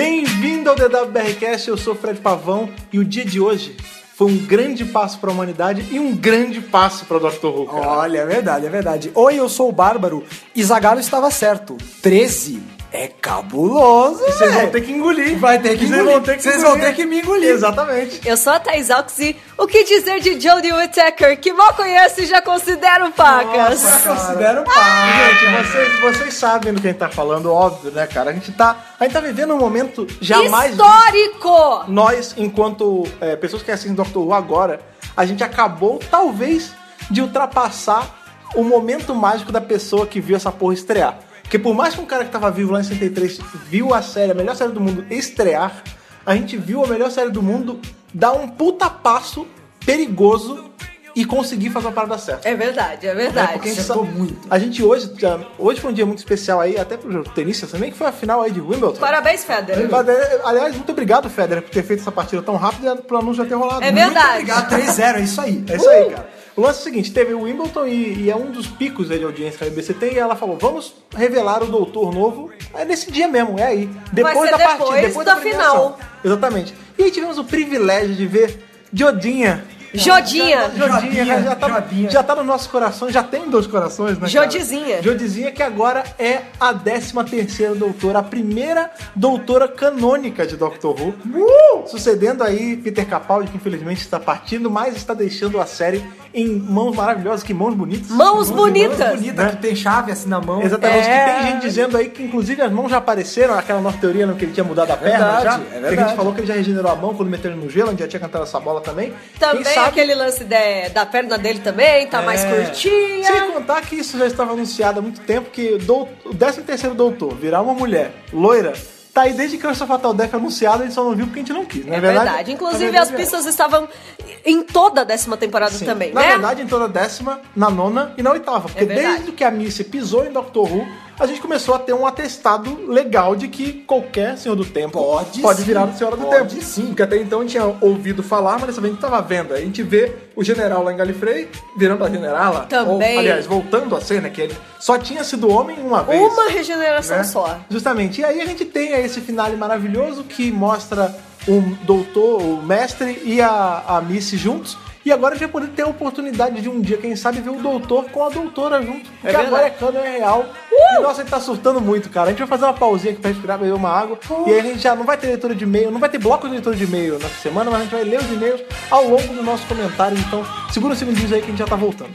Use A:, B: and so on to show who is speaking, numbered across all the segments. A: Bem-vindo ao DWBRCast, eu sou Fred Pavão e o dia de hoje foi um grande passo para a humanidade e um grande passo para Dr. Who, cara.
B: Olha, é verdade, é verdade. Oi, eu sou o Bárbaro e Zagalo estava certo. 13 é cabuloso,
A: Vocês vão
B: véi.
A: ter que engolir.
B: Vai ter que
A: Vocês
B: engolir.
A: vão ter que
B: Vocês
A: engolir.
B: vão ter que me engolir.
A: Exatamente.
C: Eu sou a Thais Oxy. O que dizer de Jodie Whittaker, que mal conheço e já considero pacas?
A: Nossa, cara. Ah, é
B: Considero pá.
A: Gente, vocês, vocês sabem do que a gente tá falando, óbvio, né, cara? A gente tá, a gente tá vivendo um momento jamais...
C: Histórico!
A: Nós, enquanto é, pessoas que assistem Doctor Who agora, a gente acabou, talvez, de ultrapassar o momento mágico da pessoa que viu essa porra estrear. Porque por mais que um cara que tava vivo lá em 63 viu a série, a melhor série do mundo, estrear, a gente viu a melhor série do mundo dar um puta passo perigoso e conseguir fazer a parada certa.
C: É verdade, é
A: É, porque a
C: verdade.
A: gente
B: acertou
A: sabe-
B: muito.
A: A gente hoje, já- hoje foi um dia muito especial aí, até pro tenista também, que foi a final aí de Wimbledon.
C: Parabéns, Federer.
A: Federer- é, Aliás, muito obrigado, Federer, por ter feito essa partida tão rápida e pro anúncio já ter rolado.
C: É
A: Muito
C: verdade. Uh!
B: Obrigado, 3-0, é isso aí.
A: é isso aí, cara. O lance é o seguinte, teve o Wimbledon e, e é um dos picos aí de audiência que a BBC tem, e ela falou, vamos revelar o doutor novo é nesse dia mesmo, é aí. Depois da
C: ser depois
A: partida, depois da,
C: da
A: premiação.
C: final.
A: Exatamente. E aí tivemos o privilégio de ver Jodinha.
C: Jodinha.
A: Jodinha,
B: Jodinha,
A: né? já, tá,
B: Jodinha.
A: já tá nos nossos corações, já tem dois corações, né? cara?
C: Jodizinha.
A: Jodizinha, que agora é a 13 terceira doutora, a primeira doutora canônica de Doctor Who.
B: Uh!
A: Sucedendo aí Peter Capaldi, que infelizmente está partindo, mas está deixando a série em mãos maravilhosas, que mãos bonitas.
C: Mãos bonitas.
B: Bonita, que tem chave assim na mão.
A: Exatamente,
C: É.
A: que tem gente dizendo aí que inclusive as mãos já apareceram, aquela nossa teoria né, que ele tinha mudado a perna
B: verdade,
A: já.
B: é
A: Tem gente que
B: verdade.
A: falou que ele já regenerou a mão quando meteu ele no gelo, a gente já tinha cantado essa bola também.
C: Também
A: Quem sabe É.
C: aquele lance de- da perna dele também, tá mais curtinha.
A: Sem contar que isso já estava anunciado há muito tempo que dou- o 13º doutor virar uma mulher loira tá aí desde que o Fatal Death foi anunciado, a gente só não viu porque a gente não quis, não
C: É
A: é
C: verdade.
A: verdade?
C: Inclusive,
A: Na
C: as
A: verdade, é.
C: pistas estavam em toda a décima temporada
A: Sim.
C: também,
A: Na
C: né? É
A: verdade, em toda a décima, na nona e na oitava. Porque
C: verdade.
A: desde que a Missy pisou em Doctor Who, a gente começou a ter um atestado legal de que qualquer Senhor do Tempo
B: Pode
A: pode
B: sim.
A: virar Senhora do
B: Pode
A: Tempo. sim. Porque até então a gente tinha ouvido falar, mas dessa vez a gente tava vendo. Aí A gente vê o general lá em Galifrey virando a generala.
C: Também.
A: Ou, aliás, voltando a cena que ele só tinha sido homem uma vez.
C: Uma regeneração
A: né?
C: só.
A: Justamente. E aí a gente tem aí esse finale maravilhoso que mostra o doutor, o mestre e a, a Missy juntos. E agora a gente vai poder ter a oportunidade de um dia, quem sabe, ver o doutor com a doutora junto. Porque
C: verdade.
A: agora é cano, é real. E, nossa, a gente tá surtando muito, cara. A gente vai fazer uma pausinha aqui pra respirar, beber uma água. E aí a gente já não vai ter leitura de e-mail, não vai ter bloco de leitura de e-mail nessa semana, mas a gente vai ler os e-mails ao longo do nosso comentário. Então, segura os segundinhos aí que a gente já tá voltando.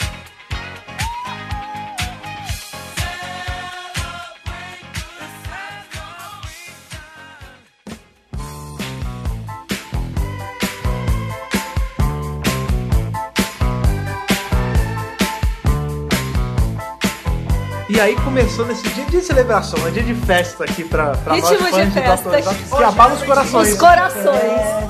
A: E aí começando esse dia de celebração, é dia de festa aqui pra, pra nós
C: Ritmo de
A: fãs de
C: festa.
A: Doctor Who, que abala os corações. né? É.
C: Os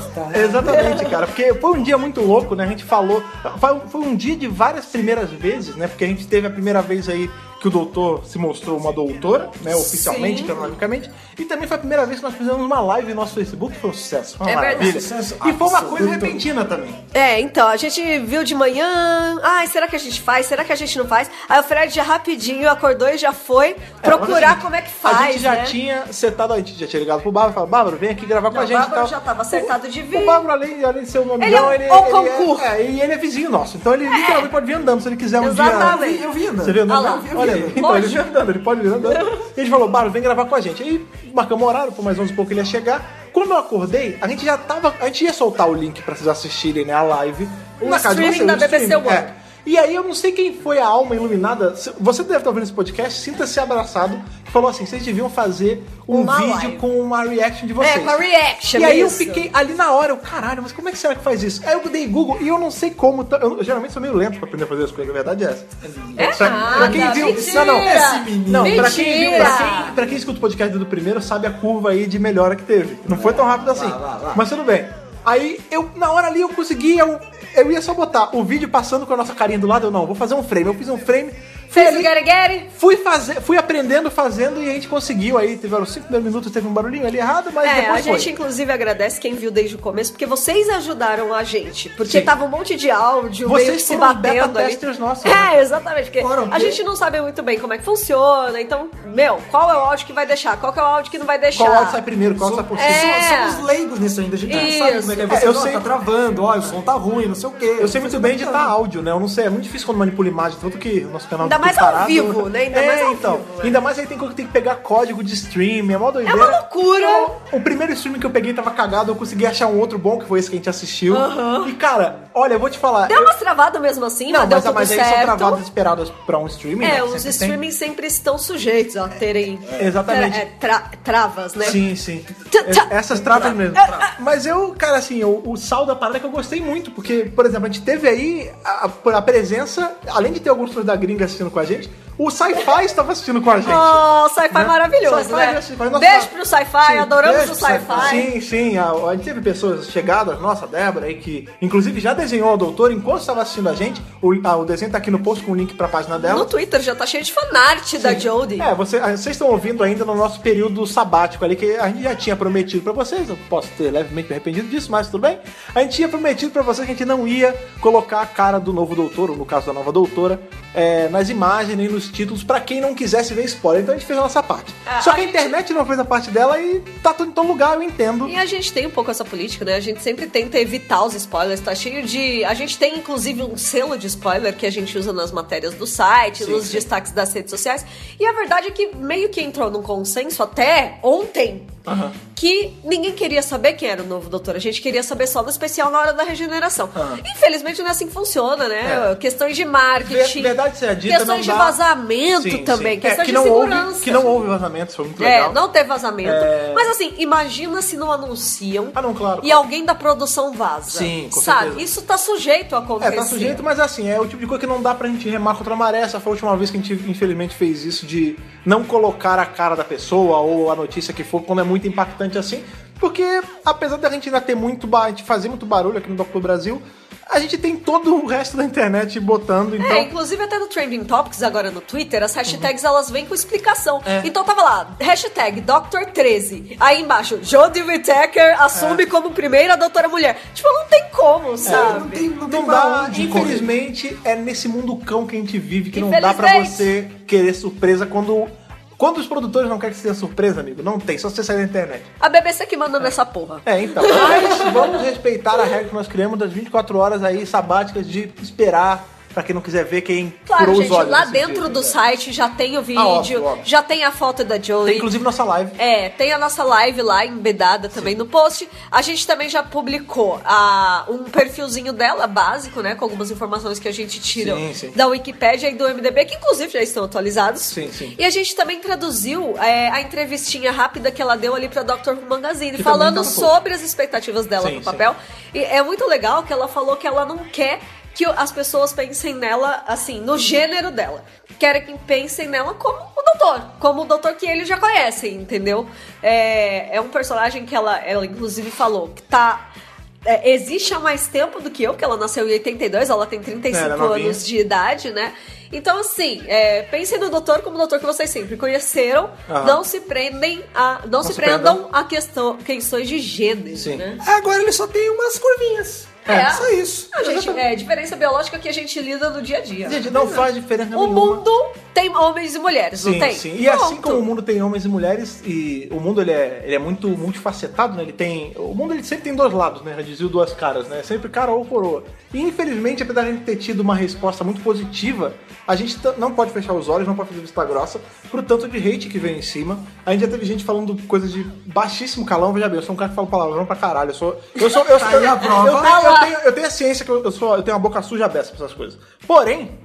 C: corações.
A: Exatamente, cara, porque foi um dia muito louco, né? A gente falou. Foi, foi um dia de várias primeiras vezes, né? Porque a gente teve a primeira vez aí que o doutor se mostrou uma doutora, né? Oficialmente,
C: Sim.
A: canonicamente. E também foi a primeira vez que nós fizemos uma live no nosso Facebook, foi um sucesso. Foi uma
C: É verdade.
A: maravilha.
B: Sucesso
A: e foi uma
B: absoluto.
A: coisa repentina também.
C: É, então, a gente viu de manhã. Ai, será que a gente faz? Será que a gente não faz? Aí o Fred já rapidinho acordou e já foi
A: É,
C: procurar
A: mas a gente-
C: como é que faz.
A: A gente já
C: né?
A: tinha setado, a gente já tinha ligado pro Bárbaro e falou, Bárbaro, vem aqui gravar com
C: Não,
A: a gente.
C: o
A: e
C: Bárbaro
A: tal.
C: já tava acertado de vir.
A: O Bárbaro, além, além de ser um amigão,
C: Ele
A: ele,
C: é um- o
A: ele
C: concurso.
A: É, é, e ele é vizinho nosso. Então ele literalmente pode vir andando se ele quiser um dia.
C: Exatamente.
B: Eu vi, Ana.
A: Você viu
C: Ah
A: andando?
C: lá,
A: Olha,
C: eu
A: olha,
C: vi.
A: então ele
C: Pode.
A: vinha andando, ele pode vir andando. E a gente falou, Bárbaro, vem gravar com a gente. Aí marcamos um horário, por mais 11 e pouco ele ia chegar. Quando eu acordei, a gente já tava. A gente ia soltar o link pra vocês assistirem né, a live.
C: O
A: na casa de
C: streaming
A: vocês,
C: da
A: o streaming,
C: BBC One.
A: é. E aí eu não sei quem foi a alma iluminada. se- Você deve estar ouvindo esse podcast, sinta-se abraçado. que Falou assim: vocês deviam fazer um
C: Uma
A: vídeo
C: live.
A: com uma reaction de vocês.
C: É, com a reaction,
A: E aí eu
C: isso.
A: fiquei ali na hora, eu, caralho, mas como é que será que faz isso? Aí eu dei Google e eu não sei como. tá- Eu, eu geralmente sou meio lento pra aprender a fazer as coisas, a verdade é essa.
C: É
A: Pra- pra quem
C: nada,
A: viu,
C: mentira.
A: não, não,
B: esse menino.
A: não, pra quem, viu, pra,
C: Mentira.
A: quem, pra quem escuta o podcast do primeiro, sabe a curva aí de melhora que teve. Não foi tão rápido assim.
B: Lá, lá, lá.
A: Mas tudo bem. Aí, eu, na hora ali, eu consegui, eu, eu ia só botar o vídeo passando com a nossa carinha do lado. Eu não, vou fazer um frame. Eu fiz um frame,
C: Fez
A: ali-
C: o Gary
A: Fui, fazer, fui aprendendo, fazendo e a gente conseguiu. Aí teve uns 5 primeiros minutos, teve um barulhinho ali errado, mas
C: É,
A: depois
C: a
A: foi.
C: gente inclusive agradece quem viu desde o começo, porque vocês ajudaram a gente. Porque
A: Sim.
C: tava um monte de áudio,
A: Vocês
C: meio que se
A: foram os
C: batendo
A: beta
C: ali.
A: testers nossos, né?
C: É, exatamente, porque
A: Foram,
C: a
A: porque-
C: gente não sabe muito bem como é que funciona, então, meu, qual é o áudio que vai deixar? Qual que é o áudio que não vai deixar?
A: Qual áudio sai primeiro, qual sai por cima.
C: É.
B: Somos leigos nisso ainda, a gente não
C: Isso.
B: sabe como é que é.
A: É,
B: Você,
A: eu
B: "Ó,
A: sei-
B: tá travando, ó, o som tá ruim, não sei o quê.
A: Eu sei muito bem editar áudio, né? Eu não sei, é muito difícil quando manipula imagem, tanto que o nosso canal
C: Ainda
A: do YouTube
C: mais ao
A: parado-
C: vivo, né? Ainda
A: é,
C: mais ao
A: então.
C: vivo, é.
A: Ainda mais aí tem coisa que tem que pegar código de stream, é mó
C: É
A: doideira.
C: uma loucura!
A: O primeiro stream que eu peguei tava cagado, eu consegui achar um outro bom, que foi esse que a gente assistiu. E, cara, olha, eu vou te falar.
C: Deu
A: eu-
C: umas travadas mesmo assim,
A: Não,
C: mas deu
A: mas,
C: tudo
A: mas aí são
C: certo.
A: travadas esperadas pra um streaming. né?
C: é,
A: que
C: os
A: sempre tem.
C: streamings sempre estão sujeitos a terem
A: Exatamente.
C: é, tra- travas, né?
A: Sim, sim.
C: Tchá, tchá.
A: É- Essas tratas mesmo. Mas eu, cara, assim, eu- o sal da parada é que eu gostei muito, porque, por exemplo, a gente teve aí a, a- a presença, além de ter alguns filmes da gringa assistindo com a gente, o Sci-Fi estava assistindo com a gente.
C: Oh, sci-fi
A: Né?
C: maravilhoso,
A: Sci-fi,
C: né?
A: né? Sci-fi, nossa.
C: Beijo pro sci-fi,
A: Sim,
C: adoramos
A: beijo
C: o
A: pro
C: sci-fi.
A: Sim, sim. A, a gente teve pessoas chegadas, nossa, a Débora aí, que inclusive já desenhou a doutora enquanto estava assistindo a gente. O, ah, o desenho tá aqui no post com o link pra página dela.
C: No Twitter já tá cheio de fanart da Jodie.
A: É, você- vocês estão ouvindo ainda no nosso período sabático ali, que a gente já tinha prometido pra vocês, eu posso ter levemente me arrependido disso, mas tudo bem. A gente tinha prometido pra vocês que a gente não ia colocar a cara do novo doutor, ou no caso da nova doutora, é, nas imagens e nos títulos pra quem não quisesse ver spoiler. Então a gente fez a nossa parte.
C: Ah,
A: Só que
C: a
A: a
C: gente-
A: internet não fez a parte dela e tá tudo em todo lugar, eu entendo.
C: E a gente tem um pouco essa política, né? A gente sempre tenta evitar os spoilers, tá cheio de. A gente tem inclusive um selo de spoiler que a gente usa nas matérias do site,
A: Sim,
C: nos
A: sim.
C: destaques das redes sociais. E a verdade é que meio que entrou num consenso até ontem.
A: Aham.
C: Que ninguém queria saber quem era o novo doutor. A gente queria saber só do especial na hora da regeneração.
A: Aham.
C: Infelizmente não é assim que funciona, né?
A: Ah. É.
C: Questões de marketing.
A: Ver- verdade seja dita,
C: questões
A: não
C: de
A: dá-
C: vazamento
A: Sim,
C: também.
A: sim.
C: Questões
A: É, que
C: de
A: não
C: segurança.
A: houve, que não houve vazamentos, foi muito
C: É,
A: legal.
C: não ter vazamento.
A: É.
C: Mas assim, imagina se não anunciam.
A: Ah, não, claro.
C: E alguém da produção vaza.
A: Sim, com
C: Sabe?
A: certeza.
C: Isso tá sujeito a
A: É,
C: acontecer.
A: tá sujeito, mas assim, é o tipo de coisa que não dá pra gente remar contra a maré. Essa foi a última vez que a gente, infelizmente, fez isso de não colocar a cara da pessoa ou a notícia que for, quando é muito impactante assim. Porque, apesar da gente ainda ter muito barulho, a gente fazer muito barulho aqui no Doc do Brasil, a gente tem todo o resto da internet botando, então.
C: É, inclusive até no Trending Topics, agora no Twitter, as hashtags elas vêm com explicação.
A: É.
C: Então tava lá, hashtag Dr13. Aí embaixo, Jodie Whittaker
A: É.
C: assume como primeira doutora mulher. Tipo, não tem como, sabe?
B: Não tem, não tem
A: Não dá,
B: pra onde correr.
A: infelizmente, é nesse mundo cão que a gente vive que não dá pra
C: Infelizmente.
A: você querer surpresa quando. Quando os produtores não querem que você tenha surpresa, amigo, não tem, só você sair da internet.
C: A BBC que manda nessa porra.
A: É, então. Mas vamos respeitar a regra que nós criamos das 24 horas aí sabáticas de esperar pra quem não quiser ver quem
C: Claro,
A: furou
C: gente,
A: os olhos.
C: lá
A: nesse
C: dentro
A: dia,
C: do
A: né?
C: site já tem o vídeo,
A: óbvio, óbvio.
C: já tem a foto da Jolie.
A: Tem inclusive nossa live.
C: É, tem a nossa live lá embedada também no post. A gente também já publicou a, um perfilzinho dela, básico, né? Com algumas informações que a gente tira
A: Sim, sim.
C: da Wikipédia e do MDB, que inclusive já estão atualizados.
A: Sim, sim.
C: E a gente também traduziu é, a entrevistinha rápida que ela deu ali pra Doctor Who Magazine,
A: Que também
C: falando
A: tá no post.
C: sobre as expectativas dela
A: Sim,
C: pro papel. E é muito legal que ela falou que ela não quer que as pessoas pensem nela, assim, no gênero dela. Querem que pensem nela como o doutor, como o doutor que eles já conhecem, entendeu? É, é um personagem que ela, ela inclusive falou que tá. é, existe há mais tempo do que eu, que ela nasceu em 82, ela tem 35
A: Era novinha.
C: anos de idade, né? Então, assim, é, pensem no doutor como o doutor que vocês sempre conheceram.
A: Aham.
C: Não se prendem a. Não, se,
A: se
C: prendam a questão, questões de gênero,
A: Sim.
C: né?
B: Agora ele só tem umas curvinhas.
C: É.
B: Só isso.
C: Não, gente, é diferença biológica que a gente lida no dia a dia.
A: Gente, não faz diferença
C: O
A: nenhuma.
C: mundo tem homens e mulheres,
A: Sim,
C: não tem?
A: sim. E assim
C: Pronto.
A: como o mundo tem homens e mulheres, e o mundo ele é, ele é muito multifacetado, né? Ele tem. O mundo ele sempre tem dois lados, né? Já dizia o duas caras, né? Sempre cara ou coroa. E infelizmente, apesar de a gente ter tido uma resposta muito positiva, a gente t- não pode fechar os olhos, não pode fazer vista grossa, pro tanto de hate que vem em cima. A gente já teve gente falando coisas de baixíssimo calão, veja bem, eu sou um cara que fala palavrão pra caralho. Eu sou. Eu sou. Eu, sou-
B: Tá aí a
A: eu-
B: prova.
A: eu tenho- eu
C: Olha lá.
A: tenho- eu tenho a ciência que eu, eu sou, eu tenho uma boca suja aberta pra essas coisas. Porém,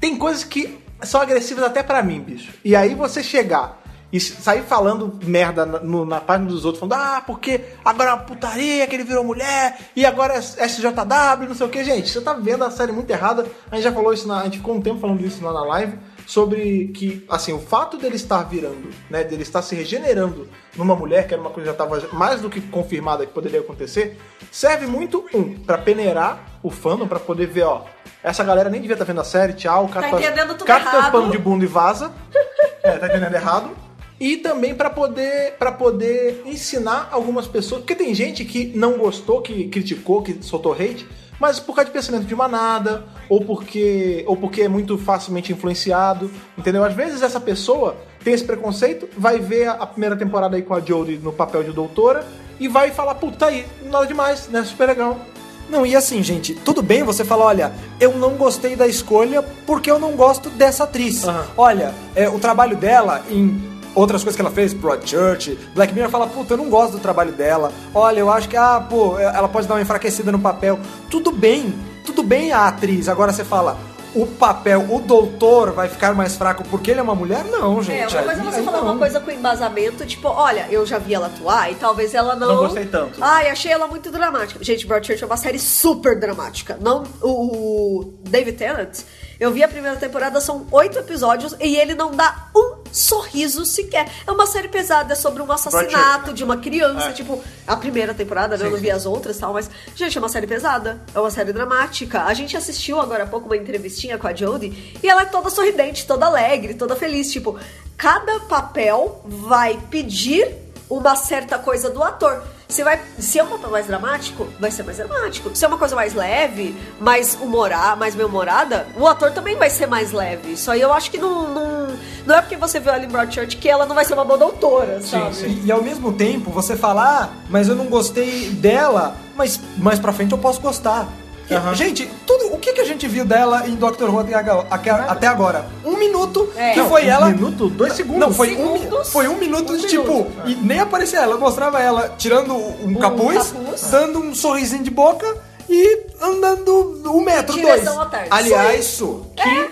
A: tem coisas que são agressivas até pra mim, bicho. E aí você chegar e s- sair falando merda na, no- na página dos outros, falando, ah, porque agora é uma putaria, que ele virou mulher, e agora é SJW, não sei o que, gente. Você tá vendo a série muito errada. A gente já falou isso, na, a gente ficou um tempo falando isso lá na live, sobre que, assim, o fato dele estar virando, né, dele estar se regenerando numa mulher, que era uma coisa que já tava mais do que confirmada que poderia acontecer, serve muito, um, pra peneirar o fandom, pra poder ver, ó, Essa galera nem devia estar vendo a série, tchau. Cata,
C: Tá entendendo tudo
A: cata
C: errado.
A: pano de bunda e vaza. É, tá entendendo errado. E também pra poder para poder ensinar algumas pessoas, porque tem gente que não gostou, que criticou, que soltou hate, mas por causa de pensamento de manada, ou porque ou porque é muito facilmente influenciado, entendeu? Às vezes essa pessoa tem esse preconceito, vai ver a, a primeira temporada aí com a Jodie no papel de doutora e vai falar, puta tá aí, nada demais, né? Super legal.
B: Não, e assim, gente, tudo bem você falar, olha, eu não gostei da escolha porque eu não gosto dessa atriz.
A: Aham.
B: Olha, é, o trabalho dela em outras coisas que ela fez, Broadchurch, Black Mirror, fala, puta, eu não gosto do trabalho dela. Olha, eu acho que, ah, pô, ela pode dar uma enfraquecida no papel. Tudo bem, tudo bem a atriz. Agora você fala, o papel, o doutor vai ficar mais fraco porque ele é uma mulher? Não,
C: É,
B: gente.
C: uma coisa é
B: aí-
C: você
B: aí
C: falar
B: não.
A: então.
C: uma coisa com embasamento, tipo, olha, eu já vi ela atuar e talvez ela não.
A: Não gostei tanto.
C: Ai, achei ela muito dramática. Gente, Broadchurch é uma série super dramática. Não, o, o David Tennant, eu vi a primeira temporada, são oito episódios e ele não dá um sorriso sequer. É uma série pesada, é sobre um assassinato de uma criança,
A: É.
C: tipo, a primeira temporada, né? eu não vi as outras e tal, mas, gente, é uma série pesada, é uma série dramática. A gente assistiu agora há pouco uma entrevistinha com a Jodie e ela é toda sorridente, toda alegre, toda feliz. Tipo, cada papel vai pedir uma certa coisa do ator. Se, vai, se é um papel mais dramático, vai ser mais dramático. Se é uma coisa mais leve, mais humorar, mais bem-humorada, o ator também vai ser mais leve. Isso aí eu acho que não. Não, não é porque você viu ela em Broadchurch que ela não vai ser uma boa doutora, sabe?
B: E, e ao mesmo tempo você falar, ah, mas eu não gostei dela, mas mais pra frente eu posso gostar. E,
A: Aham.
B: Gente, tudo, o que, que a gente viu dela em Doctor Who até aga- aque- até agora? Um minuto,
C: É.
B: que
C: Não,
B: foi
A: um
B: ela...
A: minuto? Dois segundos.
B: Não, foi, um, mi-
C: Segundos.
B: foi um minuto
C: Um
B: de tipo...
C: minuto,
B: E nem aparecia ela, eu mostrava ela tirando um, capuz,
C: capuz.
B: dando um sorrisinho de boca e andando um metro, dois.
C: Direção à tarde.
B: Aliás, isso.
A: Que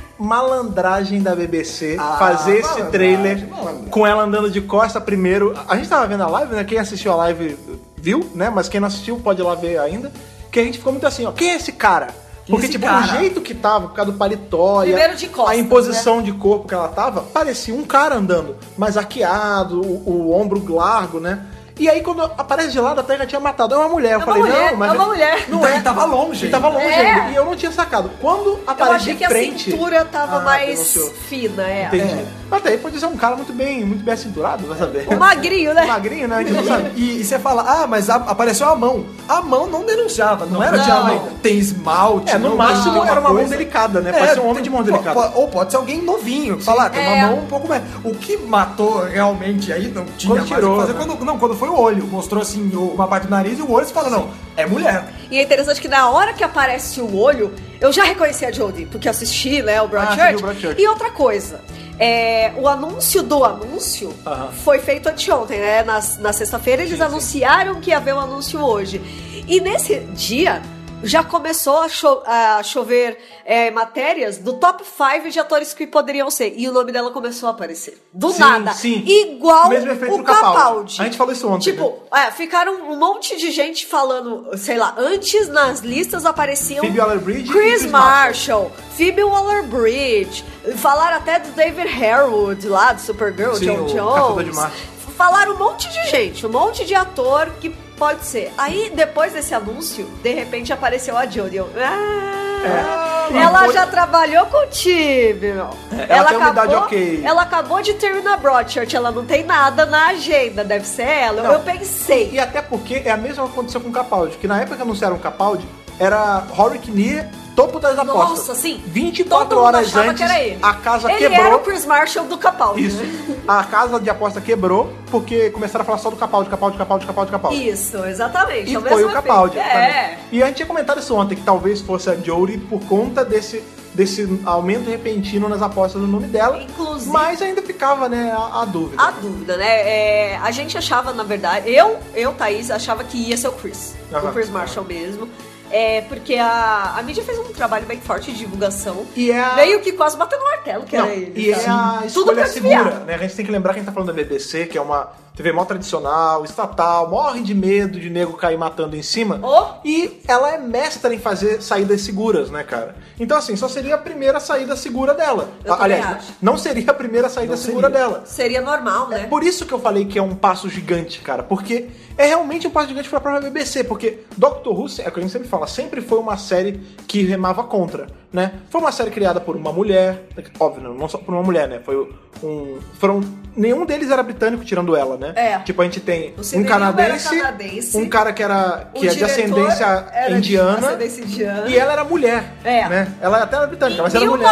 A: malandragem da BBC
B: Ah,
A: fazer esse
B: malandragem,
A: trailer
B: malandragem.
A: com ela andando de costa primeiro. A gente tava vendo a live, né? Quem assistiu a live viu, né? Mas quem não assistiu pode ir lá ver ainda. Que a gente ficou muito assim, ó. Quem é esse cara? Porque,
B: Esse
A: tipo,
B: cara?
A: o jeito que tava, por causa do paletó e a,
C: é Primeiro de né? costas,
A: a imposição de corpo que ela tava, parecia um cara andando, mas arqueado, o, o ombro largo, né? E aí, quando aparece de lado, até já tinha matado. É uma mulher. eu
C: uma
A: falei,
C: mulher,
A: não, mas.
C: é uma mulher.
A: Não é.
B: E tava longe.
A: E tava longe
C: É.
A: ainda. E eu não tinha sacado. Quando
C: Eu
A: aparece
C: achei
A: de
C: que um a
A: frente.
C: cintura tava
A: Ah,
C: mais
A: pronunciou.
C: fina, é.
A: Entendi.
B: É.
A: Mas Até aí pode ser um cara muito bem, muito bem acinturado, vai saber.
C: O magrinho, né?
A: Magrinho, né? A gente não sabe.
B: E, e você fala, ah, mas a- apareceu a mão. A mão não denunciava, não era de
C: Não.
B: ah, mãe, tem esmalte.
A: É, no
B: não
A: máximo
B: tem
A: era uma mão
B: coisa."
A: delicada, né?
B: É,
A: Pode ser um homem de mão
B: po-
A: delicada.
B: po- Ou pode ser alguém novinho, falar, tem
C: É.
B: uma mão um pouco mais. O que matou realmente aí não tinha
A: Quando
B: mais o que
A: tirou,
B: fazer.
A: né?
B: Quando, não, quando foi o olho, mostrou assim o- uma parte do nariz e o olho, você fala, não, é mulher.
C: E é interessante que na hora que aparece o olho, eu já reconheci a Jodie, porque eu assisti, né, o
A: Ah, você
C: Broadchurch.
A: viu o Broadchurch.
C: e outra coisa, é, o anúncio do anúncio
A: Aham.
C: foi feito anteontem, né? Na, na sexta-feira eles anunciaram que ia haver o anúncio hoje. E nesse dia já começou a, cho- a chover é, matérias do top 5 de atores que poderiam ser. E o nome dela começou a aparecer. Do
A: Sim,
C: nada.
A: sim.
C: Igual
A: Mesmo efeito
C: o
A: do Capaldi.
C: Capaldi.
A: A gente falou isso ontem,
C: Tipo, é, ficaram um monte de gente falando, sei lá, antes nas listas apareciam
A: Phoebe Waller-Bridge e
C: um Chris
A: Chris
C: Marshall, Phoebe Waller-Bridge, falaram até do David Harwood lá, do Supergirl,
A: Sim,
C: John
A: o Caçador de
C: Jones.
A: Marte.
C: Falaram um monte de gente, um monte de ator que pode ser. Aí, depois desse anúncio, de repente apareceu a Jodie. Eu, Ah,
A: É.
C: Ela
A: Foi-
C: já trabalhou com o time, meu.
A: É, ela tem uma idade ok.
C: Ela acabou de terminar Broadchurch, ela não tem nada na agenda, deve ser ela.
A: Não.
C: Eu pensei.
A: E até porque é a mesma que aconteceu com o Capaldi, que na época que anunciaram o Capaldi, era Rory Kinnear, topo das apostas.
C: Nossa, sim.
A: 24
C: Todo mundo
A: horas
C: achava
A: antes,
C: que era ele.
A: a casa
C: ele
A: quebrou.
C: era o Chris Marshall do Capaldi.
A: Isso.
C: né?
A: A casa de aposta quebrou, porque começaram a falar só do Capaldi, Capaldi, Capaldi, Capaldi, Capaldi.
C: Isso, exatamente.
A: E
C: é o
A: foi
C: mesmo
A: o Capaldi.
C: efeito.
A: exatamente.
C: É.
A: E a gente tinha comentado isso ontem, que talvez fosse a Jodie por conta desse, desse aumento repentino nas apostas do nome dela.
C: Inclusive-
A: Mas ainda ficava, né, a, a dúvida.
C: A dúvida, né? É, a gente achava, na verdade, eu, eu, Thaís, achava que ia ser o Chris.
A: Aham.
C: O Chris Marshall mesmo. É, porque a, a mídia fez um trabalho bem forte de divulgação.
A: E é a-
C: Meio que quase batendo o martelo que
A: Não,
C: era ele. né.
A: e é
C: sabe?
A: a
C: Tudo
A: escolha
C: pra desviar.
A: segura, né? A gente tem que lembrar que a gente tá falando da BBC, que é uma TV mó tradicional, estatal, morre de medo de nego cair matando em cima.
C: Ô!
A: E ela é mestra em fazer saídas seguras, né, cara? Então, assim, só seria a primeira saída segura dela.
C: Eu também
A: Aliás,
C: acho.
A: não seria a primeira saída
B: Não
A: segura
B: seria.
A: dela.
C: Seria normal, né?
A: É Por isso que eu falei que é um passo gigante, cara, porque é realmente um passo gigante pra própria BBC, porque Doctor Who, é o que a gente sempre fala, sempre foi uma série que remava contra, né? Foi uma série criada por uma mulher, óbvio, não, não só por uma mulher, né? Foi um. Foram, nenhum deles era britânico tirando ela, né?
C: É.
A: Tipo, a gente tem
C: O
A: um
C: Sidney
A: canadense,
C: era canadense.
A: um cara que era
C: O
A: que é de
C: diretor
A: ascendência
C: era de
A: indiana,
C: ascendência indiana.
A: e ela era mulher,
C: É.
A: né? Ela até era britânica, mas
C: em
A: era mulher.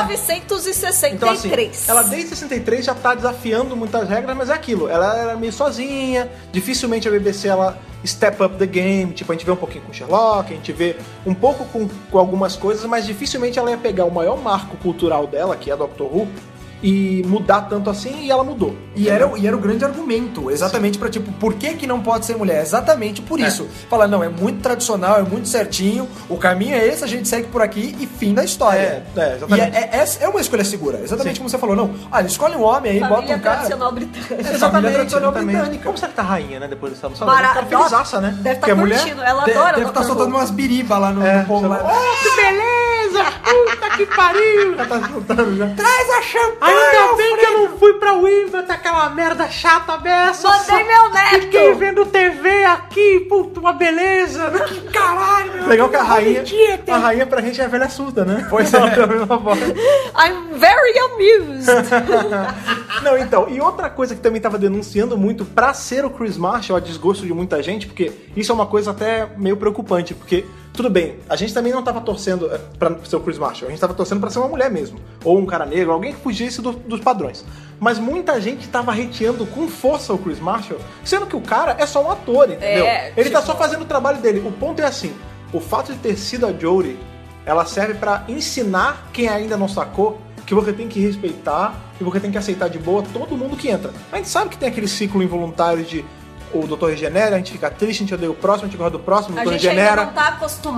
C: 1963.
A: Então, assim, ela desde 63 já tá desafiando muitas regras, mas é aquilo. Ela era meio sozinha, dificilmente a BBC ela step up the game. Tipo, a gente vê um pouquinho com Sherlock, a gente vê um pouco com, com algumas coisas, mas dificilmente ela ia pegar o maior marco cultural dela, que é Doctor Who, e mudar tanto assim, e ela mudou.
B: E era, o- e era o grande argumento, exatamente pra tipo, por que que não pode ser mulher? Exatamente por
A: É.
B: isso. Falar, não, é muito tradicional, é muito certinho, o caminho é esse, a gente segue por aqui e fim da história.
A: É, é,
B: E
A: exatamente.
B: é, é, essa é uma escolha segura, exatamente
A: Sim.
B: como você falou, não, ah, escolhe um homem aí, bota
C: família
B: um cara...
C: tradicional britânica.
B: Família tradicional
A: exatamente.
B: britânica.
A: Como será que tá a rainha, né? Depois dessa música?
C: Mara-
A: Ela tá felizaça, né?
C: Deve estar
A: Porque a
C: curtindo. Ela
B: De-
C: adora
B: deve
C: Dr.
B: estar
C: Who.
B: soltando umas biribas lá no,
A: É,
B: no povo.
A: sei lá.
B: Lá.
A: Oh, que beleza! Puta que pariu! Já tá escutando já.
B: Traz a champanhe!
A: Ainda
B: Alfredo!
A: bem que eu não fui pra Wimbledon, aquela merda chata dessa.
C: Mandei meu neto!
A: Fiquei vendo TV aqui, puta, uma beleza. Que
C: é
A: caralho! Legal que a rainha, a rainha pra gente é a velha surda, né? Pois é.
C: I'm very amused.
A: Não, então, e outra coisa que também tava denunciando muito pra ser o Chris Marshall, a desgosto de muita gente, porque isso é uma coisa até meio preocupante, porque tudo bem, a gente também não tava torcendo eh, pra ser o Chris Marshall, a gente tava torcendo pra ser uma mulher mesmo, ou um cara negro, alguém que fugisse do- dos padrões. Mas muita gente tava reteando com força o Chris Marshall, sendo que o cara é só um ator, entendeu?
C: É,
A: Ele tá
C: tipo-
A: só fazendo o trabalho dele. O ponto é assim, o fato de ter sido a Jory, ela serve pra ensinar quem ainda não sacou que você tem que respeitar e você tem que aceitar de boa todo mundo que entra. A gente sabe que tem aquele ciclo involuntário de o doutor regenera, a gente fica triste, a gente odeia o próximo, a gente gosta do próximo, o
C: A
A: doutor
C: gente ainda
A: regenera.
C: não tá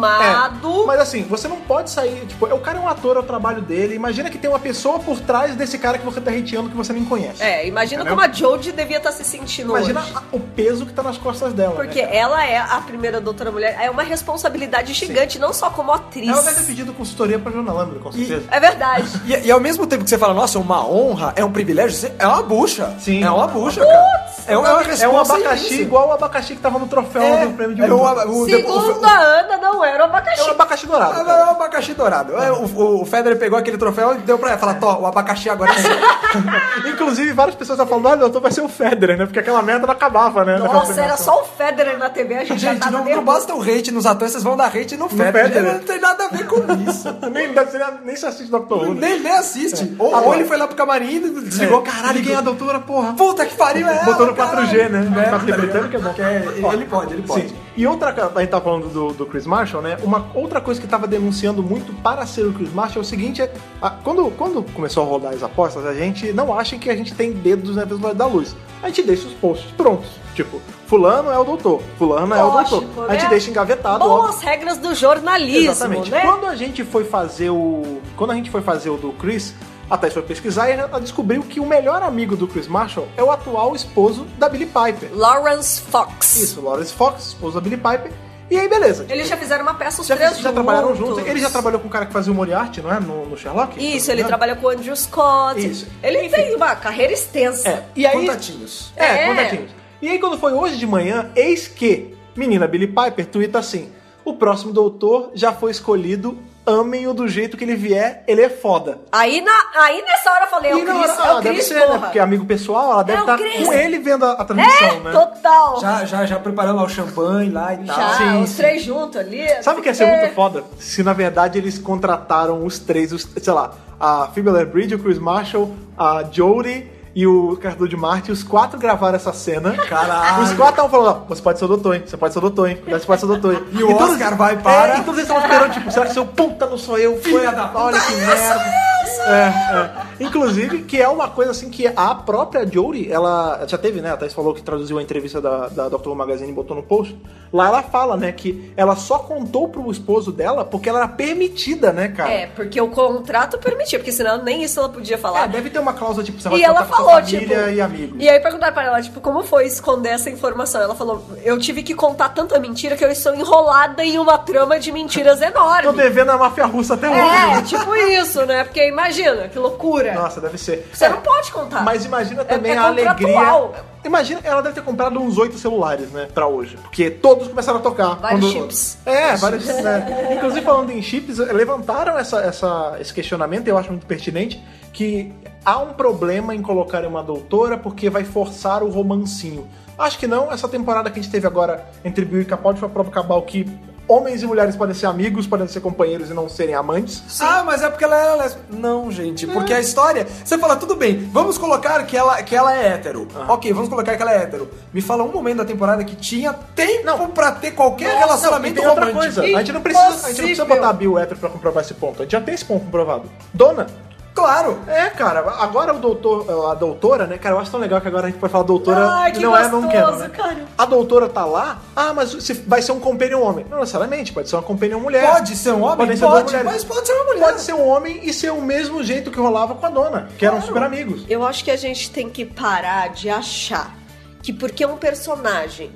C: acostumado.
A: Mas assim, você não pode sair, tipo, o cara é um ator, é o trabalho dele. Imagina que tem uma pessoa por trás desse cara que você tá hateando que você nem conhece.
C: É, imagina
A: Entendeu?
C: como a Jodie devia estar se sentindo
A: Imagina
C: hoje.
A: a- o peso que tá nas costas dela. né,
C: Porque
A: cara?
C: ela é a primeira doutora mulher. É uma responsabilidade gigante, não só como atriz.
A: Ela deve ter pedido consultoria pra Jornal Lâmina, com certeza.
C: É verdade.
B: E, e ao mesmo tempo que você fala, nossa, é uma honra, é um privilégio, você- é uma bucha.
A: Sim.
B: É uma bucha, cara. É, uma- é
A: É
B: uma
A: um
B: resposta
A: abacaxi
B: imensa.
A: igual o abacaxi que tava no troféu
B: É,
A: do prêmio de
C: um
B: é, o,
A: Wimbledon.
B: o, o,
C: Segundo
B: o,
C: a Ana, não era o abacaxi.
A: É um abacaxi
C: Ah,
A: dourado.
B: é
A: cara.
B: o abacaxi dourado. É, O, o, o Federer pegou aquele troféu e deu pra ela. Fala, Tó, o abacaxi agora é seu."
A: Inclusive, várias pessoas estavam falando, ah, doutor, vai ser o Federer, né? Porque aquela merda não acabava, né? Naquela
C: Nossa, era
A: premiação.
C: só o Federer na TV, a gente, já
B: Gente,
C: tava
B: não, não
C: nervoso.
B: basta o hate nos atores, vocês vão dar hate no Federer.
A: Federer.
B: Não tem nada a ver com isso.
A: Nem, nem, nem se assiste Doctor Who. né?
B: nem, nem assiste. Ou, ou ele foi lá pro camarim e desligou.
A: Ligou, caralho, quem é a doutora, porra?
B: Puta que pariu é ela,
A: Botou no 4G,
B: caralho.
A: né?
B: É,
A: Pra TV
B: tá ligado?
A: britânica é bom.
B: Porque ele- Ele pode, ele pode.
A: Sim. E outra, a gente tá falando do, do Chris Marshall, né? Uma outra coisa que tava denunciando muito para ser o Chris Marshall é o seguinte: é, a- quando, quando começou a rodar as apostas, a gente não acha que a gente tem dedos na velocidade da luz. A gente deixa os postos prontos. Tipo, fulano é o doutor, fulano é o
C: Lógico,
A: doutor. A gente
C: né?
A: deixa engavetado, óbvio.
C: Boas regras do jornalismo,
A: Exatamente.
C: né?
A: Quando a gente foi fazer o. Quando a gente foi fazer o do Chris, a Thais foi pesquisar e ela descobriu que o melhor amigo do Chris Marshall é o atual esposo da Billie Piper.
C: Lawrence Fox.
A: Isso, Lawrence Fox, esposo da Billie Piper. E aí, beleza.
C: Eles já fizeram uma peça os
A: já,
C: três
A: já trabalharam juntos. Ele já trabalhou com o cara que fazia o Moriarty, não é? No, no Sherlock? Né?
C: Isso, ele
A: Não.
C: trabalha com o Andrew Scott.
A: Isso.
C: Ele tem uma carreira extensa.
A: É. E aí.
B: Contatinhos.
A: É,
C: É.
A: contatinhos. E aí, quando foi hoje de manhã, eis que menina Billy Piper tuita assim: o próximo doutor já foi escolhido, amem-o do jeito que ele vier, ele é foda.
C: Aí, na, aí nessa hora eu falei, é o
A: E na
C: Chris,
A: hora-
C: é o
A: ah, deve
C: Chris,
A: ser, né?
C: porra. É
A: Porque amigo pessoal, ela deve
C: o
A: estar
C: Chris.
A: com ele vendo a, a transmissão, né?
C: É, Total. Já,
B: Já, já, já preparando lá o champanhe lá e tal.
A: Sim,
C: os
A: sim.
C: três juntos ali. É,
A: Sabe o que ia ser muito foda? Se na verdade eles contrataram os três, os, sei lá, a Phoebe Bridge, o Chris Marshall, a Jodie e o Cardu de Marte, os quatro gravaram essa cena.
B: Caralho.
A: Os quatro estavam falando, ó, você pode ser o doutor, hein? Você pode ser o doutor, hein? Cuidado, Você pode ser o doutor, hein?
B: E o Oscar vai para-
A: É, e todos eles estavam esperando, tipo, será que seu puta não sou eu?
B: Filha da puta,
A: Olha que merda. É, é. Inclusive, que é uma coisa assim que a própria Jodie, ela já teve, né? A Thais falou que traduziu a entrevista da, da Dr. Who Magazine e botou no post. Lá ela fala, né, que ela só contou pro esposo dela porque ela era permitida, né, cara?
C: É, porque o contrato permitia, porque senão nem isso ela podia falar.
A: É, deve ter uma cláusula tipo, você vai
C: E ela
A: contar pra sua
C: falou, tipo.
A: família e amigos.
C: e aí perguntaram pra ela, tipo, como foi esconder essa informação? Ela falou: eu tive que contar tanta mentira que eu estou enrolada em uma trama de mentiras
A: Tô
C: enorme.
A: devendo a máfia russa até hoje.
C: É, tipo isso, né? Porque imagina, que loucura.
A: Nossa, deve ser.
C: Você
A: É,
C: não pode contar.
A: Mas imagina também
C: é
A: a alegria.
C: contratual.
A: Imagina, ela deve ter comprado uns oito celulares, né, pra hoje. Porque todos começaram a tocar.
C: Vários chips.
A: É, vários chips, né? Inclusive, falando em chips, levantaram essa, essa- esse questionamento, eu acho muito pertinente, que há um problema em colocar uma doutora porque vai forçar o romancinho. Acho que não, essa temporada que a gente teve agora entre Bill e Capaldi foi a prova cabal que homens e mulheres podem ser amigos, podem ser companheiros e não serem amantes.
B: Ah, mas é porque ela era lésbica. Não, gente, porque a história. Você fala, tudo bem, vamos colocar que ela, que ela é hétero. Ok, vamos colocar que ela é hétero. Me fala um momento da temporada que tinha tempo pra ter qualquer
A: E
B: relacionamento
A: tem outra
B: romântico.
A: coisa. é A gente, não precisa, a gente não precisa
C: Impossível.
A: botar a Bill hétero pra comprovar esse ponto. A gente já tem esse ponto comprovado. Dona.
B: Claro.
A: É, cara, agora o doutor, a doutora, né, cara, eu acho tão legal que agora a gente pode falar doutora,
C: Ai, que
A: não é, não quero,
C: gostoso,
A: né?
C: cara.
A: A doutora tá lá, ah, mas se vai ser um companion homem. Não necessariamente, pode ser uma companion mulher.
B: Pode ser um homem?
A: Podem É. ser duas
B: pode,
A: mulheres.
B: mas pode ser uma mulher.
A: Pode ser um homem e ser o mesmo jeito que rolava com a dona, que eram super amigos.
C: Eu acho que a gente tem que parar de achar que porque um personagem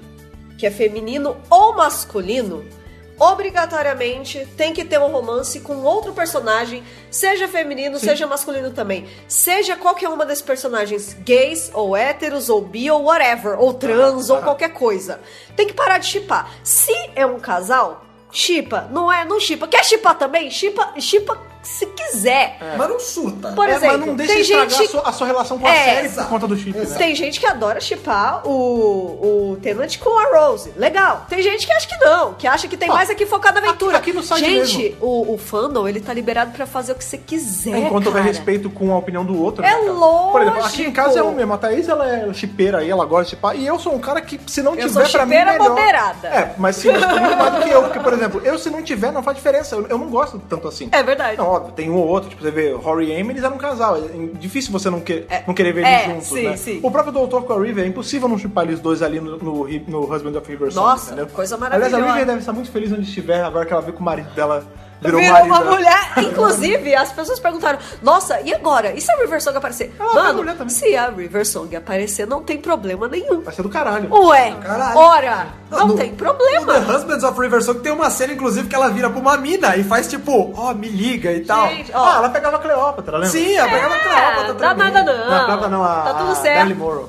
C: que é feminino ou masculino, obrigatoriamente tem que ter um romance com outro personagem, seja feminino, seja masculino também. Seja qualquer uma desses personagens gays, ou héteros, ou bi, ou whatever, ou trans, ou qualquer coisa. Tem que parar de chipar. Se é um casal, chipa. Não é, não chipa. Quer chipar também? Chipa, chipa se quiser.
B: Mas não surta.
C: Por
A: É,
C: exemplo,
A: mas não deixa
C: tem
A: estragar
C: gente
A: a, sua, a sua relação com a
C: É,
A: série
B: exato.
A: por conta do chip. né?
C: tem gente que adora chipar o, o Tenant com a Rose. Legal. Tem gente que acha que não, que acha que tem
A: Ó,
C: mais aqui focado na aventura.
A: aqui- aqui no site
C: gente,
A: mesmo.
C: o, o fandom, ele tá liberado pra fazer o que você quiser,
A: Enquanto houver
C: É, cara.
A: respeito com a opinião do outro.
C: É
A: né, cara?
C: lógico.
A: Por exemplo, aqui em casa é um mesmo. A Thaís, ela é chipeira aí, ela gosta de chipar. E eu sou um cara que, se não
C: Eu
A: tiver,
C: sou
A: pra mim,
C: shippeira
A: melhor.
C: moderada.
A: É, mas sim, mas muito mais do que eu. Porque, por exemplo, eu se não tiver, não faz diferença. Eu, eu não gosto tanto assim.
C: É verdade.
A: Não, óbvio, tem um ou outro. Tipo, você vê, Rory e Amy, eles eram um casal. É difícil você não, que- não querer ver
C: é,
A: eles juntos,
C: sim,
A: né?
C: sim.
A: O próprio Doutor com a River, é impossível não chipar eles dois ali no, no, Ri- no Husband of River Song,
C: Nossa,
A: entendeu?
C: coisa
A: Aliás, a
C: maravilhosa.
A: River deve estar muito feliz onde estiver, agora que ela vê que o marido dela virou,
C: Virou
A: marido né?
C: uma
A: dela.
C: mulher. Inclusive, as pessoas perguntaram: Nossa, e agora? E se a River Song aparecer?
A: Ela é uma mulher
C: Mano,
A: também.
C: se a River Song aparecer, não tem problema nenhum.
A: Vai ser do caralho.
C: Ué,
B: Caralho.
C: ora, não
B: No-
C: tem
B: No The
C: problema.
B: Husbands of River Song tem uma cena, inclusive, que ela vira pra uma mina e faz tipo, ó, me liga e tal.
C: Gente, ó,
A: Ah, ela pegava a Cleópatra, lembra?
B: Sim, ela pegava
C: é,
B: Cleópatra
C: dá
B: também.
C: nada não.
A: Não, a Cleópatra não, a,
C: tá tudo
A: a
C: certo.
A: Dally Morrow.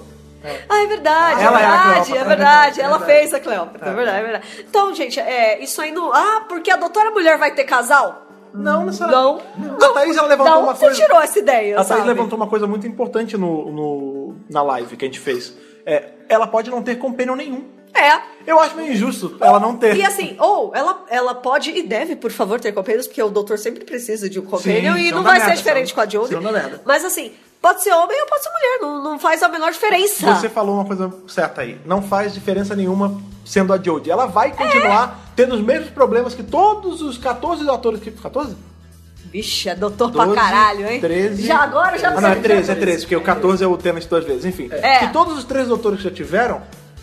C: Ah, é verdade,
A: Ela
C: é
A: era a
C: verdade,
A: Cleópatra,
C: é
A: é
C: verdade.
A: verdade,
C: Ela
A: verdade. Tá.
C: fez a Cleópatra, é verdade, é verdade. Então, gente, é, isso aí não. Ah, porque a doutora mulher vai ter casal?
A: Não, nessa
C: Não.
A: Tá. A Thaís, ela levantou
C: da onde
A: uma
C: você
A: coisa...
C: tirou essa ideia?
A: a
C: sabe?
A: Thaís levantou uma coisa muito importante no, no- na live que a gente fez. É, ela pode não ter companion nenhum.
C: É.
A: Eu acho meio injusto ela não ter.
C: E assim, ou ela, ela pode e deve, por favor, ter companheiros, porque o doutor sempre precisa de um companheiro e
A: senão
C: não
A: dá
C: vai ser
A: merda,
C: diferente
A: senão-
C: com a Jodie.
A: senão dá merda.
C: Mas assim, pode ser homem ou pode ser mulher, não, não faz a menor diferença.
A: Você falou uma coisa certa aí. Não faz diferença nenhuma sendo a Jodie. Ela vai continuar
C: É.
A: tendo os mesmos problemas que todos os 14 atores que... 14?
C: Vixe, é doutor
A: 12,
C: pra caralho, hein?
A: 13.
C: Já agora já
A: Ah, não, é
C: sei.
A: 13, é 13, porque o 14 é o tema de duas vezes. Enfim,
C: É.
A: que todos os três doutores que já tiveram,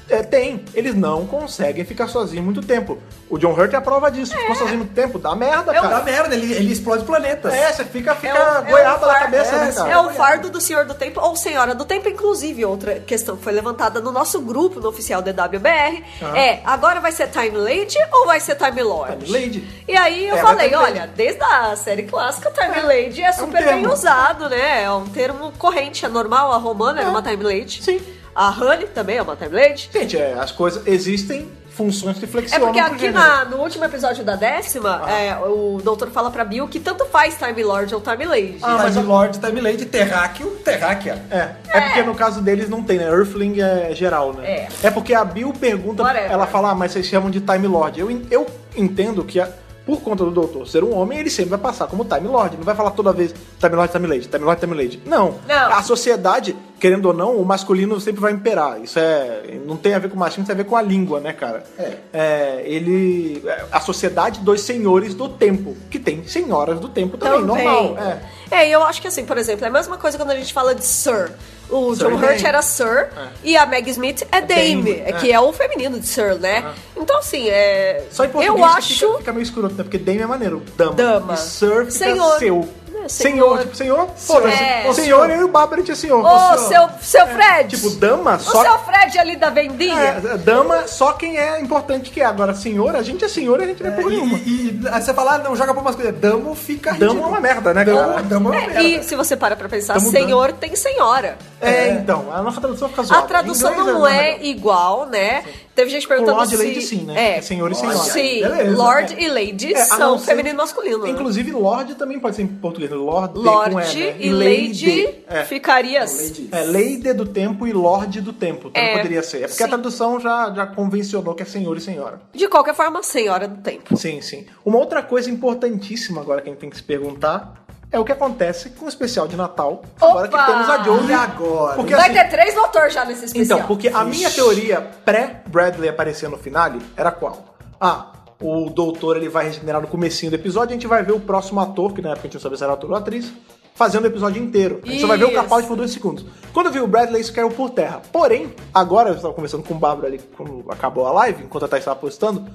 A: é, tem. Eles não conseguem ficar sozinhos muito tempo. O John Hurt é a prova disso. Ficou sozinho muito tempo, dá merda,
C: É um-
B: Dá
A: cara.
B: merda, ele, ele explode planetas.
A: É, você fica, fica
C: É um- é
A: goiaba
C: um
A: na
C: far-
A: cabeça,
B: é,
A: né, cara?
C: É o fardo do Senhor do Tempo ou Senhora do Tempo, inclusive outra questão que foi levantada no nosso grupo no oficial DWBR
A: Tá.
C: é agora vai ser Time Lady ou vai ser Time Lord?
A: Time Lady.
C: E aí eu
A: É, vai
C: falei,
A: Time Lady. um
C: olha, desde a série clássica Time Lady é super bem
A: termo.
C: usado, né? É um termo corrente, é normal, a Romana era uma Time Lady.
A: É. Sim.
C: A Honey também é uma Time Lady.
A: Gente, é, as coisas existem funções que
C: É
A: flexionam.
C: porque
A: pro
C: aqui
A: gênero.
C: na- no último episódio da décima, é, o doutor fala pra Bill que tanto faz Time Lord ou Time Lady.
A: Ah,
B: Time
A: mas a-
B: Lord, Time Lady, Terráqueo, Terráquea.
A: É, é porque no caso deles não tem, né? Earthling é geral, né? É. porque a Bill pergunta,
C: Whatever.
A: ela fala, ah, mas vocês chamam de Time Lord. Eu, en- eu entendo que a- por conta do doutor ser um homem, ele sempre vai passar como Time Lord. Não vai falar toda vez Time Lord, Time Lady, Time Lord, Time Lady. Não.
C: Não.
A: A sociedade, querendo ou não, o masculino sempre vai imperar. Isso é. Não tem a ver com machismo, tem a ver com a língua, né, cara?
D: É.
A: É, ele. é, A sociedade dos senhores do tempo, que tem senhoras do tempo também, normal. É.
C: É, e eu acho que assim, por exemplo, é a mesma coisa quando a gente fala de Sir. O
A: Sir
C: John
A: e
C: Hurt
A: Dame.
C: era Sir e a Meg Smith é Dame,
A: Dame, é.
C: é
A: Ah.
C: que é o feminino de Sir, né? Então, assim, é.
A: Só em português
C: eu
A: que
C: acho.
A: fica, fica meio escroto, né? Porque dame é maneiro. Dama.
C: Dama.
A: E sir fica
C: Senhor.
A: seu.
C: É, senhor.
A: Senhor. tipo, senhor, foda-se.
C: É.
A: Ô, Senhor, eu e o Bárbara tinha senhor.
C: Ô,
A: Ô,
C: seu, seu Fred!
A: Tipo, dama,
C: o
A: só...
C: seu Fred ali da vendinha!
A: é, dama, só quem é importante que é. Agora, senhor, a gente é senhor e a gente não é por nenhuma.
B: E, e aí você fala, ah, não, joga pra umas coisas. Damo fica
A: Dama é uma merda, né, cara?
B: Damo é uma merda.
C: Ah. e se você para pra pensar,
A: Tá mudando.
C: senhor tem senhora.
A: É, então, a nossa tradução fica
C: A
A: zoada.
C: tradução
A: Em inglês
C: não
A: uma
C: é
A: merda.
C: igual, né? Teve gente perguntando
A: Lord e
C: se...
A: Lady sim, né?
C: É,
A: É senhor e
C: Lord,
A: senhora.
C: Sim,
A: Beleza,
C: Lord
A: é.
C: e Lady
A: É, a
C: são
A: não ser-
C: feminino e masculino. né?
A: Inclusive, Lord também pode ser em português. Lord,
C: Lord
A: com E, né?
C: e Lady
A: É.
C: ficaria...
A: É, Lady do Tempo e Lorde do Tempo. Também
C: É,
A: poderia ser. É porque
C: sim.
A: a tradução já, já convencionou que é senhor e senhora.
C: De qualquer forma, senhora do tempo.
A: Sim, sim. Uma outra coisa importantíssima agora que a gente tem que se perguntar é o que acontece com o especial de Natal. Agora
C: Opa!
A: que temos a Jodie.
B: E agora?
A: Porque,
C: Vai
A: assim,
C: ter três motores já nesse especial.
A: Então, porque a minha teoria pré-Bradley aparecer no finale era qual? Ah, o doutor ele vai regenerar no comecinho do episódio, a gente vai ver o próximo ator, que na época a gente não sabia se era ator ou atriz, fazendo o episódio inteiro. A gente só vai ver o
C: Isso.
A: Capaldi por dois segundos. Quando eu vi o Bradley, isso caiu por terra. Porém, agora, eu estava conversando com o Bárbara ali quando acabou a live, enquanto a Thais estava postando,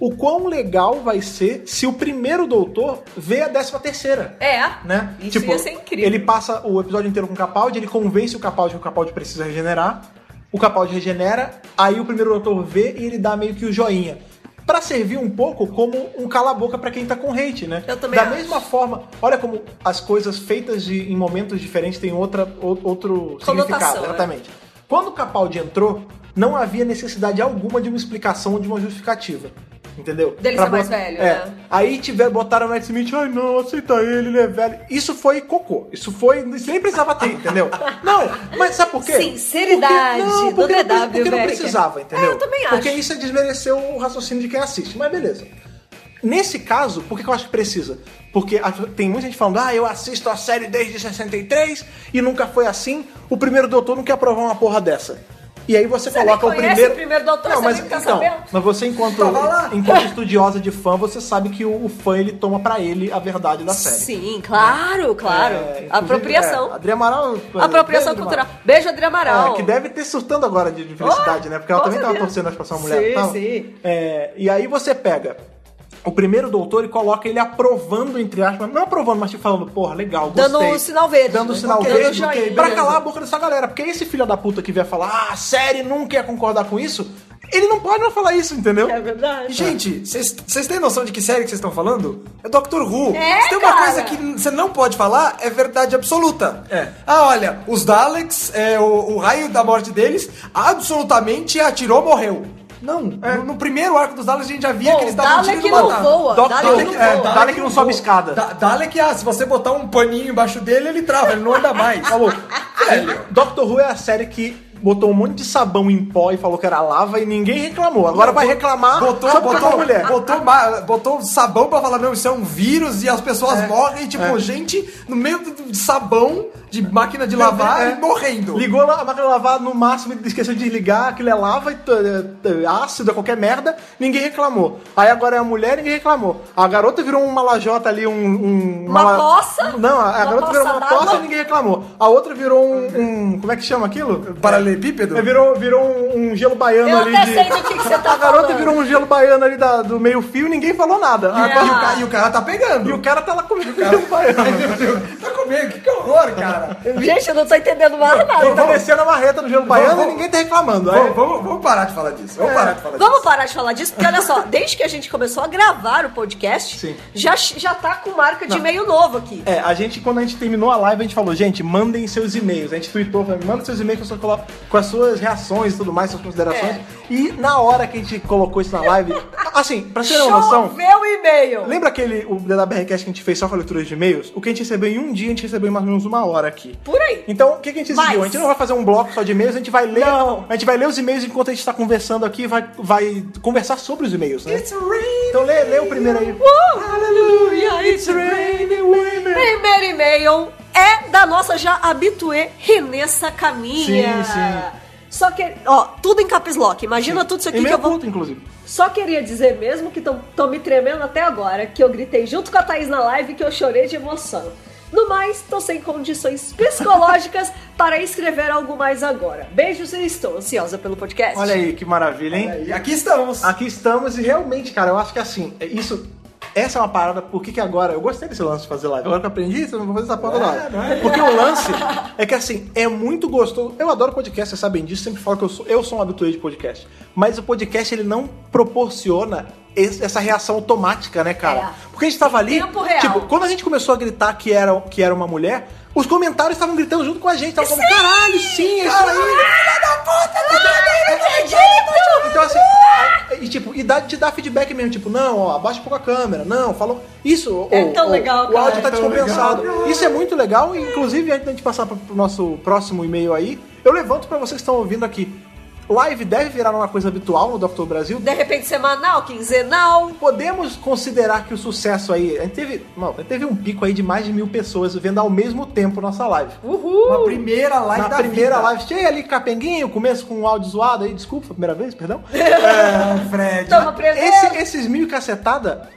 A: o quão legal vai ser se o primeiro doutor vê a décima terceira
C: É,
A: né?
C: isso ia ser incrível.
A: Ele passa o episódio inteiro com o Capaldi, ele convence o Capaldi que o Capaldi precisa regenerar. O Capaldi regenera, aí o primeiro doutor vê e ele dá meio que o joinha. Pra servir um pouco como um cala-boca pra quem tá com hate, né?
C: Eu também
A: Da
C: acho.
A: mesma forma, olha como as coisas feitas de- em momentos diferentes têm outra, ou- outro
C: Conotação,
A: significado.
C: né?
A: Exatamente. Quando o Capaldi entrou, não havia necessidade alguma de uma explicação ou de uma justificativa. Entendeu?
C: Dele
A: Pra
C: ser mais
A: bot-
C: velho,
A: é.
C: né?
A: Aí tiver, botaram o Matt Smith, ai não, aceita ele, ele é velho. Isso foi cocô. Isso foi. Isso nem precisava ter, entendeu? Não, mas sabe por quê? porque,
C: Sinceridade
A: não,
C: do
A: porque, não,
C: DW
A: porque não
C: Becker.
A: precisava, entendeu?
C: É, eu também
A: Porque
C: acho.
A: isso é desmerecer o raciocínio de quem assiste, mas beleza. Nesse caso, por que que eu acho que precisa? Porque a- tem muita gente falando, ah, eu assisto a série desde 63 e nunca foi assim. O primeiro doutor não quer aprovar uma porra dessa. E aí você,
C: Você
A: coloca
C: nem
A: o
C: conhece
A: primeiro.
C: o primeiro doutor,
A: não,
C: você
A: mas,
C: nem tá
A: então,
C: sabendo.
A: mas você, enquanto,
B: Tava lá.
A: enquanto estudiosa de fã, você sabe que o, o fã ele toma pra ele a verdade da série.
C: Sim, claro, claro.
A: É, inclusive, É,
C: Apropriação.
A: Adri Amaral. é,
C: Apropriação
A: beijo,
C: cultural.
A: Adri
C: Beijo, Adri
A: Amaral.
C: Amaral.
A: É, que deve ter surtando agora de de felicidade,
C: Oh,
A: né? Porque ela
C: com
A: também tava
C: certeza.
A: torcendo acho, pra sua mulher.
C: Sim,
A: tava.
C: sim.
A: É, e aí você pega o primeiro doutor e coloca ele aprovando, entre aspas, não aprovando, mas te falando, porra, legal, gostei.
C: Dando o sinal verde. né?
A: Dando o sinal
C: Ok,
A: verde.
C: dando joinha.
A: pra
C: Beleza.
A: calar a boca dessa galera. Porque esse filho da puta que vier falar, ah, série nunca ia concordar com isso, ele não pode não falar isso, entendeu?
C: É verdade.
B: Gente, vocês vocês têm noção de que série que vocês estão falando? É Doctor Who.
C: É,
B: Se tem uma
C: cara.
B: coisa que você não pode falar, é verdade absoluta.
A: É.
B: Ah, olha, os Daleks, é, o, o raio da morte deles, absolutamente atirou, morreu. Não,
A: É.
B: no, no primeiro arco dos Daleks a gente já via
C: Bom,
B: que eles estavam
C: Dalek
B: atirando
C: não
B: matar.
C: voa.
A: Doctor-
C: Dalek não
A: é,
C: voa.
A: Dalek não sobe escada.
B: Da, Dalek, ah, se você botar um paninho embaixo dele, ele trava, ele não anda mais. Falou. Velho.
A: Doctor Who é a série que botou um monte de sabão em pó e falou que era lava e ninguém reclamou. Agora vai reclamar
B: Botou,
A: só porque é
B: botou, um
A: uma mulher.
B: botou, ma- botou sabão pra falar, não, isso é um vírus e as pessoas morrem, tipo, gente no meio do- de sabão, de máquina de lavar
A: É.
B: e morrendo.
A: Ligou lá- a máquina de lavar no máximo e esqueceu de ligar, aquilo é lava, e t- é, é ácido, é qualquer merda, ninguém reclamou. Aí agora é a mulher, ninguém reclamou. A garota virou uma lajota ali, um... um-
C: Uma
A: la-
C: poça?
A: Não, a, a
C: Uma
A: garota virou uma
C: poça d'água?
A: poça e ninguém reclamou. A outra virou um... um- como é que chama aquilo?
B: Paralelepípedo?
A: É, virou, virou um, um gelo baiano
C: Eu
A: ali.
C: até
A: de-
C: sei do que que você tá
A: A garota
C: falando. É.
A: virou um gelo baiano ali da- do meio fio e ninguém falou nada.
B: E o ca-
A: Agora-
B: E, o, ca- e o cara tá pegando.
A: E o cara tá lá comendo gelo
B: Ai,
A: baiano.
B: meu Deus, tá comendo, que, que horror, cara.
C: Gente, eu não tô entendendo mais
A: Ele tá
C: nada.
A: descendo a marreta do gelo baiano e
B: vamos.
A: ninguém tá reclamando. Aí-
B: vamos, vamos- vamos parar de falar disso, vamos parar de falar disso.
C: Vamos parar de falar disso, porque olha só, desde que a gente começou a gravar o podcast,
A: Sim.
C: já, já tá com marca de e-mail novo aqui.
A: É, a gente, quando a gente terminou a live, a gente falou, gente, mandem seus e-mails. A gente tweetou, falando, manda seus e-mails com, a sua colo- com as suas reações e tudo mais, suas considerações.
C: É.
A: E na hora que a gente colocou isso na live, Assim, pra você ter uma noção,
C: Choveu e-mail.
A: lembra aquele o DWRcast que a gente fez só com a leitura de e-mails? O que a gente recebeu em um dia, a gente recebeu em mais ou menos uma hora aqui.
C: Por aí.
A: Então, o que, que a gente
C: Mas-
A: decidiu? A gente não vai fazer um bloco só de e-mails, a gente vai ler.
C: Não.
A: A gente vai ler os e-mails enquanto a gente está conversando aqui, vai, vai conversar sobre os e-mails, né?
B: rain.
A: Então lê, lê o primeiro aí.
C: Uh, hallelujah, it's
A: Raining women.
C: Primeiro e-mail é da nossa já habituê Renessa Caminha.
A: Sim, sim.
C: Só que, ó, tudo em caps lock. Imagina tudo isso aqui que
A: E-mail
C: eu vou.
A: curto, inclusive.
C: Só queria dizer mesmo que tô, tô me tremendo até agora, que eu gritei junto com a Thaís na live que eu chorei de emoção. No mais, tô sem condições psicológicas para escrever algo mais agora. Beijos e estou ansiosa pelo podcast.
A: Olha aí, que maravilha, hein?
B: E aqui estamos.
A: Aqui estamos e realmente, cara, eu acho que assim, é isso. Essa é uma parada, porque que agora. Eu gostei desse lance de fazer live. Agora que eu aprendi isso, eu não vou fazer essa porra
B: É,
A: lá.
B: não é?
A: Porque o lance é que assim, é muito gostoso. Eu adoro podcast, vocês sabem disso, sempre falo que eu sou, eu sou um habitué de podcast. Mas o podcast ele não proporciona esse- essa reação automática, né, cara?
C: É.
A: Porque a gente tava ali.
C: Tempo real.
A: Tipo, quando a gente começou a gritar que era, que era uma mulher, os comentários estavam gritando junto com a gente. Estavam falando, caralho, sim, é isso aí. Então, assim, a- e tipo, e dá, te dá feedback mesmo, tipo, não, ó, abaixa um pouco a câmera, não, falou. Isso,
C: É
A: ou-
C: tão
A: ou,
C: legal,
A: o
C: cara.
A: áudio tá
B: É tão
A: descompensado.
B: legal.
A: Isso é muito legal, e, inclusive, antes da gente passar pro, pro nosso próximo e-mail aí, eu levanto pra vocês que estão ouvindo aqui. Live deve virar uma coisa habitual no Dr. Brasil.
C: De repente semanal, quinzenal.
A: Podemos considerar que o sucesso aí. A gente teve. Não, a gente teve um pico aí de mais de mil pessoas vendo ao mesmo tempo nossa live.
C: Uhul!
B: Uma primeira live
A: Na
B: da
A: primeira
B: vida.
A: live, cheia ali, capenguinho, começo com um áudio zoado aí, desculpa, foi a primeira vez, perdão.
B: Ah, Fred.
C: Toma presente!
A: Esse- esses mil e cacetada,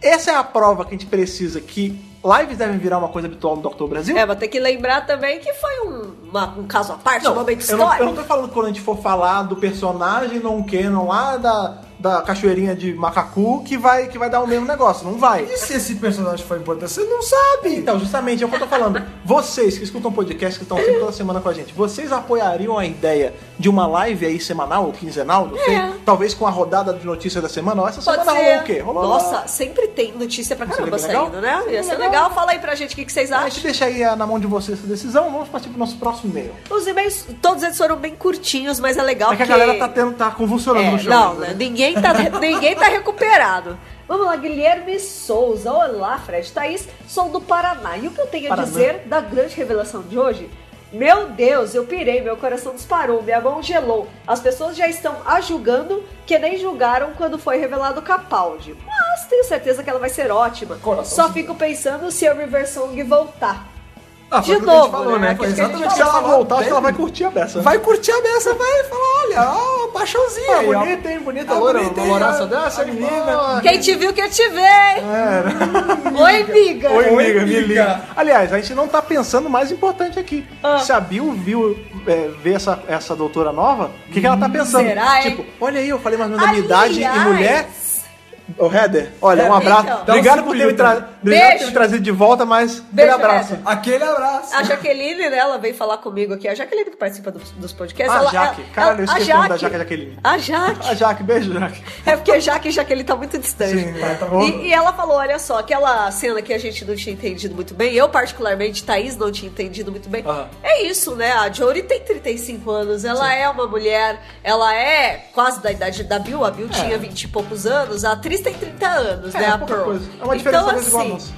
A: essa é a prova que a gente precisa que lives devem virar uma coisa habitual no Dr. Brasil.
C: É, vou ter que lembrar também que foi um, uma- um caso à parte, um momento
A: eu não,
C: histórico.
A: eu não tô falando quando a gente for falar do personagem não canon lá da, da cachoeirinha de macacu que vai, que vai dar o mesmo negócio, não vai.
B: E se esse personagem foi importante? Você não sabe.
A: Então, justamente é o que eu tô falando. Vocês que escutam podcast, que estão sempre toda semana com a gente, vocês apoiariam a ideia de uma live aí semanal ou quinzenal, não sei?
C: É.
A: Talvez com a rodada de notícias da semana. Ó, Essa
C: Pode
A: semana
C: ser.
A: rolou o um quê? Rolou
C: Nossa, sempre tem notícia pra
A: Seria
C: caramba
A: bem legal?
C: saindo, né? Ia
A: Seria
C: ser
A: legal.
C: legal. Fala aí pra gente o que, que vocês
A: A gente
C: acham.
A: deixa aí ah, na mão de vocês essa decisão, vamos partir pro nosso próximo e-mail.
C: Os e-mails, todos eles foram bem curtinhos, mas é legal
A: É que a galera tá, tendo, tá convulsionando
C: É,
A: no show.
C: não,
A: ainda,
C: né? ninguém tá, ninguém tá recuperado. Vamos lá, Guilherme Souza. Olá, Fred Thaís. Sou do Paraná. E o que eu tenho a
A: Paraná.
C: dizer da grande revelação de hoje? Meu Deus, eu pirei, meu coração disparou, minha mão gelou. As pessoas já estão a julgando que nem julgaram quando foi revelado o Capaldi. Mas tenho certeza que ela vai ser ótima.
B: Coração
C: Só
B: sim.
C: fico pensando se a River Song voltar.
B: Ah,
C: de
B: foi o que a gente
C: novo,
B: falou,
C: né?
B: né?
C: Foi
B: Foi
C: isso que a gente
B: exatamente o
A: Se
B: que
A: ela
B: falou.
A: voltar, acho que ela vai
B: Deve.
A: curtir a beça.
B: Vai curtir a beça, vai falar, olha, ó, a paixããozinha
A: Ah,
B: aí, ó.
A: bonita, hein? Bonita,
C: É
B: Ah,
A: loura.
B: bonita,
A: Uma
B: hein?
A: louraça
B: Ah,
A: dessa,
B: ah,
A: menina.
C: Quem te viu, que te vê. Oi, miga.
A: Oi, amiga, me
B: amiga.
A: liga. Aliás, a gente não tá pensando o mais importante aqui.
C: Ah.
A: Se a Bill viu, é, vê essa, essa doutora nova, o que, que ela tá pensando?
C: será, hein?
A: tipo, olha aí, eu falei mais ou menos da minha idade e
C: Aliás,
A: mulher. Ô, Heather, olha, um
B: Heather,
A: abraço.
C: então.
A: Obrigado
B: Dá um
A: por ter me,
B: circuito.
A: tra- obrigado por ter
C: Beijo.
A: me trazido de volta, mas
C: Beijo,
A: um abraço.
C: Heather.
B: Aquele abraço.
C: A Jaqueline, né, ela veio falar comigo aqui. A Jaqueline que participa do- dos podcasts.
A: Ah,
C: ela,
A: Jaque.
C: ela-
A: Caralho, eu
C: ela- a
A: esqueci o nome da
C: Jaque.
A: Jaque, Jaqueline.
C: A Jaque.
A: A Ah, Jaque, beijo, Jaque.
C: É porque Jaque e Jaqueline tá muito distante.
A: Sim, é, tá bom.
C: E, e ela falou, olha só, aquela cena que a gente não tinha entendido muito bem, eu particularmente, Thaís, não tinha entendido muito bem.
A: Aham.
C: É isso, né? A Jory tem 35 anos, ela é uma mulher, ela é quase da idade da Bill, a Bill tinha 20 e poucos anos, a atriz tem 30 anos,
A: É,
C: né? A
A: pouca
C: Pearl.
A: coisa. É uma diferença
C: então,
A: mesmo igual a
C: assim,
A: nossa.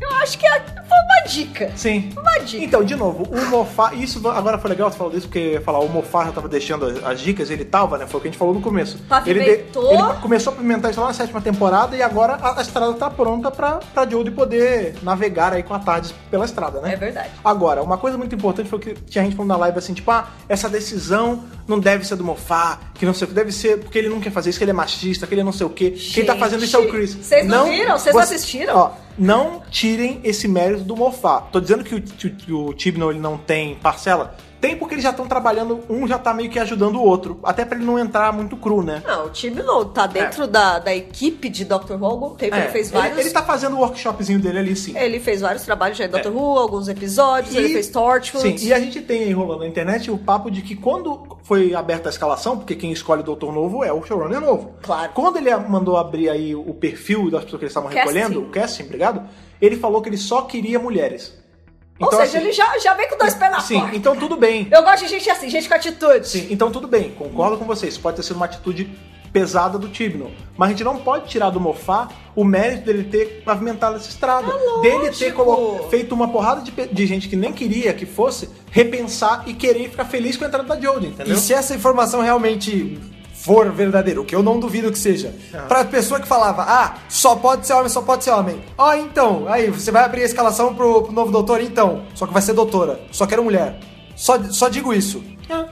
C: eu acho que é- foi uma dica.
A: Sim.
C: Uma dica.
A: Então, de novo, o Mofá. Isso agora foi legal você falar disso, porque eu ia falar, o Mofá já tava deixando as, as dicas, ele tava, né? Foi o que a gente falou no começo.
C: Tá,
A: Ele, de-
C: Pavimentou.
A: ele começou a pimentar isso lá na sétima temporada e agora a, a estrada tá pronta pra, pra Jodie poder navegar aí com a tarde pela estrada, né?
C: É verdade.
A: Agora, uma coisa muito importante foi que tinha gente falando na live assim, tipo, ah, essa decisão não deve ser do Mofá, que não sei o que, deve ser porque ele não quer fazer isso, que ele é machista, que ele não sei o que. Quem tá
C: Gente,
A: fazendo isso é o Chris.
C: vocês não viram? Vocês não assistiram?
A: Ó, não tirem esse mérito do Mofá. Tô dizendo que o, que o, o Tibno ele não tem parcela. Tem porque eles já estão trabalhando, um já tá meio que ajudando o outro. Até pra ele não entrar muito cru, né?
C: Não, o time não tá dentro da, da equipe de Dr. Who há algum tempo.
A: É,
C: ele fez
A: ele,
C: vários. É,
A: ele tá fazendo o workshopzinho dele ali, sim.
C: ele fez vários trabalhos já em Doctor Who, alguns episódios, ele fez Torchwood.
A: Sim, e a gente tem aí rolando na internet o papo de que quando foi aberta a escalação, porque quem escolhe o Doutor Novo é o showrunner novo.
C: Claro.
A: Quando ele mandou abrir aí o perfil das pessoas que eles estavam
C: Casting.
A: recolhendo, o casting, obrigado, ele falou que ele só queria mulheres. Então, assim,
C: Ou seja, ele já, já vem com dois pés na
A: Sim,
C: porta.
A: então tudo bem.
C: Eu gosto de gente assim, gente com atitude.
A: Sim, então tudo bem, concordo com vocês. Pode ter sido uma atitude pesada do Tibno. Mas a gente não pode tirar do Mofá o mérito dele ter pavimentado essa estrada. dele ter
C: lógico.
A: colo- feito uma porrada de, pe- de gente que nem queria que fosse repensar e querer ficar feliz com a entrada da Jodie, entendeu?
B: E se essa informação realmente for verdadeira, o que eu não duvido que seja, pra pessoa que falava, ah, só pode ser homem, só pode ser homem. Ó, então, aí, você vai abrir a escalação pro, pro novo doutor, então. Só que vai ser doutora, só quero mulher. Só, só digo isso.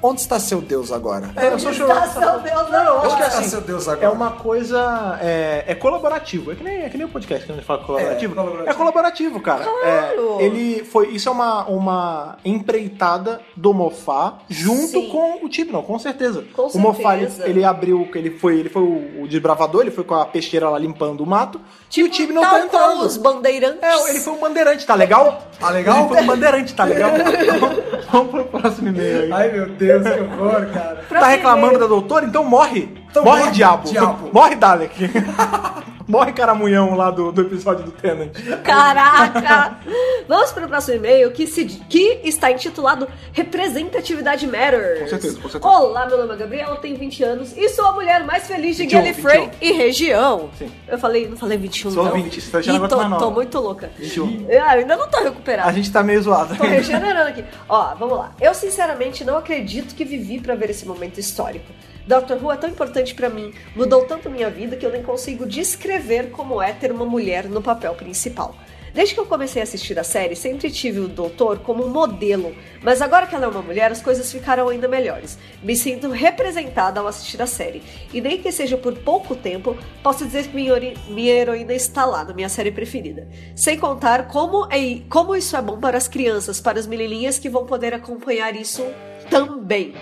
B: Onde está seu Deus agora?
A: É, eu sou chorando.
C: Meu Tá, Deus, não.
A: acho que
B: Onde está
A: assim,
B: seu Deus agora?
A: É uma coisa. É, é colaborativo. É que, nem, é que nem o podcast que a gente fala colaborativo.
B: É,
A: É
B: colaborativo.
A: colaborativo, cara.
C: Claro.
A: É, ele foi. Isso é uma, uma empreitada do Mofá junto
C: Sim.
A: com o Tibnon, com certeza.
C: Com
A: o Mofá, ele,
C: certeza.
A: ele abriu. Ele foi, ele foi o, o desbravador, ele foi com a peixeira lá limpando o mato. e o Tibnon
C: Tal
A: tá
C: qual
A: entrando.
C: Tipo, Os bandeirantes.
A: É, ele foi um bandeirante, tá legal?
B: Tá legal?
A: Ele foi um bandeirante, tá legal? Vamos- Vamos pro próximo e-mail aí.
B: É Ai, meu Deus, que horror, cara.
A: Tá reclamando da doutora? Então morre!
B: Então
A: morre,
B: morre,
A: diabo!
B: diabo.
A: Morre, Dalek! morre, caramunhão lá do, do episódio do Tenant.
C: Caraca! Vamos para o próximo e-mail que, se, que está intitulado Representatividade Matters.
A: Com certeza, com certeza.
C: Olá, meu nome é Gabriela, tenho 20 anos e sou a mulher mais feliz de
A: 21,
C: Gallifrey e região.
A: Sim.
C: Eu falei, não falei 21,
A: Sou
C: não.
A: 20, você tá achando
C: Ih,
A: agora que tá
C: tô,
A: nova.
C: tô muito louca. Ah,
A: 21.
C: Eu ainda não tô recuperada.
A: A gente tá meio zoado.
C: Tô regenerando aqui. Ó, vamos lá. Eu sinceramente não acredito que vivi pra ver esse momento histórico. Doctor Who é tão importante pra mim, mudou tanto minha vida que eu nem consigo descrever como é ter uma mulher no papel principal. Desde que eu comecei a assistir a série, sempre tive o Doutor como um modelo, mas agora que ela é uma mulher, as coisas ficaram ainda melhores. Me sinto representada ao assistir a série, e nem que seja por pouco tempo, posso dizer que minha, ori- minha heroína está lá na minha série preferida. Sem contar como, é, como isso é bom para as crianças, para as menininhas que vão poder acompanhar isso também.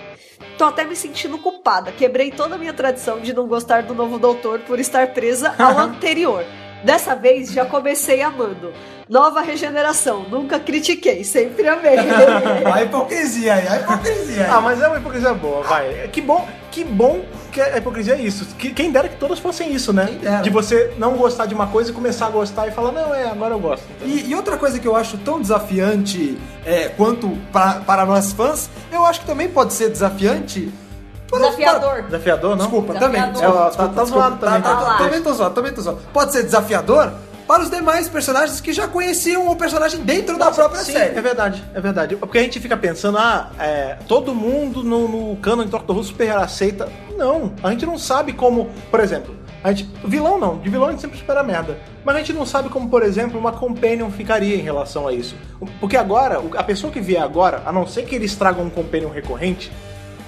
C: Tô até me sentindo culpada, quebrei toda a minha tradição de não gostar do novo doutor por estar presa ao anterior. Dessa vez já comecei amando. Nova regeneração, nunca critiquei, sempre amei.
B: A hipocrisia aí, a hipocrisia
A: ah, mas é uma hipocrisia boa, vai. Que bom, que bom que a hipocrisia é isso. Que- quem dera que todas fossem isso, né?
B: Quem dera.
A: De você não gostar de uma coisa e começar a gostar e falar, não, é, agora eu gosto.
B: E, e outra coisa que eu acho tão desafiante é, quanto pra- para nós fãs, eu acho que também pode ser desafiante. para-
C: Desafiador.
A: Desafiador, não?
B: Desculpa,
C: Desafiador.
B: também.
A: É, ó, tá-
B: Desculpa,
A: tá
B: desculpa.
A: zoado também,
B: Tá-
C: tá
B: tá-
C: zoado.
B: também tô zoado, também tô zoado. Pode ser desafiador para os demais personagens que já conheciam o personagem dentro da própria
A: Sim,
B: série.
A: É verdade, é verdade. Porque a gente fica pensando, ah, é, todo mundo no, no canon de Doctor Who super aceita. Não, a gente não sabe como, por exemplo, a gente, vilão não, de vilão a gente sempre espera merda. Mas a gente não sabe como, por exemplo, uma companion ficaria em relação a isso. Porque agora, o- a pessoa que vier agora, a não ser que eles tragam um companion recorrente,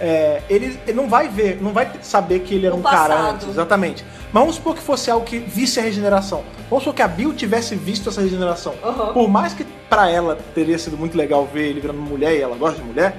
A: é, ele, ele não vai ver, não vai saber que ele era
C: O
A: um cara
C: passado.
A: antes, exatamente. Mas vamos supor que fosse algo que visse a regeneração. Vamos supor que a Bill tivesse visto essa regeneração.
C: Aham.
A: Por mais que pra ela teria sido muito legal ver ele virando mulher e ela gosta de mulher,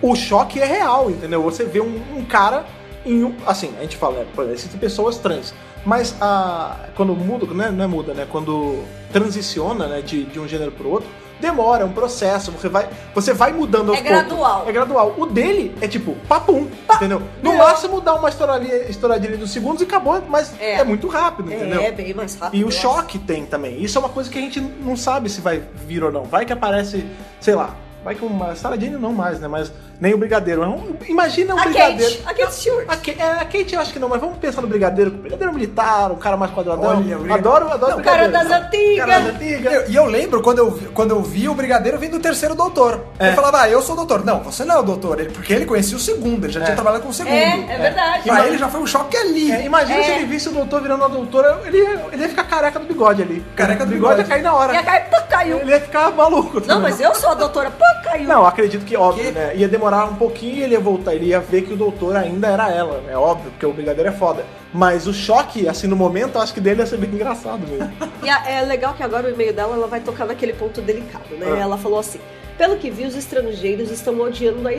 A: o choque é real, entendeu? Você vê um, um cara em um. Assim, a gente fala, né, por exemplo, existem pessoas trans. Mas a, quando muda, não é, não é muda, né? Quando transiciona né, de, de um gênero pro outro, demora, é um processo, você vai, você vai mudando aos
C: É
A: poucos.
C: gradual. É.
A: É gradual. O dele é tipo, papum, entendeu? No máximo dá uma estouradinha, estouradinha de uns segundos e acabou, mas
C: É.
A: é, muito rápido, entendeu?
C: É, bem mais rápido.
A: E o
C: nossa.
A: choque tem também. Isso é uma coisa que a gente não sabe se vai vir ou não. Vai que aparece, sei lá, vai que uma Sarah Jane não mais, né? Mas nem o Brigadeiro. Mas um- Imagina um
C: A
A: Brigadeiro.
C: Kate, a Kate Stewart.
A: A, Ka- é, a Kate eu acho que não, mas vamos pensar no Brigadeiro. O Brigadeiro é militar, um cara mais quadradão.
B: Olha, o Brigadeiro-
A: Adoro, adoro
C: O cara
A: Brigadeiro.
C: das antigas.
A: Cara das antigas.
B: Eu- E eu lembro quando eu, vi- quando eu vi o Brigadeiro vindo do terceiro doutor.
A: É.
B: Ele falava, ah, eu sou o doutor. Não, você não é o doutor. Ele- porque ele conhecia o segundo, ele já tinha trabalhado com o segundo.
C: É, é verdade.
B: Pra ele já foi um choque ali.
A: É, imagina
C: É.
A: se ele visse o doutor virando a doutora, ele, ia- ele ia ficar careca do bigode ali.
B: Careca do
A: o bigode
B: bigode.
A: ia cair na hora.
C: E a Kai, pô, caiu.
A: Ele ia ficar maluco.
C: Não,
A: também.
C: mas eu sou a doutora, pô, caiu.
A: Não, acredito que óbvio,
B: Que-
A: né? Ia demorar um pouquinho e ele ia voltar, ele ia ver que o doutor ainda era ela, né? Óbvio, porque o brigadeiro é foda. Mas o choque, assim, no momento, eu acho que dele ia ser bem engraçado mesmo.
C: E a- é legal que agora o e-mail dela ela vai tocar naquele ponto delicado, né?
A: Ah.
C: Ela falou assim: pelo que vi, os estrangeiros estão odiando a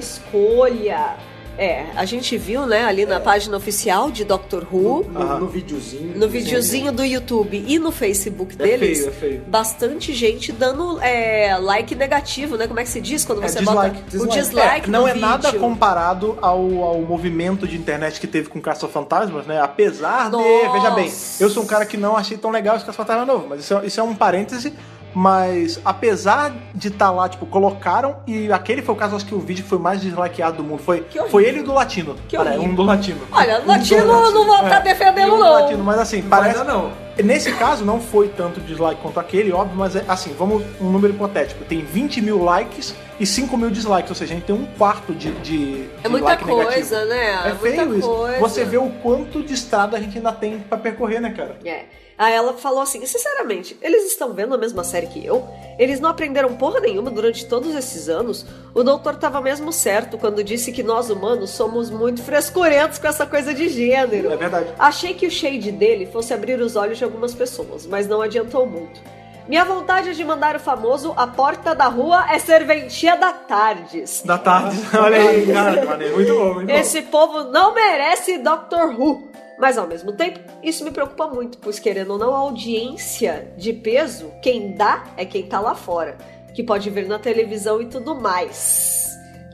C: escolha. É, a gente viu, né, ali
A: É.
C: na página oficial de Doctor Who,
B: No,
A: Aham.
B: no videozinho.
C: no videozinho do YouTube e no Facebook
A: É
C: deles,
A: feio, é feio.
C: bastante gente dando é, like negativo, né? Como é que se diz quando
A: É
C: você
A: dislike.
C: bota
B: dislike.
C: o dislike?
A: É, não
C: no
A: é nada
C: vídeo.
A: comparado ao, ao movimento de internet que teve com Caça aos Fantasmas, né? Apesar de.
C: Nossa.
A: Veja bem, eu sou um cara que não achei tão legal esse Caça ao Fantasma novo, mas isso é, isso é um parêntese Mas apesar de estar lá, tipo, colocaram, e aquele foi o caso, acho que o vídeo que foi mais dislikeado do mundo. Foi,
C: Que horrível.
A: foi ele e o do Latino.
C: Que
A: Olha,
C: horrível.
A: um do Latino.
C: Olha,
A: Um do
C: latino não vou
A: É,
C: estar
A: e
C: defendendo,
A: um do
C: não.
A: Latino, mas assim,
B: Parece
A: parece.
B: Ainda não.
A: Nesse caso, não foi tanto dislike quanto aquele, óbvio, mas é assim, vamos um número hipotético. Tem 20 mil likes e 5 mil dislikes, ou seja, a gente tem um quarto de, de, de
C: É muita
A: like negativo.
C: coisa, né?
A: É,
C: muita
A: feio isso.
C: coisa.
A: Você vê o quanto de estrada a gente ainda tem pra percorrer, né, cara?
C: É. Aí ela falou assim: sinceramente, eles estão vendo a mesma série que eu? Eles não aprenderam porra nenhuma durante todos esses anos? O doutor tava mesmo certo quando disse que nós humanos somos muito frescurentos com essa coisa de gênero.
A: É verdade.
C: Achei que o shade dele fosse abrir os olhos de algumas pessoas, mas não adiantou muito. Minha vontade é de mandar o famoso A Porta da Rua é Serventia da Tardes.
A: Da tarde. Olha aí, cara, maneiro. Muito bom, muito bom.
C: Esse povo não merece Doctor Who. Mas ao mesmo tempo, isso me preocupa muito, pois querendo ou não, a audiência de peso, quem dá é quem tá lá fora, que pode ver na televisão e tudo mais.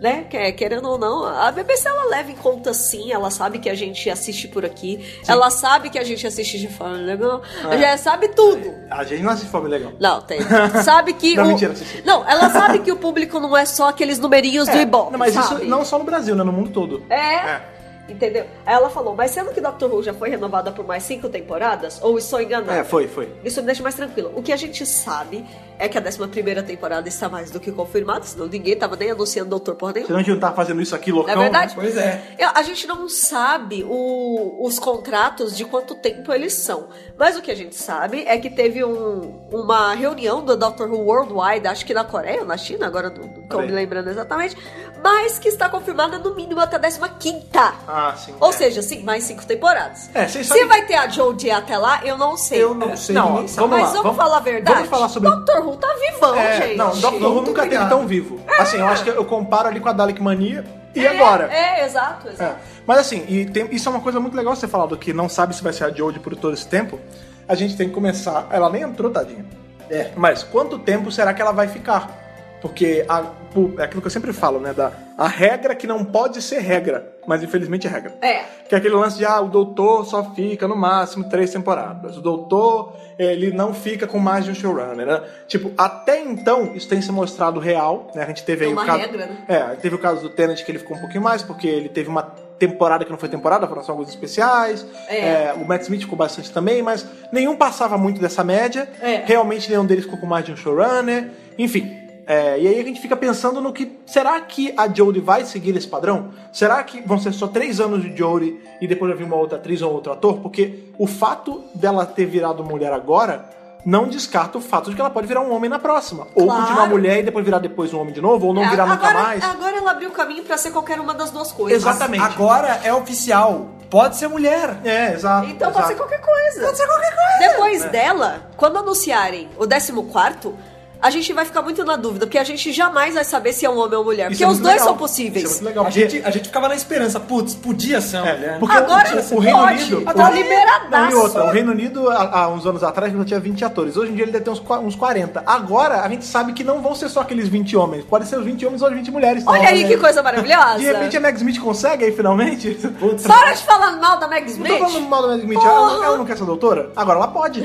C: Né? Que- Querendo ou não, a BBC ela leva em conta sim, ela sabe que a gente assiste por aqui, ela sabe que a gente assiste de forma legal,
A: É.
C: já sabe tudo.
A: A gente não assiste fome legal.
C: Não, tem. Sabe que.
A: Não,
C: o...
A: mentira, assisti.
C: Não, ela sabe que o público não é só aqueles numerinhos do
A: É,
C: Ibope.
A: mas isso
C: sabe?
A: não só no Brasil, né? No mundo todo.
C: É.
A: É.
C: Entendeu? Aí ela falou, mas sendo que Doctor Who já foi renovada por mais cinco temporadas, ou estou enganada?
A: É, foi, foi.
C: Isso me deixa mais tranquilo. O que a gente sabe é que a 11 temporada está mais do que confirmada, senão ninguém tava nem anunciando Doutor por nenhum.
A: Senão a gente não tá fazendo isso aqui, loucão.
C: Não é verdade?
B: Pois é.
C: Eu- A gente não sabe o- os contratos de quanto tempo eles são. Mas o que a gente sabe é que teve um- uma reunião do Doctor Who Worldwide, acho que na Coreia ou na China, agora não não estou
A: Peraí.
C: me lembrando exatamente, mas que está confirmada no mínimo até a 15
A: Ah, sim.
C: ou
A: É.
C: seja, sim, mais cinco temporadas.
A: É, vocês
C: Se
A: sabem-
C: vai ter a Jodie até lá, eu não sei.
B: Eu não sei.
A: Não,
B: ninguém
A: vamos
B: sabe.
A: lá,
C: Mas vamos, falar a verdade.
A: vamos falar sobre-
C: Dr. Who tá vivão,
A: É,
C: gente.
A: não, Doctor Who
B: Muito
A: nunca teve
B: obrigado.
A: tão vivo. Assim, eu acho que eu comparo ali com a Dalek Mania. E
C: É,
A: agora?
C: É, exato,
A: É.
C: exato.
A: Mas assim, e tem- isso é uma coisa muito legal você falar do que não sabe se vai ser a Jodie por todo esse tempo. A gente tem que começar. Ela nem entrou, tadinha.
B: É.
A: Mas quanto tempo será que ela vai ficar? Porque a, pô, é aquilo que eu sempre falo, né? Da, a regra que não pode ser regra, mas infelizmente é regra.
C: É.
A: Que é aquele lance de, ah, o doutor só fica no máximo três temporadas. O doutor, ele não fica com mais de um showrunner, né? Tipo, até então, isso tem se mostrado real, né? A gente teve
C: É
A: aí
C: uma
A: o caso...
C: regra, né?
A: É, teve o caso do Tennant que ele ficou um pouquinho mais, porque ele teve uma temporada que não foi temporada, foram só alguns especiais.
C: É.
A: É, o Matt Smith ficou bastante também, mas nenhum passava muito dessa média.
C: É.
A: Realmente nenhum deles ficou com mais de um showrunner. Enfim. é, e aí a gente fica pensando no que. Será que a Jodie vai seguir esse padrão? Será que vão ser só três anos de Jodie e depois vai vir uma outra atriz ou um outro ator? Porque o fato dela ter virado mulher agora não descarta o fato de que ela pode virar um homem na próxima. Ou
C: Claro.
A: continuar mulher e depois virar depois um homem de novo, ou não
C: É,
A: virar nunca
C: agora,
A: mais.
C: Agora ela abriu o caminho pra ser qualquer uma das duas coisas.
A: Exatamente.
B: Agora é oficial. Pode ser mulher.
A: É, exato.
C: Então
A: exato.
C: pode ser qualquer coisa. Pode ser qualquer coisa. Depois
A: É.
C: dela, quando anunciarem o 14, a gente vai ficar muito na dúvida, porque a gente jamais vai saber se é um homem ou mulher.
A: Isso
C: porque
A: é
C: os
A: muito
C: dois
A: legal.
C: são
A: Isso é
C: possíveis.
A: muito legal.
B: A
A: porque-
B: gente, a gente ficava na esperança. Putz, podia ser uma
A: É,
B: mulher.
A: porque
C: Agora
A: o, o- o Reino
C: pode.
A: Unido.
C: Tá
A: o-
C: liberadaço.
A: Não, e outra, o Reino Unido, há, há uns anos atrás, já tinha 20 atores. Hoje em dia ele deve ter uns, qua- uns 40. Agora, a gente sabe que não vão ser só aqueles 20 homens. Pode ser os 20 homens ou as 20 mulheres.
C: Olha aí que coisa
A: De repente é a
C: maravilhosa.
A: Meg Smith consegue aí, finalmente.
B: Putz,
C: Para de falar mal da Meg
A: Não tô
C: Smith.
A: falando mal da Meg Smith. Ela, ela não quer ser doutora? Agora ela pode.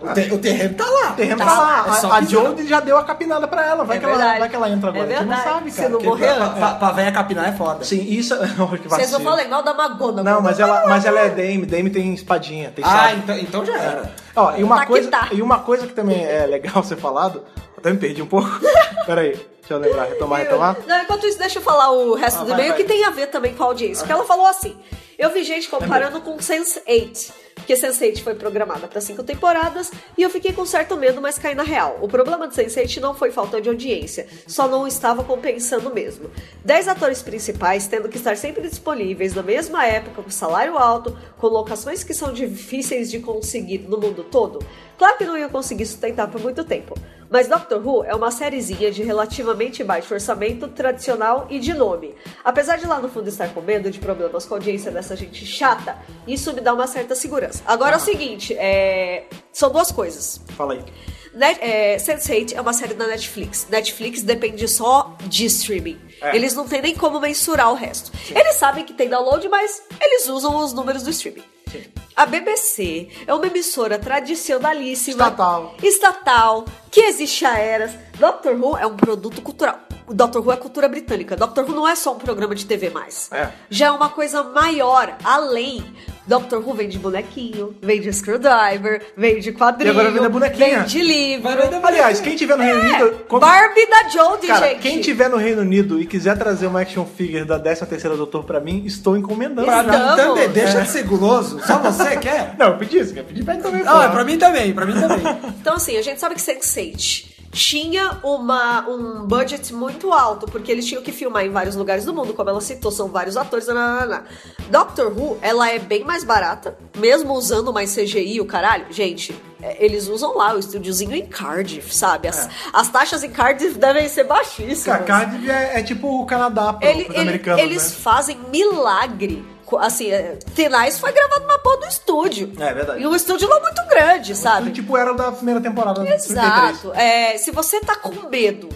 B: o, te- o terreno tá lá.
A: O terreno
B: Tá
A: tá lá.
B: É só
A: A, a
B: pisar.
A: Jodie já deu a capinada pra ela. Vai,
C: É
A: que, ela,
C: verdade.
A: vai que ela entra
C: É
A: agora. a gente não
C: verdade.
A: sabe,
C: Se
A: cara.
C: não
A: Que-
C: morrer,
B: Pra, pra, pra véia capinar é foda.
A: Sim, isso. que
C: Vocês não
A: vacilo.
C: falem mal da Magona.
A: Não, mas ela, mas ela é Dame. Dame tem espadinha, tem
B: Ah,
A: sabre.
B: então, então já era.
A: Ó, e uma,
C: Tá que
A: coisa,
C: tá.
A: e uma coisa que também é legal ser falado, até me perdi um pouco. Peraí, deixa eu lembrar, retomar, retomar.
C: Não, enquanto isso, deixa eu falar o resto
A: Ah,
C: do
A: vai,
C: e-mail
A: vai.
C: que tem a ver também com a audiência. Porque ela falou assim: eu vi gente comparando com Sense8. Porque Sense8 foi programada para cinco temporadas e eu fiquei com certo medo, mas caí na real. O problema de Sense8 não foi falta de audiência, só não estava compensando mesmo. Dez atores principais tendo que estar sempre disponíveis na mesma época, com salário alto, com locações que são difíceis de conseguir no mundo todo. Claro que não ia conseguir sustentar por muito tempo. Mas Doctor Who é uma sériezinha de relativamente baixo orçamento, tradicional e de nome. Apesar de lá no fundo estar com medo de problemas com a audiência dessa gente chata, isso me dá uma certa segurança. Agora é o seguinte, é, são duas coisas.
A: Fala aí.
C: Net, é, Sense8 é uma série da Netflix. Netflix depende só de streaming.
A: É.
C: Eles não têm nem como mensurar o resto. Eles sabem que tem download, mas eles usam os números do streaming. A BBC é uma emissora tradicionalíssima.
A: Estatal.
C: Estatal, que existe há eras. Doctor Who é um produto cultural. O Doctor Who é cultura britânica. Doctor Who não é só um programa de TV mais.
A: É.
C: Já é uma coisa maior, além. Doctor Who vende bonequinho, vende screwdriver, vende quadrinho.
A: E agora vende a bonequinha.
C: Vende livro.
B: Vai vender-
A: Aliás, quem tiver no Reino Unido. quando-
C: Barbie da Jodie,
A: Cara,
C: É, gente.
A: quem tiver no Reino Unido e quiser trazer uma action figure da 13 terceira Doutor pra mim, estou encomendando.
B: Pra
C: Estamos.
B: mim também,
A: É.
B: deixa de ser guloso. Só você quer?
A: Não, eu pedi isso, eu pedi pra ele também.
B: Não,
A: porra.
B: é pra mim também, pra mim também.
C: Então, assim, a gente sabe que Sense8 tinha uma, um budget muito alto, porque eles tinham que filmar em vários lugares do mundo, como ela citou, são vários atores. Nananana. Doctor Who, ela é bem mais barata, mesmo usando mais CGI, o caralho. Gente, é, eles usam lá o estúdiozinho em Cardiff, sabe? As, as taxas em Cardiff devem ser baixíssimas.
A: É. Cara, Cardiff é, é tipo o Canadá pro,
C: Ele-
A: pros
C: ele-
A: americanos,
C: eles fazem milagre. Co- Assim, é, Tenais foi gravado na porra do estúdio.
A: É, verdade.
C: E um estúdio lá muito grande,
A: né?
C: sabe?
A: Tudo Tipo, era da primeira temporada. de 33.
C: Exato. É, se você tá com medo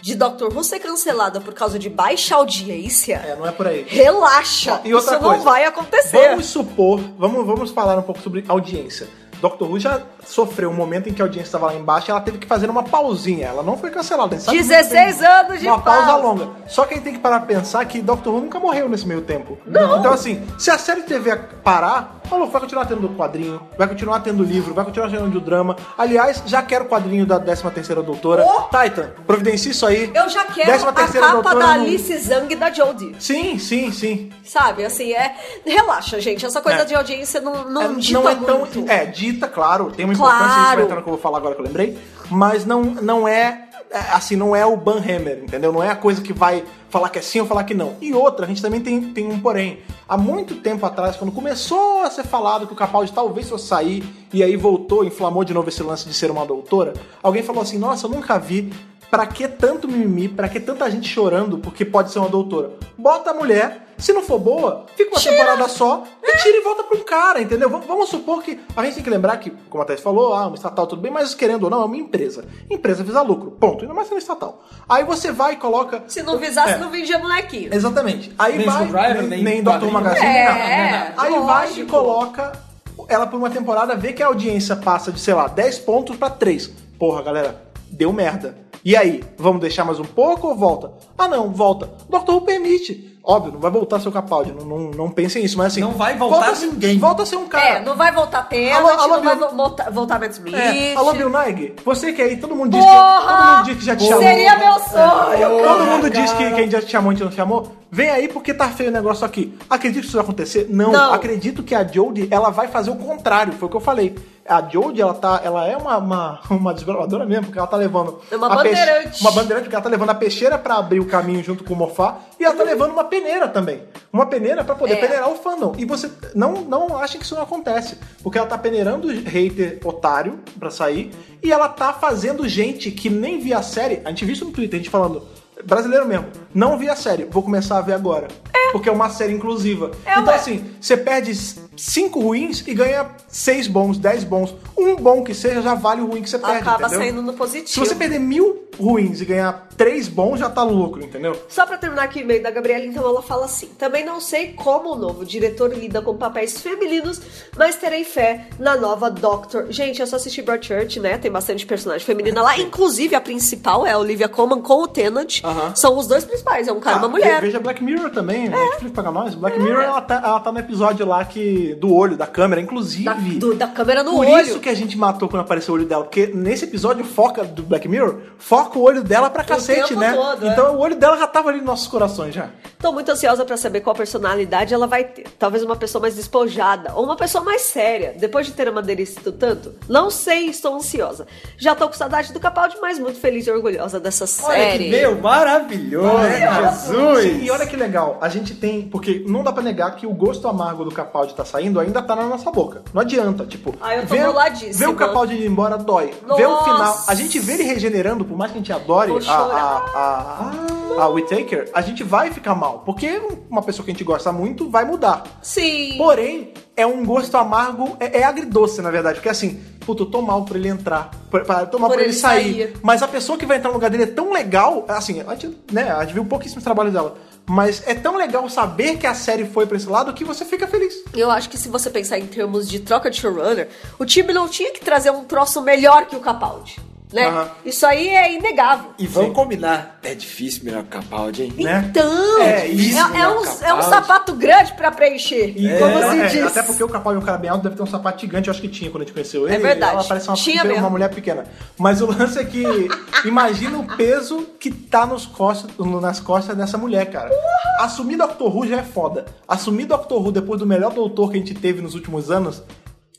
C: de Dr. Who ser cancelada por causa de baixa audiência,
A: É, não é por aí.
C: relaxa.
A: E outra
C: isso
A: coisa,
C: não vai acontecer.
A: Vamos supor, vamos, vamos falar um pouco sobre audiência. Doctor Who já sofreu um momento em que a audiência estava lá embaixo e ela teve que fazer uma pausinha. Ela não foi cancelada. a gente sabe muito
C: 16
A: bem.
C: anos de
A: Uma pausa,
C: pausa.
A: longa. Só que a gente tem que parar pra pensar que Doctor Who nunca morreu nesse meio tempo. Não. Então, assim, se a série de TV parar, maluco, vai continuar tendo quadrinho, vai continuar tendo livro, vai continuar tendo drama. Aliás, já quero o quadrinho da 13 terceira doutora.
C: Ô!
A: Titan, providencie isso aí.
C: Oh! Eu já quero
A: 13ª
C: a capa
A: doutora
C: da
A: não-
C: Alice Zang e da Jodie.
A: Sim, sim, sim.
C: Sabe, assim, é... Relaxa, gente. Essa coisa
A: É.
C: de audiência não, não
A: É,
C: dita
A: não é tão.
C: muito.
A: É, dita, claro, tem uma importância, isso vai
C: Claro.
A: entrar no que eu vou falar agora que eu lembrei. Mas não, não é. é, Assim, não é o Banhammer, entendeu? Não é a coisa que vai falar que é sim ou falar que não. E outra, a gente também tem, tem um porém. Há muito tempo atrás, quando começou a ser falado que o Capaldi talvez fosse sair, e aí voltou, inflamou de novo esse lance de ser uma doutora, alguém falou assim: nossa, eu nunca vi. Pra que tanto mimimi? Pra que tanta gente chorando porque pode ser uma doutora? Bota a mulher, se não for boa, fica uma temporada só
C: É.
A: e tira e volta pra um cara, entendeu? Vamos, vamos supor que. A gente tem que lembrar que, como a Thais falou, ah, uma estatal tudo bem, mas querendo ou não, é uma empresa. Empresa visa lucro, ponto. Ainda mais sendo estatal. Aí você vai e coloca.
C: Se não visasse,
A: É.
C: não vendia bonequinho.
A: Exatamente. Aí
B: Nem
A: vai.
B: Screwdriver,
A: nem
B: nem
A: nem Dr.
B: quadrinho.
A: Magazine,
C: É,
A: nada, né? Aí vai e
C: lógico.
A: coloca ela por uma temporada, vê que a audiência passa de, sei lá, 10 pontos pra 3. Porra, galera, deu merda. E aí, vamos deixar mais um pouco ou volta? Ah, não, volta. Dr. Who permite. Óbvio, não vai voltar seu Capaldi, não, não, não pensem isso, mas assim.
B: Não vai voltar
A: volta a ser-
B: ninguém.
A: Volta a ser um cara.
C: É, não vai voltar Tenet,
A: Alô, alô,
C: não vai
A: Bill.
C: vo- voltar, voltar Matt Smith.
A: É, Alô, Bill Nighy, você que aí, todo mundo diz que, todo
C: Porra!
A: mundo diz que já te chamou. É.
C: Seria meu sonho!
A: Todo mundo diz que quem já te chamou, a gente não chamou. Vem aí porque tá feio o negócio aqui. Acredito que isso vai acontecer? Não.
C: Não.
A: Acredito que a Jodie, ela vai fazer o contrário. Foi o que eu falei. A Jodie, ela, tá, ela é uma, uma, uma desbravadora mesmo, porque ela tá levando...
C: É uma
A: a peche-
C: bandeirante.
A: Uma bandeirante, porque ela tá levando a peixeira pra abrir o caminho junto com o Mofá. E ela tá levando uma peneira também. Uma peneira pra poder
C: É.
A: peneirar o fandom. E você não, não acha que isso não acontece. Porque ela tá peneirando hater otário pra sair. E ela tá fazendo gente que nem via a série. A gente viu isso no Twitter, a gente falando. Brasileiro mesmo, não vi a série, vou começar a ver agora. Porque é uma série inclusiva.
C: É,
A: então,
C: ué.
A: assim, você perde cinco ruins e ganha seis bons, dez bons. Um bom que seja já vale o ruim que você perde.
C: Acaba
A: entendeu?
C: saindo no
A: Se
C: positivo.
A: você perder mil ruins e ganhar três bons, já tá no lucro, entendeu?
C: Só pra terminar aqui o e-mail da Gabriela, então ela fala assim: também não sei como o novo diretor lida com papéis femininos, mas terei fé na nova Doctor. Gente, eu só assisti Broadchurch, né? Tem bastante personagem feminina lá. Inclusive, a principal é a Olivia Colman com o Tennant.
A: Aham.
C: São os dois principais, é um cara e
A: Ah,
C: uma mulher. É.
A: Veja Black Mirror também, Netflix paga nós. Black Mirror, ela tá, ela tá no episódio lá que, do olho, da câmera, inclusive.
C: Da, do- da câmera no
A: Por
C: olho.
A: isso que a gente matou quando apareceu o olho dela. Porque nesse episódio foca do Black Mirror, foca o olho dela pra cacete,
C: tempo
A: né?
C: todo, é.
A: então o olho dela já tava ali nos nossos corações já.
C: Tô muito ansiosa pra saber qual personalidade ela vai ter. Talvez uma pessoa mais despojada ou uma pessoa mais séria, depois de ter amadurecido tanto. Não sei, estou ansiosa. Já tô com saudade do Capaldi, mas muito feliz e orgulhosa dessa
B: Olha que
C: série.
B: meu, maravilhoso, Jesus.
A: Sim, e olha que legal, a gente tem. Porque não dá pra negar que o gosto amargo do Capaldi tá saindo ainda tá na nossa boca. Não adianta, tipo.
C: Ah, eu tô
A: ver,
C: boladíssima.
A: ver o Capaldi indo embora dói. Ver o
C: Nossa.
A: final. A gente vê ele regenerando, por mais que a gente adore
C: Vou
A: a, a,
C: chorar.
A: a, a, a Whittaker, a gente vai ficar mal. Porque uma pessoa que a gente gosta muito vai mudar.
C: Sim.
A: Porém, é um gosto amargo, é, é agridoce, na verdade. Porque assim, puta, eu tô mal por ele entrar, por, pra- eu tô mal por, ele, sair. Mas a pessoa que vai entrar no lugar dele é tão legal, assim, a gente, né, a gente viu pouquíssimos trabalhos dela. Mas é tão legal saber que a série foi pra esse lado que você fica feliz.
C: Eu acho que se você pensar em termos de troca de showrunner, o time não tinha que trazer um troço melhor que o Capaldi, né?
A: Aham.
C: Isso aí é inegável.
B: E vamos
A: Sim.
B: combinar. É difícil melhor que Capaldi, hein?
A: Né?
C: Então,
A: É,
C: é,
A: isso,
C: é
B: né,
C: um,
B: Capaldi?
C: é um sapato grande pra preencher.
A: E
C: como
A: ela-
C: se
A: é,
C: diz.
A: Até porque o Capaldi é um cara bem alto, deve ter um sapato gigante, eu acho que tinha quando a gente conheceu ele.
C: É verdade.
A: Ela parece uma,
C: Tinha
A: uma
C: mesmo.
A: mulher pequena. Mas o lance é que imagina o peso que tá nos costas, no- nas costas dessa mulher, cara. Assumir Doctor Who já é foda. Assumir Doctor Who depois do melhor doutor que a gente teve nos últimos anos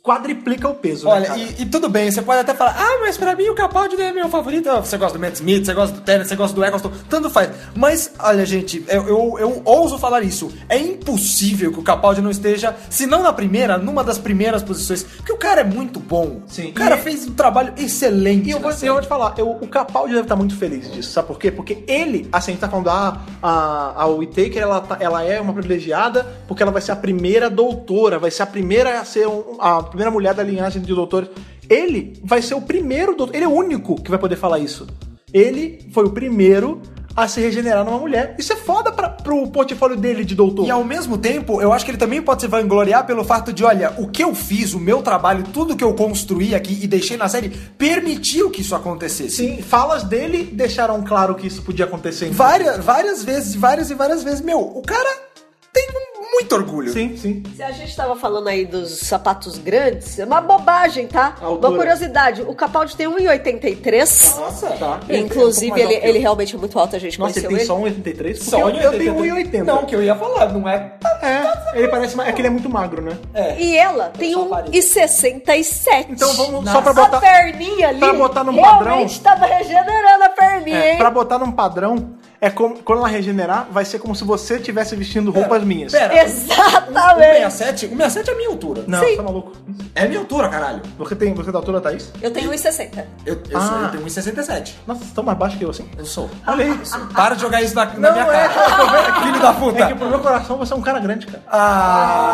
A: quadriplica o peso. né,
B: Olha,
A: cara?
B: e, e tudo bem, você pode até falar, ah, mas pra mim o Capaldi não é meu favorito. Ah, Você gosta do Matt Smith, você gosta do Tennant, você gosta do Eccleston, tanto faz. Mas, olha, gente, eu, eu, eu ouso falar isso. É impossível que o Capaldi não esteja, se não na primeira, numa das primeiras posições. Porque o cara é muito bom.
A: Sim.
B: O cara
A: E- é-
B: fez um trabalho excelente. Assim,
A: E eu vou,
B: na
A: eu vou te falar, eu- o Capaldi deve estar muito feliz disso, sabe por quê? Porque ele, assim, a gente tá falando, ah, a, a Whittaker, ela, tá- ela é uma privilegiada porque ela vai ser a primeira doutora, vai ser a primeira a ser um- a primeira mulher da linhagem de doutores. Ele vai ser o primeiro doutor, ele é o único que vai poder falar isso. Ele foi o primeiro a se regenerar numa mulher. Isso é foda pra, pro portfólio dele de doutor.
B: E ao mesmo tempo, eu acho que ele também pode se vangloriar pelo fato de, olha, o que eu fiz, o meu trabalho, tudo que eu construí aqui e deixei na série, permitiu que isso acontecesse.
A: Sim, falas dele deixaram claro que isso podia acontecer. então.
B: Várias, várias vezes, várias e várias vezes, meu, o cara tem um- muito orgulho.
A: Sim, sim.
C: Se a gente tava falando aí dos sapatos grandes, é uma bobagem, tá?
A: A altura.
C: Uma curiosidade, o Capaldi tem 1,83.
B: Nossa,
A: Tá.
C: Inclusive, ele, ele realmente é muito alto, a gente
A: Nossa, ele
C: conheceu
A: tem
C: ele.
A: só 1,83? Porque
B: é Só
A: eu, eu
B: 1,80.
A: tenho 1,80.
B: Não, que eu ia falar, não é.
A: É, ele parece mais. É que ele é muito magro, né?
B: É.
C: E ela tem
B: sou marido.
C: 1,67.
A: Então vamos só
B: Nossa.
A: pra
C: A
A: botar.
C: perninha ali.
A: pra botar num
C: Realmente tava regenerando a perninha,
A: É,
C: hein?
A: pra botar num padrão, é como, quando ela regenerar, vai ser como se você estivesse vestindo roupas minhas.
B: Pera, o
C: Exatamente.
B: 67, o 67 é minha altura.
A: Não,
C: Sim.
A: tá maluco.
B: É minha altura, caralho.
A: Você tem. Você é da altura, Thaís?
C: Eu tenho 1,60.
B: Eu, eu, sou,
A: Ah.
B: eu tenho 1,67.
A: Nossa, vocês estão mais baixo que eu, assim.
B: Eu sou.
A: Olha aí.
B: Para de jogar isso na, na minha
A: é,
B: cara. Filho da puta.
A: É que pro meu coração você é um cara grande, cara.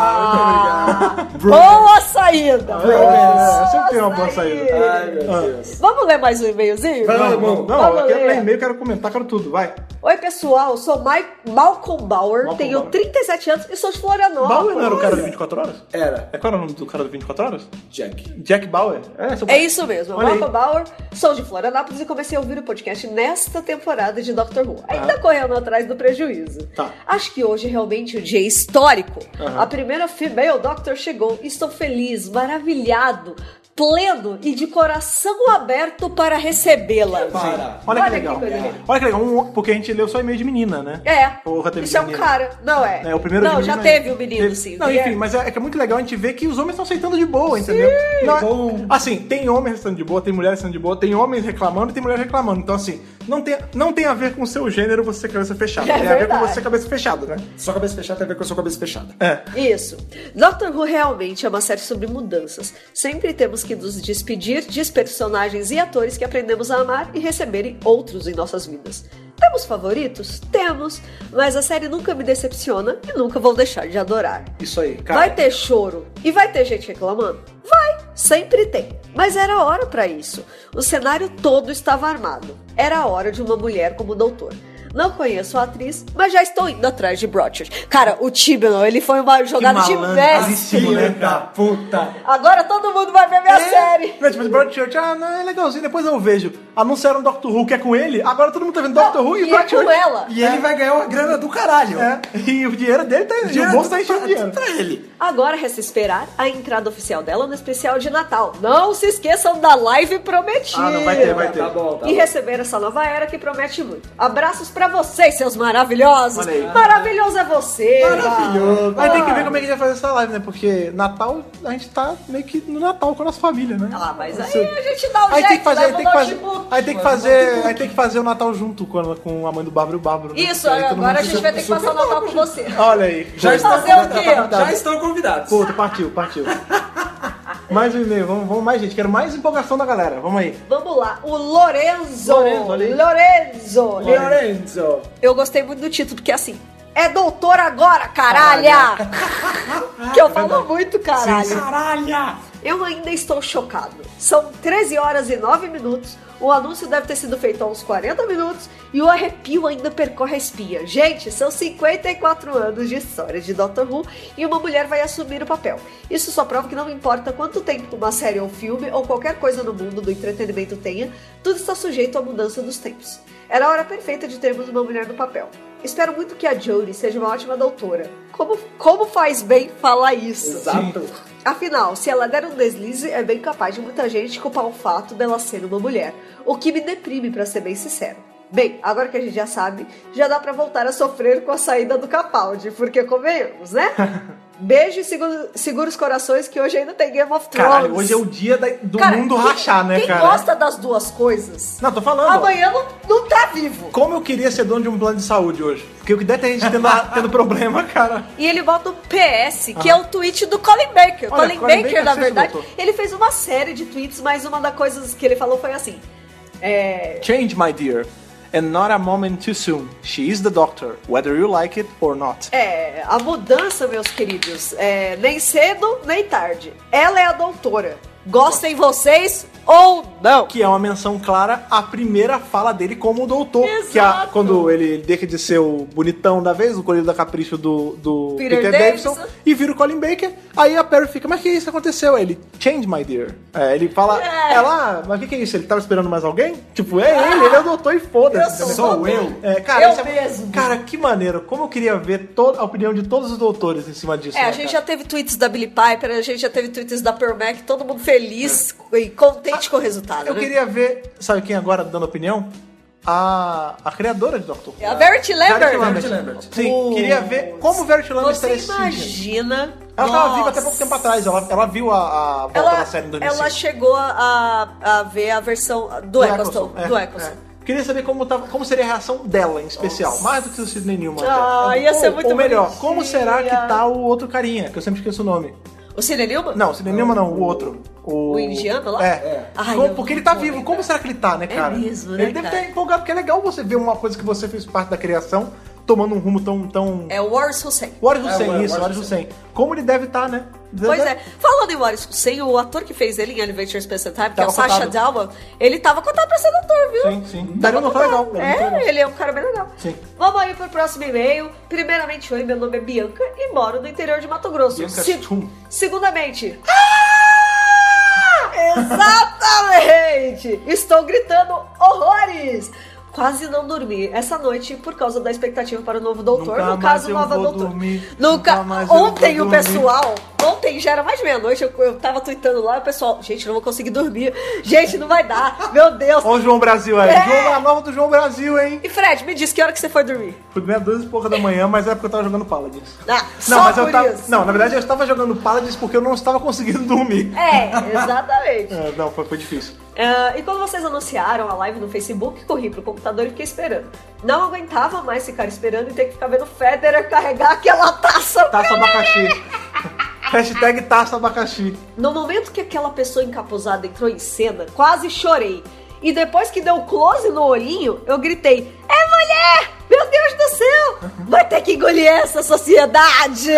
B: Ah, muito obrigado.
C: Boa saída!
A: É, é, é, sempre tem uma boa saída.
B: Ai,
A: Ah.
B: meu Deus.
C: Vamos ler mais um e-mailzinho?
A: Não, não, não, eu
C: Vamos
A: quero
C: ler.
A: ler e-mail, quero comentar, quero tudo, vai.
C: Oi, pessoal, sou Mike Malcolm Bauer,
A: Malcolm
C: tenho
A: Bauer.
C: 37 anos e sou de Florianópolis.
A: Bauer não era o cara do 24 horas?
B: Era,
A: É qual era o nome do cara do 24 horas?
B: Jack.
A: Jack Bauer? É, seu-
C: É isso mesmo,
A: Olha aí.
C: Malcolm Bauer, sou de Florianópolis e comecei a ouvir o podcast nesta temporada de Doctor Who, ainda correndo atrás do prejuízo.
A: Ah. Tá.
C: Acho que hoje é realmente o dia histórico.
A: Aham.
C: A primeira female Doctor chegou e estou feliz, maravilhado, pleno e de coração aberto para recebê-la.
B: Para.
A: Olha,
C: Olha
A: que legal.
C: que coisa linda.
A: Olha que legal, um- porque a gente leu só e-mail de menina, né?
C: É,
A: Porra, teve
C: isso é um
A: menino.
C: cara, não é?
A: É, o primeiro
C: não,
A: de
C: já
A: menino é-
C: teve o menino,
A: teve-
C: sim.
A: Não,
C: Vier-
A: enfim, mas é, é que é muito legal a gente ver que os homens estão aceitando de boa, entendeu? Não, é-
B: Bom.
A: assim, tem homens aceitando de boa, tem mulheres aceitando de boa, tem homens reclamando e tem mulheres reclamando. Então, assim, não tem, não tem a ver com o seu gênero você cabeça fechada.
C: É
A: tem a ver com
C: verdade.
A: você cabeça fechada, né?
B: Sua cabeça fechada tem a ver com a sua cabeça fechada.
A: É.
C: Isso. Doctor Who realmente é uma série sobre mudanças. Sempre temos que nos despedir de personagens e atores que aprendemos a amar e receberem outros em nossas vidas. Temos favoritos? Temos, mas a série nunca me decepciona e nunca vou deixar de adorar.
A: Isso aí,
C: Vai ter choro e vai ter gente reclamando? Vai, sempre tem. Mas era hora pra isso. O cenário todo estava armado. Era hora de uma mulher como doutor. Não conheço a atriz, mas já estou indo atrás de Broadchurch. Cara, o Tibnon, ele foi uma jogada de mestre.
A: malandríssimo, né, cara?
B: puta.
C: Agora todo mundo vai ver minha É série.
A: Não, tipo, Broadchurch, ah, não, é legalzinho, depois eu vejo. Anunciaram Doctor Who que é com ele, agora todo mundo tá vendo Doctor Who e,
C: e é
A: Broadchurch.
C: com ela.
B: E ele vai ganhar uma grana do caralho. é
A: É, e o dinheiro dele tá indo, o
B: Dinheiro
A: bolso tá
B: pra-
A: enchendo de dinheiro.
B: Pra ele.
C: Agora resta esperar a entrada oficial dela no especial de Natal. Não se esqueçam da live prometida.
A: Ah, não, vai ter, vai ter.
B: Tá bom, tá
C: e
B: bom.
C: receber essa nova era que promete muito. Abraços pra vocês, seus maravilhosos.
A: Olha aí.
C: Maravilhoso é você.
B: Maravilhoso.
C: Val.
A: Mas tem que ver como é que a gente vai fazer essa live, né? Porque Natal, a gente tá meio que no Natal com a nossa família, né?
C: Ah, mas aí
A: Você-
C: a gente dá um
A: Aí
C: jeito,
A: tem que fazer, aí
C: leva
A: tem
C: o
A: que fazer,
C: notebook.
A: aí tem que fazer, aí tem que fazer o Natal junto com a, com a mãe do Bárbaro e o Bárbaro. né?
C: Isso,
A: Porque aí todo
C: agora a
A: mundo
C: gente
A: fica-
C: vai ter que passar o Natal com você.
A: Olha aí.
B: Já
C: Vamos
B: estão,
C: fazer o quê?
B: convidados. já estão convidados.
A: Puta, partiu, partiu. mais um e-mail, vamos, vamos mais gente, quero mais empolgação da galera, vamos aí.
C: Vamos lá, o Lorenzo.
A: Lorenzo, olha aí.
C: Lorenzo.
B: Lorenzo.
C: Eu gostei muito do título, porque assim, é doutor agora, caralha! que eu
A: É
C: falo muito, caralho.
B: Caralho.
C: Eu ainda estou chocado. São 13 horas e 9 minutos, O anúncio deve ter sido feito há uns 40 minutos e o arrepio ainda percorre a espinha. Gente, são 54 anos de história de Doctor Who e uma mulher vai assumir o papel. Isso só prova que não importa quanto tempo uma série ou filme ou qualquer coisa no mundo do entretenimento tenha, tudo está sujeito à mudança dos tempos. Era a hora perfeita de termos uma mulher no papel. Espero muito que a Jodie seja uma ótima doutora. Como, como faz bem falar isso?
B: Exato.
C: Afinal, se ela der um deslize, é bem capaz de muita gente culpar o fato dela ser uma mulher, o que me deprime, pra ser bem sincero. Bem, agora que a gente já sabe, já dá pra voltar a sofrer com a saída do Capaldi, porque convenhamos, né? Beijo e segura, segura os corações que hoje ainda tem Game of Thrones.
A: Caralho, hoje é o dia da- do
C: Cara,
A: mundo
C: quem-
A: rachar, né,
C: quem
A: cara? Tá
C: gosta das duas coisas,
A: Não, tô falando. ó.
C: amanhã não, não tá vivo.
A: Como eu queria ser dono de um plano de saúde hoje. Porque o que der tem gente tendo, tendo problema, cara.
C: E ele bota o PS, que é o tweet do Colin Baker.
A: Ah. Olha,
C: Colin,
A: Colin
C: Baker,
A: Baker
C: na
A: sempre
C: verdade,
A: botou.
C: ele fez uma série de tweets, mas uma das coisas que ele falou foi assim: é,
A: Change, my dear. And not a moment too soon. She is the doctor, whether you like it or not.
C: É, a mudança, meus queridos, é nem cedo nem tarde. Ela é a doutora. Gostem vocês ou não?
A: Que é uma menção clara à primeira fala dele como o doutor.
C: Exato.
A: Que é a- quando ele, ele deixa de ser o bonitão da vez, o colírio da capricho do, do
C: Peter
A: Peter,
C: Davidson.
A: Davidson, e vira o Colin Baker. Aí a Perry fica, mas que isso que aconteceu? Aí ele, change, my dear. É, ele fala,
C: É.
A: ela, mas o que, que é isso? Ele tava esperando mais alguém? Tipo, é ele, ele é o doutor e
C: Eu
A: foda-se.
C: sou o
A: entendeu?
C: doutor.
B: eu.
A: É, cara,
C: Eu
A: isso é-
C: mesmo.
A: Cara, que maneiro. Como eu queria ver toda a opinião de todos os doutores em cima disso.
C: É, a
A: né,
C: gente
A: cara?
C: já teve tweets da Billy Piper, a gente já teve tweets da Pearl Mac, todo mundo feliz e contente com o resultado.
A: É. Eu
C: né?
A: queria ver, sabe quem agora dando opinião? A, a criadora de Doctor Who.
C: É a Verity Lambert.
B: Lambert.
A: Sim,
C: Putz.
A: queria ver como Verity Lambert
C: Você
A: estaria se sentindo.
C: imagina.
A: Ela estava
C: Nossa.
A: viva até pouco tempo atrás, ela, ela viu a, a volta
C: Ela,
A: da série em
C: ela
A: 2005.
C: chegou a, a ver a versão do, Eccleston.
A: é,
C: do Eccleston.
A: é. Queria saber como, tava- como seria a reação dela em especial, mais do que o Sidney Newman.
C: Ah,
A: até. É,
C: ia ser
A: ou,
C: muito
A: Ou melhor,
C: bonitinha.
A: como será que tá o outro carinha, que eu sempre esqueço o nome.
C: O Sidney Newman?
A: é. Não, o Sidney Newman não, o outro. O,
C: O indiano lá?
A: É.
C: É. Ai,
A: Como-
C: eu
A: porque
C: não
A: ele tá
C: vou
A: vivo.
C: lembrar.
A: Como será que ele tá, né, cara?
C: mesmo, né,
A: ele deve
C: cara?
A: estar empolgado, porque é legal você ver uma coisa que você fez parte da criação tomando um rumo tão. tão...
C: É o Warren Hussein.
A: O Warren
B: É,
A: Hussein,
B: o Warren
A: isso, o Warren
B: Hussein.
A: Hussein. Como ele deve estar, né?
C: Pois é. Falando em Warren Hussein, o ator que fez ele em Adventure Space and Time, que é
A: Tava
C: o Sasha
A: cotado.
C: Dalman, ele tava cotado pra ser doutor, viu?
A: Sim, sim. Daria um
C: Tava
A: nome legal,
C: cotado.
A: daria um nome
C: É,
A: legal.
C: ele é um cara bem legal.
A: Sim.
C: Vamos aí pro próximo e-mail. Primeiramente, oi, meu nome é Bianca e moro no interior de Mato Grosso.
A: Bianca Stum.
C: Segundamente... Ah! Exatamente! Estou gritando horrores! Quase não dormi essa noite por causa da expectativa para o novo doutor,
A: Nunca
C: no
A: mais
C: caso,
A: eu
C: nova
A: vou
C: doutor.
A: dormir,
C: Nunca.
A: nunca mais eu
C: ontem
A: vou
C: o
A: dormir.
C: pessoal, ontem já era mais meia-noite, eu, eu tava tweetando lá, o pessoal, gente, não vou conseguir dormir. Gente, não vai dar. Meu Deus.
A: Olha o João Brasil aí.
C: É.
A: João, a nova do João Brasil, hein?
C: E Fred, me diz que hora que você foi dormir?
A: Fui dormir às duas e pouca da manhã, mas é porque eu tava jogando Paladins. Não,
C: Ah, só
A: mas
C: por
A: eu tava.
C: isso.
A: Não, na verdade eu estava jogando Paladins porque eu não estava conseguindo dormir.
C: É, exatamente.
A: É, não, foi, foi difícil.
C: Ah, e quando vocês anunciaram a live no Facebook, corri pro computador e fiquei esperando. Não aguentava mais ficar esperando e ter que ficar vendo o Federer carregar aquela taça.
A: Taça abacaxi. Hashtag taça abacaxi.
C: No momento que aquela pessoa encapuzada entrou em cena, quase chorei. E depois que deu close no olhinho, eu gritei: É mulher! Meu Deus do céu! Vai ter que engolir essa sociedade!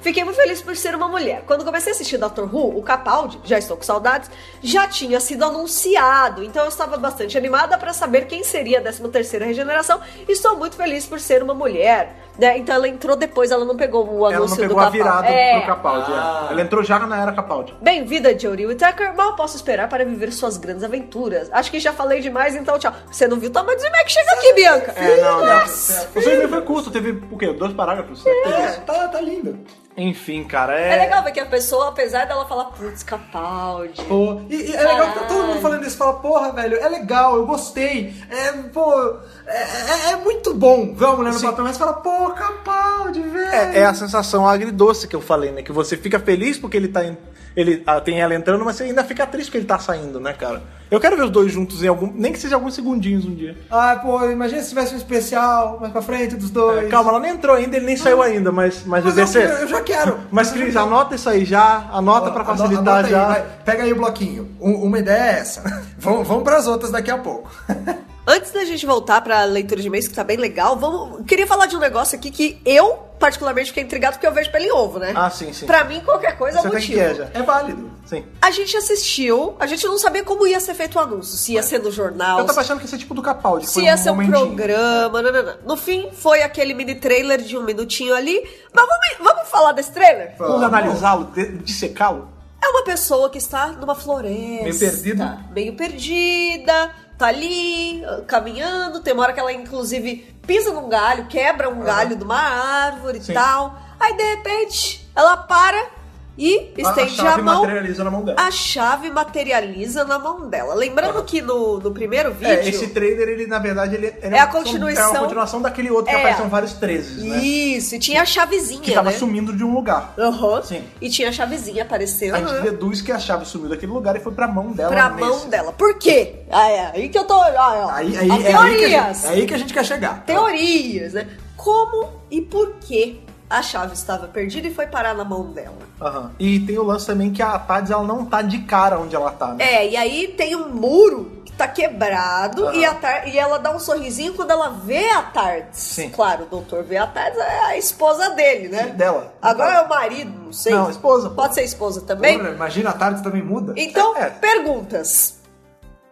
C: Fiquei muito feliz por ser uma mulher. Quando comecei a assistir Dr. Who, o Capaldi, já estou com saudades, já tinha sido anunciado. Então eu estava bastante animada para saber quem seria a 13 terceira regeneração. E estou muito feliz por ser uma mulher. né? Então ela entrou depois, ela não pegou o anúncio
A: Ela não pegou
C: do
A: a
C: Capaldi.
A: virada
C: É.
A: pro Capaldi. é.
B: Ah.
A: Ela entrou já na era Capaldi.
C: Bem-vinda, Jodie Whittaker. Mal posso esperar para viver suas grandes aventuras. Acho que já falei demais, então tchau. Você não viu o tamanho do e-mail que chega aqui, Bianca?
A: É, não, não. O
B: Nossa,
A: seu e-mail foi curto, teve o quê? Dois parágrafos? Deve ter
B: É,
A: isso.
B: tá, tá lindo.
A: Enfim, cara,
C: É
A: é.
C: legal ver que a pessoa, apesar dela falar, putz, Capaldi.
B: Pô, e, e é legal que tá todo
C: Caralho.
B: mundo falando isso. Fala, porra, velho, é legal, eu gostei. É, pô, é, é- é muito bom ver uma mulher no
A: Sim.
B: papel, mas fala, pô, Capaldi, velho.
A: É, é a sensação agridoce que eu falei, né? Que você fica feliz porque ele tá. en- Ele ah, tem ela entrando, mas você ainda fica triste porque ele tá saindo, né, cara? Eu quero ver os dois juntos em algum. Nem que seja alguns segundinhos um dia.
B: Ah, pô, imagina se tivesse um especial mais pra frente dos dois.
A: É, Calma, ela nem entrou ainda, ele nem saiu ainda, mas, mas,
B: mas
A: vai
B: eu,
A: ser.
B: eu já quero.
A: Mas, Cris, anota isso aí já, anota pra
B: Anota-
A: facilitar
B: anota aí,
A: já.
B: vai. Pega aí o bloquinho. Um- uma ideia é essa. Vamos, vamos pras outras daqui a pouco.
C: Antes da gente voltar pra leitura de e-mails, que tá bem legal, vamos... queria falar de um negócio aqui que eu, particularmente, fiquei intrigado porque eu vejo pelo em ovo, né?
A: Ah, sim, sim.
C: Pra mim, qualquer coisa é
A: Você tem que
C: motivo.
A: é já.
B: É válido.
A: Sim.
C: A gente assistiu, a gente não sabia como ia ser feito o anúncio, se ia ser no jornal,
A: Eu tava achando que ia ser tipo do Capaldi. que
C: se
A: foi
C: ia ser um
A: momentinho.
C: programa, nanana. No fim, foi aquele mini trailer de um minutinho ali. Mas vamos, vamos falar desse trailer?
A: Vamos analisá-lo, de- dissecá-lo?
C: É uma pessoa que está numa floresta.
B: Meio perdida.
C: Meio perdida, tá ali, uh, caminhando. Tem uma hora que ela, inclusive, pisa num galho, quebra um galho de uma árvore e
A: É. Sim.
C: tal. Aí, de repente, ela para e estende a,
A: chave
C: mão. Ah,
A: materializa na mão dela.
C: A chave materializa na mão dela. Lembrando que no, no primeiro vídeo.
A: É, esse trailer, ele, na verdade, ele, ele
C: É a
A: um-
C: continuação-
A: É uma continuação daquele outro que
C: É.
A: apareceram vários 13, né?
C: Isso, e tinha a chavezinha.
A: Que tava
C: né?
A: sumindo de um lugar.
C: Aham.
A: Sim.
C: E tinha a chavezinha aparecendo.
A: A gente
C: né?
A: deduz que a chave sumiu daquele lugar e foi pra mão dela.
C: pra
A: nesse.
C: mão dela. Por quê? Ah, é aí que eu tô. Ah, ó.
B: Aí, aí,
C: As
B: é, aí que a
C: teorias.
B: gente, é aí que a gente quer chegar.
C: Teorias, né? Como e por que a chave estava perdida e foi parar na mão dela?
A: Aham. E tem o lance também que a Tades, ela não tá de cara onde ela tá, né?
C: É, e aí tem um muro que tá quebrado
A: Aham.
C: e, a Tar- e ela dá um sorrisinho quando ela vê a Tardes.
A: Sim.
C: Claro, o doutor vê a Tardes, é a esposa dele, né?
A: Sim, dela.
C: Agora é o marido, não sei.
A: Não, esposa, pô.
C: Pode ser esposa também?
B: Porra, imagina, a tarde também muda.
C: Então,
A: É.
C: perguntas.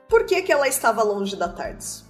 C: Por que, que ela estava longe da Tardes?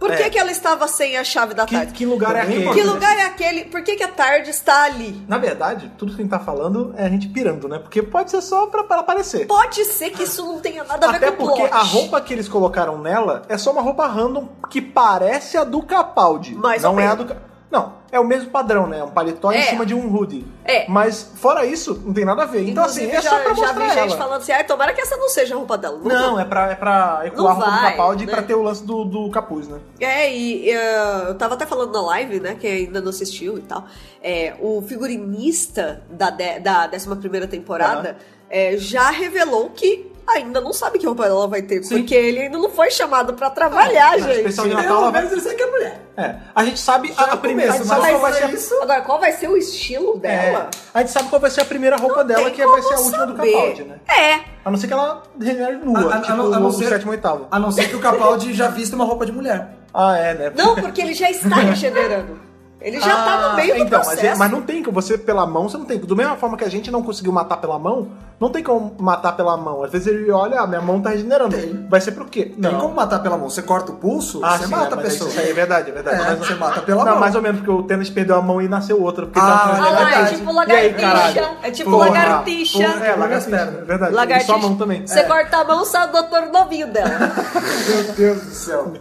C: Por que,
A: É.
C: que ela estava sem a chave da
A: Que,
C: Tardes?
A: que lugar é
B: Também
A: aquele?
C: Que
B: Olha,
C: lugar é aquele? Por que, que a tarde está ali?
A: Na verdade, tudo que a gente tá falando é a gente pirando, né? Porque pode ser só pra, pra aparecer.
C: Pode ser que isso não tenha nada a ver
A: Até
C: com o
A: porque
C: plot.
A: a roupa que eles colocaram nela é só uma roupa random que parece a do Capaldi.
C: Mais
A: não
C: ou
A: é a
C: menos.
A: do Ca- Não, é o mesmo padrão, né? Um paletó em
C: É.
A: cima de um hoodie.
C: É.
A: Mas fora isso, não tem nada a ver. Então assim,
C: Inclusive,
A: é
C: já,
A: só pra
C: já
A: mostrar
C: vi gente
A: ela.
C: falando assim, ai, tomara que essa não seja a roupa dela.
A: Não, é pra, é pra ecoar
C: Não
A: a roupa do
C: vai,
A: Capaldi
C: né?
A: e pra ter o lance do, do capuz, né?
C: É, e eh, eu tava até falando na live, né, quem ainda não assistiu e tal, é, o figurinista da, de, da 11ª temporada eh, já revelou que ainda não sabe que roupa ela vai ter,
A: Sim.
C: porque ele ainda não foi chamado pra trabalhar,
A: Não,
C: gente.
A: especial de Natal,
B: Pelo
A: ela vai-
B: menos ele sabe que é mulher.
A: É. A gente sabe a,
B: Já
A: a
B: Ah, começo,
A: primeira. A gente
B: mas
A: sabe
B: só
A: qual vai
B: vai
A: ser
B: isso.
C: Agora, qual vai ser o estilo dela?
A: É. A gente sabe qual vai ser a primeira roupa dela,
C: Tem
A: que vai
C: como
A: ser a última do
C: saber.
A: Capaldi, né?
C: É,
A: A não ser que ela regenere nua, tipo
B: não- não
A: o
B: ser-
A: sétimo e oitavo.
B: A não ser que o Capaldi já vista uma roupa de mulher.
A: Ah, é, né?
C: Não, porque ele já está regenerando. Ele já tá no meio do
A: então, mas
C: processo.
A: é- Mas, não tem como você pela mão, você não tem. Do mesma forma que a gente não conseguiu matar pela mão, não tem como matar pela mão. Às vezes ele olha, ah, minha mão tá regenerando.
B: Tem.
A: Vai ser pro quê?
B: Tem como matar pela mão. Você corta o pulso,
A: Ah,
B: você
A: sim,
B: mata
A: é,
B: a
A: mas aí
B: pessoa.
A: isso aí É verdade, é verdade.
B: É,
A: Mas-
B: você mata pela
A: não,
B: mão.
A: mais ou menos, porque o Tênis perdeu a mão e nasceu outra. Porque
B: Ah,
A: tava
B: é
C: Ah lá, é
B: verdade.
C: tipo
A: E aí,
C: lagartixa.
A: caralho?
C: é tipo
A: Porra,
C: lagartixa.
A: porra, É, lagartixa,
B: Lagartixa.
A: é verdade. E
C: lagartixa.
A: sua mão também. É.
C: Você corta a mão, sai o doutor novinho dela.
B: Meu Deus do céu.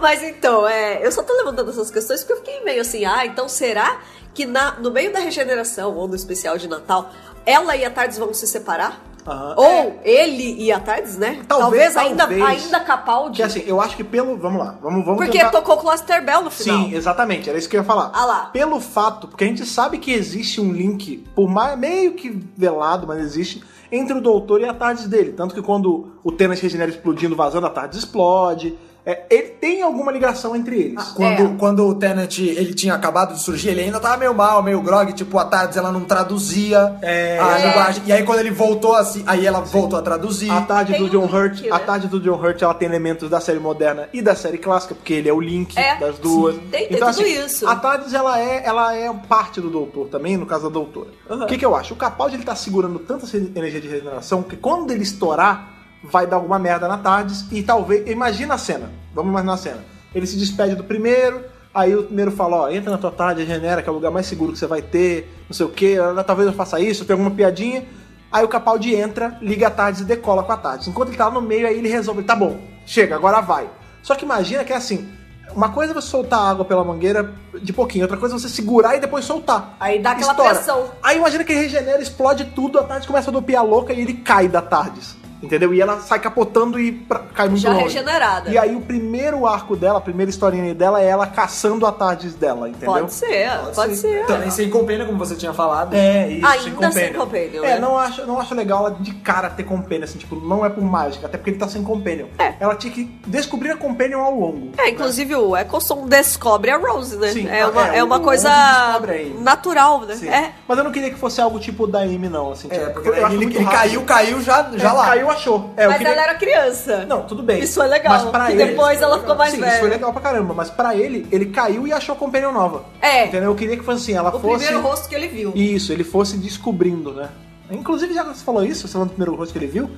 C: Mas então, é, eu só tô levantando essas questões porque eu fiquei meio assim, ah, então será que na- no meio da regeneração ou no especial de Natal, ela e a Tardes vão se separar?
A: Aham.
C: Ou ele e a Tardes, né?
A: É. Talvez,
C: ainda,
A: talvez.
C: ainda Capaldi.
A: Que assim, eu acho que pelo... Vamos lá, vamos, vamos
C: porque
A: tentar...
C: tocou Cluster Bell no final.
A: Sim, é exatamente, era isso que eu ia falar.
C: Ah lá.
A: Pelo fato, porque a gente sabe que existe um link, por mais meio que velado, mas existe, entre o doutor e a Tardes dele. Tanto que quando o Tênis regenera explodindo, vazando, a Tardes explode. É, ele tem alguma ligação entre eles.
B: Quando,
C: É.
B: quando o Tenet ele tinha acabado de surgir, ele ainda tava meio mal, meio grog, tipo, a Tardes ela não traduzia
A: É.
B: a
C: É.
B: linguagem. E aí quando ele voltou assim, aí ela voltou a traduzir.
A: A tarde
C: Tem
A: do
C: um
A: John
C: link,
A: Hurt, a
C: né?
A: tarde do John Hurt, ela tem elementos da série moderna e da série clássica, porque ele é o link
C: É,
A: das duas. Então, assim,
C: sim. Tem- tem tudo isso.
A: A tarde ela é, ela é parte do doutor também, no caso da doutora.
C: Uhum.
A: O que que eu acho? O Capaldi ele tá segurando tanta essa energia de regeneração que quando ele estourar vai dar alguma merda na Tardes e talvez, imagina a cena. Vamos imaginar a cena. Ele se despede do primeiro, aí o primeiro fala, ó, entra na tua tarde, regenera, que é o lugar mais seguro que você vai ter, não sei o quê, talvez eu faça isso, tem alguma piadinha. Aí o Capaldi entra, liga a Tardes e decola com a Tardes. Enquanto ele tá lá no meio, aí ele resolve, tá bom, chega, agora vai. Só que imagina que é assim, uma coisa é você soltar a água pela mangueira de pouquinho, outra coisa é você segurar e depois soltar.
C: Aí dá aquela
A: Estoura.
C: pressão.
A: Aí imagina que ele regenera, explode tudo, a Tardes começa a dopiar louca e ele cai da Tardes. Entendeu? E ela sai capotando e pra- cai muito
C: Já
A: longe.
C: regenerada.
A: E aí o primeiro arco dela, a primeira historinha dela é ela caçando a Tardes dela, entendeu?
C: Pode ser, pode, ser.
B: Também sem compênia, como você tinha falado.
A: É, isso,
C: Ainda
A: sem
C: sem
A: compênio.
C: compênio, né?
A: É, não acho, não acho legal ela de cara ter compênio, assim, tipo, não é por mágica, até porque ele tá sem compênio.
C: É.
A: Ela tinha que descobrir a compênio ao longo.
C: É, inclusive o Eccleston descobre a Rose, né?
A: Sim,
C: é uma,
A: é,
C: é uma
A: o
C: coisa
A: Rose descobre a Amy.
C: natural, né?
A: Sim.
C: É.
A: Mas eu não queria que fosse algo tipo da Amy, não, assim.
B: É,
A: tipo,
B: porque
A: eu acho
B: ele,
A: muito
B: ele
A: rápido.
B: caiu, caiu já, já
A: É,
B: lá.
A: Caiu Caio achou. É, eu
C: Mas
A: queria-
C: ela era criança.
A: Não, tudo bem.
C: Isso é legal.
A: Mas pra
C: E
A: ele.
C: depois ela ficou mais
A: Sim,
C: velha.
A: Isso foi legal pra caramba, mas pra ele, ele caiu e achou a companhia nova.
C: É.
A: Entendeu? Eu queria que fosse assim, ela
C: O
A: fosse.
C: primeiro rosto que ele viu.
A: Isso, ele fosse descobrindo, né? Inclusive, já que você falou isso, você falou do primeiro rosto que ele viu.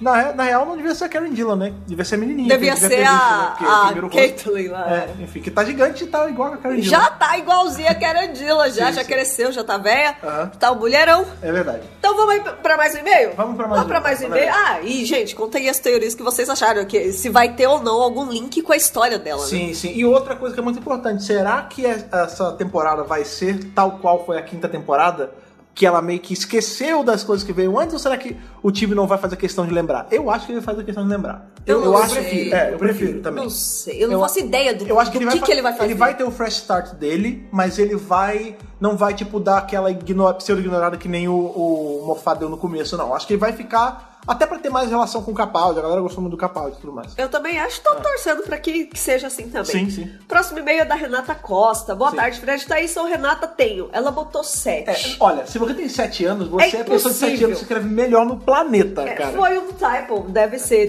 A: Na, re- na real, não devia ser a Karen Dillon, né? Devia ser a menininha. que
C: Devia
A: ele
C: ser
A: ter visto, né?
C: a,
A: Porque o
C: a
A: primeiro rosto-
C: Caitlyn lá.
A: É, enfim, que tá gigante e tá igual a Karen Dillon.
C: Já tá igualzinha a Carandila, já,
A: Sim,
C: já
A: sim.
C: cresceu, já tá velha,
A: Aham.
C: tá um mulherão.
A: É verdade.
C: Então vamos aí pra mais um e-mail?
A: Vamos pra mais
C: Vamos
A: um.
C: pra mais um
A: Vamos
C: e-mail. Ah, e gente, contem as teorias que vocês acharam, que se vai ter ou não algum link com a história dela. né?
A: Sim, sim. E outra coisa que é muito importante, será que es- essa temporada vai ser tal qual foi a quinta temporada? Que ela meio que esqueceu das coisas que veio antes, ou será que o time não vai fazer questão de lembrar? Eu acho que ele vai fazer questão de lembrar.
C: Eu não
A: acho
C: sei.
A: prefiro. É, eu prefiro também.
C: Não sei, eu não
A: Eu-
C: faço ideia do,
A: Eu acho que
C: do
A: ele vai
C: que,
A: fa-
C: que ele vai fazer.
A: Ele vai ter o fresh start dele, mas ele vai. Não vai, tipo, dar aquela igno- pseudo-ignorada que nem o, o Moffat deu no começo, não. Acho que ele vai ficar. Até pra ter mais relação com o Capaldi. A galera gostou muito do Capaldi e tudo mais.
C: Eu também acho, tô torcendo pra que, que seja assim também.
A: Ah. Sim, sim.
C: Próximo e-mail é da Renata Costa. Boa
A: Sim.
C: tarde, Fred. Tá aí, sou Renata Tenho. Ela botou
A: É,
C: 7.
A: olha, se você tem 7 anos, você é, a pessoa de 7
C: impossível.
A: anos que escreve melhor no planeta,
C: É,
A: cara.
C: foi um typo, deve ser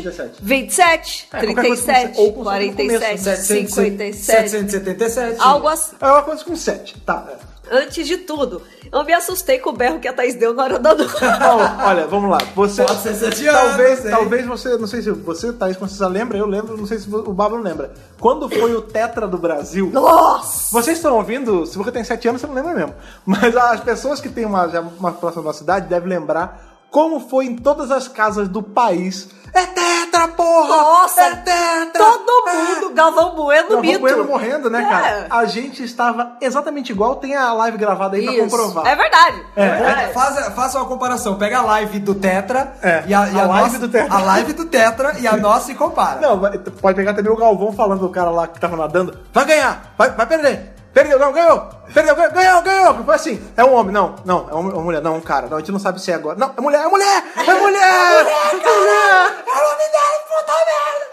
A: 17, 17.
C: 27,
A: É, qualquer coisa com
C: 37,
A: se- ou com
C: 47, 57,
B: 777.
C: algo assim.
A: É uma coisa com 7, tá.
C: Antes de tudo, eu me assustei com o berro que a Thaís deu na hora da noite.
A: Ó, Então, olha, vamos lá. Você.
B: Pode ser sete
A: talvez,
B: anos, hein?
A: talvez você, não sei se você, Thaís, quando você lembra, eu lembro, não sei se o Bárbara lembra. Quando foi o Tetra do Brasil.
C: Nossa!
A: Vocês estão ouvindo? Se você tem 7 anos, você não lembra mesmo. Mas as pessoas que têm uma, já uma próxima da cidade devem lembrar como foi em todas as casas do país. É tetra, porra!
C: Nossa!
A: É tetra!
C: Todo
A: É
C: mundo, Galvão Bueno,
A: Galvão
C: mito.
A: Bueno morrendo, né, cara?
C: É.
A: A gente estava exatamente igual, tem a live gravada aí pra
C: Isso.
A: comprovar.
C: É verdade.
A: É.
C: verdade.
B: Faça, faça uma comparação. Pega a live do Tetra
A: É,
B: e a, e
A: a live
B: nossa-
A: do Tetra.
B: A live do Tetra e a nossa e compara.
A: Não, vai- pode pegar também o Galvão falando do cara lá que tava nadando. Vai ganhar, vai, vai perder. Perdeu, não, ganhou. Perdeu, ganhou, ganhou, ganhou. Foi assim. É um homem, não, não, é um- é uma mulher, não, um cara. Não, a gente não sabe se é agora. Não, é mulher, é mulher, é mulher. É mulher.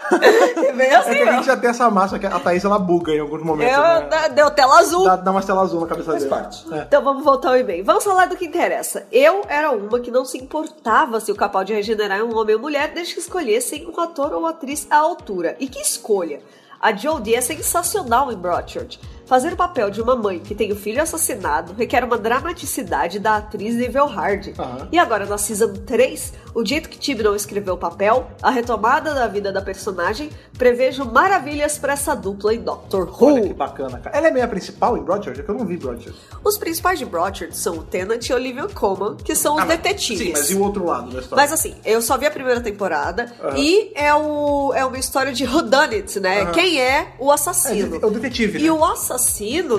C: É bem
A: É que
C: assim,
A: a
C: ó.
A: gente já tem essa massa que a Thaís ela buga em alguns momentos.
C: Eu-
A: né?
C: da- Deu tela azul.
A: Dá, dá uma tela azul na cabeça dele.
B: parte.
A: É.
C: Então vamos voltar ao e-mail. Vamos falar do que interessa. Eu era uma que não se importava se o Capaldi regenerar em um homem ou mulher, desde que escolhessem um ator ou atriz à altura. E que escolha! A Jodie é sensacional em Broadchurch. Fazer o papel de uma mãe que tem o filho assassinado requer uma dramaticidade da atriz nível hard.
A: Aham.
C: E agora, na Season 3, o jeito que Tim não escreveu o papel, a retomada da vida da personagem, prevejo maravilhas para essa dupla em Doctor Who.
A: Olha que bacana, cara. Ela é meia principal em Broadchurch? É que eu não vi Broadchurch.
C: Os principais de Broadchurch são o Tennant e Olivia Colman, que são os
A: Ah, mas-
C: detetives.
A: Sim, mas e o outro lado da história?
C: Mas assim, eu só vi a primeira temporada e é, o, é uma história de whodunit, né? Quem é o assassino?
A: É, é o detetive,
C: E
A: né?
C: o assassino,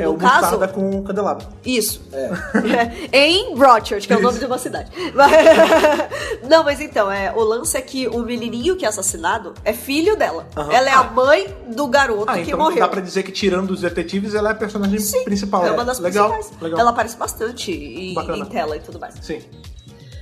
A: é
C: no
A: o
C: caso...
A: Mostarda com o candelabro.
C: Isso. em Broadchurch, que é o nome de uma cidade. Mas- Não, mas então, é, o lance é que o menininho que é assassinado é filho dela.
A: Aham.
C: Ela é
A: Ah.
C: a mãe do garoto
A: Ah,
C: que
A: então
C: morreu.
A: dá pra dizer que tirando os detetives, ela é a personagem
C: Sim,
A: principal.
C: é uma das
A: legal,
C: principais.
A: Legal.
C: Ela aparece bastante em-
A: Bacana.
C: em tela e tudo mais.
A: Sim.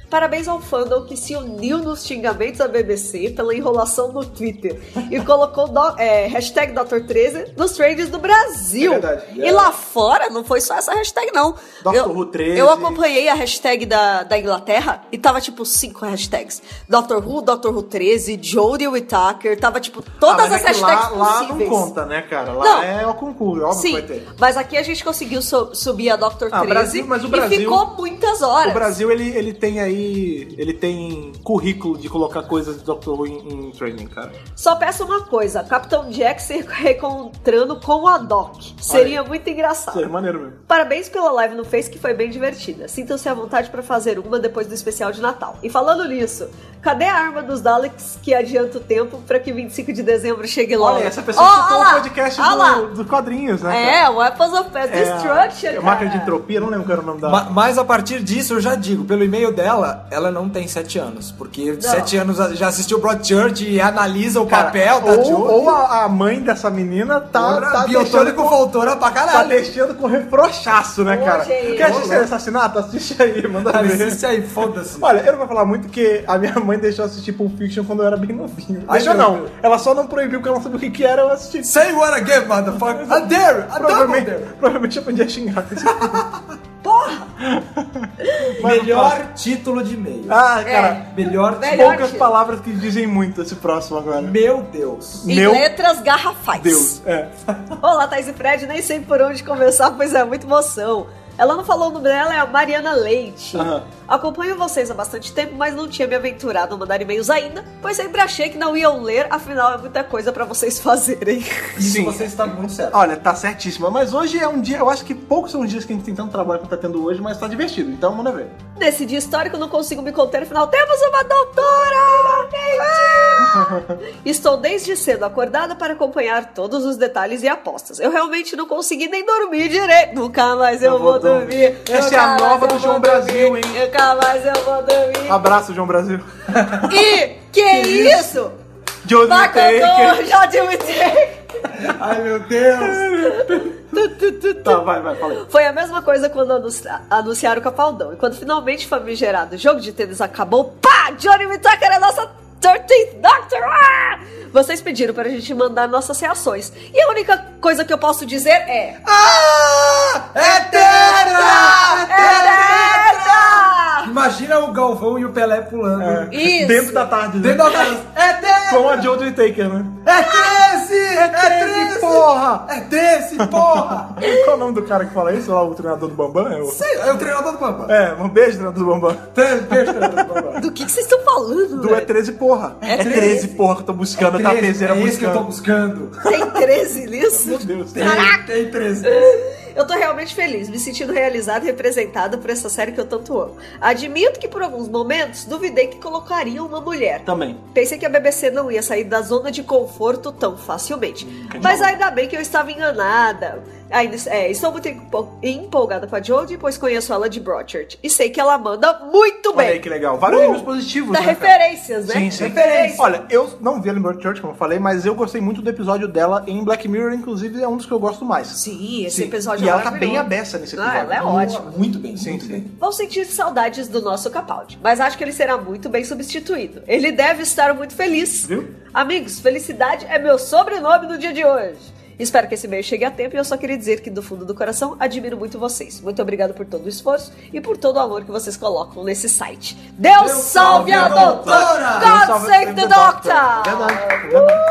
C: Parabéns ao fandom que se uniu nos xingamentos à BBC pela enrolação no Twitter e colocou do, é, hashtag Dr13 nos trends do Brasil.
A: É verdade.
C: E lá fora não foi só essa hashtag, não.
A: Dr.
C: Eu-
A: Who 13.
C: Eu acompanhei a hashtag da, da Inglaterra e tava tipo cinco hashtags. Dr. Who, Dr. Who 13, Jodie Whittaker, tava tipo todas
A: Ah, mas
C: as
A: é que
C: hashtags
A: lá, lá não
C: possíveis.
A: conta, né, cara? Lá
C: Não.
A: é o concurso, óbvio que
C: Sim,
A: vai ter.
C: mas aqui a gente conseguiu su- subir a Dr. 13
A: Ah, Brasil- mas o Brasil-
C: e ficou muitas horas.
A: O Brasil, ele, ele tem aí. Ele tem currículo de colocar coisas de Dr. Who em, em training, cara.
C: Só peço uma coisa: Capitão Jack se reencontrando com a Doc. Seria muito engraçado.
A: Isso é maneiro mesmo.
C: Parabéns pela live no Face que foi bem divertida. Sintam-se à vontade pra fazer uma depois do especial de Natal. E falando nisso, cadê a arma dos Daleks que adianta o tempo pra que 25 de dezembro chegue logo?
A: Olha, essa pessoa
C: Ó,
A: citou
C: ó lá,
A: o podcast
C: ó lá.
A: do, do quadrinhos, né? cara?
C: É, Weapons of Mass
A: É a-
C: Destruction.
A: é a máquina de
C: cara.
A: entropia, não lembro qual era o nome da.
B: Ma- Mas a partir disso, eu já digo, pelo e-mail dela, ela não tem 7 anos. Porque 7 anos já assistiu Broadchurch e analisa o
A: Cara,
B: papel da
A: ou,
B: Jodie.
A: ou a, a mãe dessa menina tá,
B: Ora,
A: tá deixando
B: biotônico voltora
A: Tá
B: pra caralho.
A: deixando com refrochaço, né,
C: Ô,
A: cara?
C: gente.
A: Quer assistir assassinato? Assiste aí, manda
B: Cara,
A: ver.
B: Assiste aí, foda-se.
A: Olha, eu não vou falar muito porque a minha mãe deixou eu assistir Pulp Fiction quando eu era bem novinho.
B: Ai,
A: deixou
B: meu
A: não.
B: Deus.
A: Ela só não proibiu porque ela não sabia o que, que era eu assisti.
B: Say what
A: Ah, então tá
B: again, motherfucker. I dare, I double
A: Provavelmente,
B: dare.
A: provavelmente eu aprendi a xingar.
C: Porra!
B: Melhor título de e-mail.
A: Ah,
C: É.
A: cara,
B: Melhor título.
C: Melhor
A: poucas
C: título.
A: palavras que dizem muito esse próximo agora.
B: Meu Deus.
C: Em
A: Meu
C: letras garrafais.
A: Deus, é.
C: Olá, Thais e Fred, nem sei por onde começar, pois é muita emoção. Ela não falou o nome dela, é a Mariana Leite.
A: Aham.
C: Acompanho vocês há bastante tempo, mas não tinha me aventurado a mandar e-mails ainda, pois sempre achei que não iam ler, afinal é muita coisa pra vocês fazerem.
B: Isso
A: Sim.
B: você está muito certo.
A: Olha, tá certíssima. Mas hoje é um dia, eu acho que poucos são os dias que a gente tem tanto trabalho quanto tá tendo hoje, mas tá divertido. Então manda ver.
C: Nesse dia histórico, não consigo me conter, afinal temos uma doutora! Estou desde cedo acordada para acompanhar todos os detalhes e apostas. Eu realmente não consegui nem dormir direito. Nunca mais eu, vou dormir.
A: Essa
C: Nunca
A: é a
C: mais
A: nova
C: eu
A: do
C: vou
A: João Brasil,
C: dormir.
A: hein?
C: Nunca mais eu vou dormir.
A: Abraço, João Brasil.
C: E que, isso?
A: Johnny
C: Bacandor,
A: Taker.
C: já admitei.
B: Ai, meu Deus.
C: Tu, tu, tu, tu.
A: Tá, vai, vai, fala aí.
C: Foi a mesma coisa quando anunci- anunciaram o Capaldão. E quando finalmente foi famigerado o jogo de tênis acabou, pá! Johnny Whittaker é a nossa 13th Doctor! Ah! Vocês pediram pra gente mandar nossas reações. E a única coisa que eu posso dizer é...
B: Ah! É
C: é
B: tetra! É tetra!
C: Eterna!
B: Imagina o Galvão e o Pelé pulando.
C: Isso.
A: É, Dentro da tarde, né?
B: É. Dentro da casa. É tetra!
A: Com a Johnny Taker, né?
B: É 13! É 13,
A: porra!
B: É 13, porra!
A: Qual é o nome do cara que fala isso? Lá, o treinador do Bambam? É, o...
B: Sei, é o treinador do Bambam.
A: é um beijo, treinador do Bambam.
B: Treze, beijo, treinador do Bambam.
C: Do que que vocês estão falando,
A: Do é
C: velho?
A: 13, porra. É 13, porra, que eu tô buscando. tá a terceira
B: é isso que eu tô
A: buscando.
B: buscando.
C: Tem 13 nisso?
A: Meu Deus.
B: Tem, tem 13.
C: Eu tô realmente feliz, me sentindo realizado e representado por essa série que eu tanto amo. Admito que por alguns momentos duvidei que colocaria uma mulher.
A: Também.
C: Pensei que a BBC não ia sair da zona de conforto tão facilmente.
A: que
C: Mas
A: bom.
C: ainda bem que eu estava enganada. Ainda, é, estou muito empo- empolgada com a Jodie, pois conheço ela de Broadchurch. E sei que ela manda muito
A: Olha
C: bem.
A: aí que legal. Vários
C: Uh!
A: livros positivos,
C: Dá
A: né, cara?
C: referências, né?
A: Sim, sim.
C: Referências.
A: Olha, eu não vi a Limber Church, como eu falei, mas eu gostei muito do episódio dela em Black Mirror, inclusive é um dos que eu gosto mais.
C: Sim, esse
A: Sim.
C: episódio
A: E
C: é
A: ela tá
C: maravilhoso.
A: bem abessa nesse
C: Não,
A: episódio.
C: ela é ótima.
B: Muito bem,
A: Sim,
B: muito
A: sim.
B: bem.
C: Vão sentir saudades do nosso Capaldi, mas acho que ele será muito bem substituído. Ele deve estar muito feliz.
A: Viu?
C: Amigos, felicidade é meu sobrenome no dia de hoje. Espero que esse e-mail chegue a tempo e eu só queria dizer que, do fundo do coração, admiro muito vocês. Muito obrigado por todo o esforço e por todo o amor que vocês colocam nesse site. Deus,
B: Deus
C: salve a doutora! God
A: Salve
C: save the
A: doctor.
C: doctor!
A: Verdade, verdade.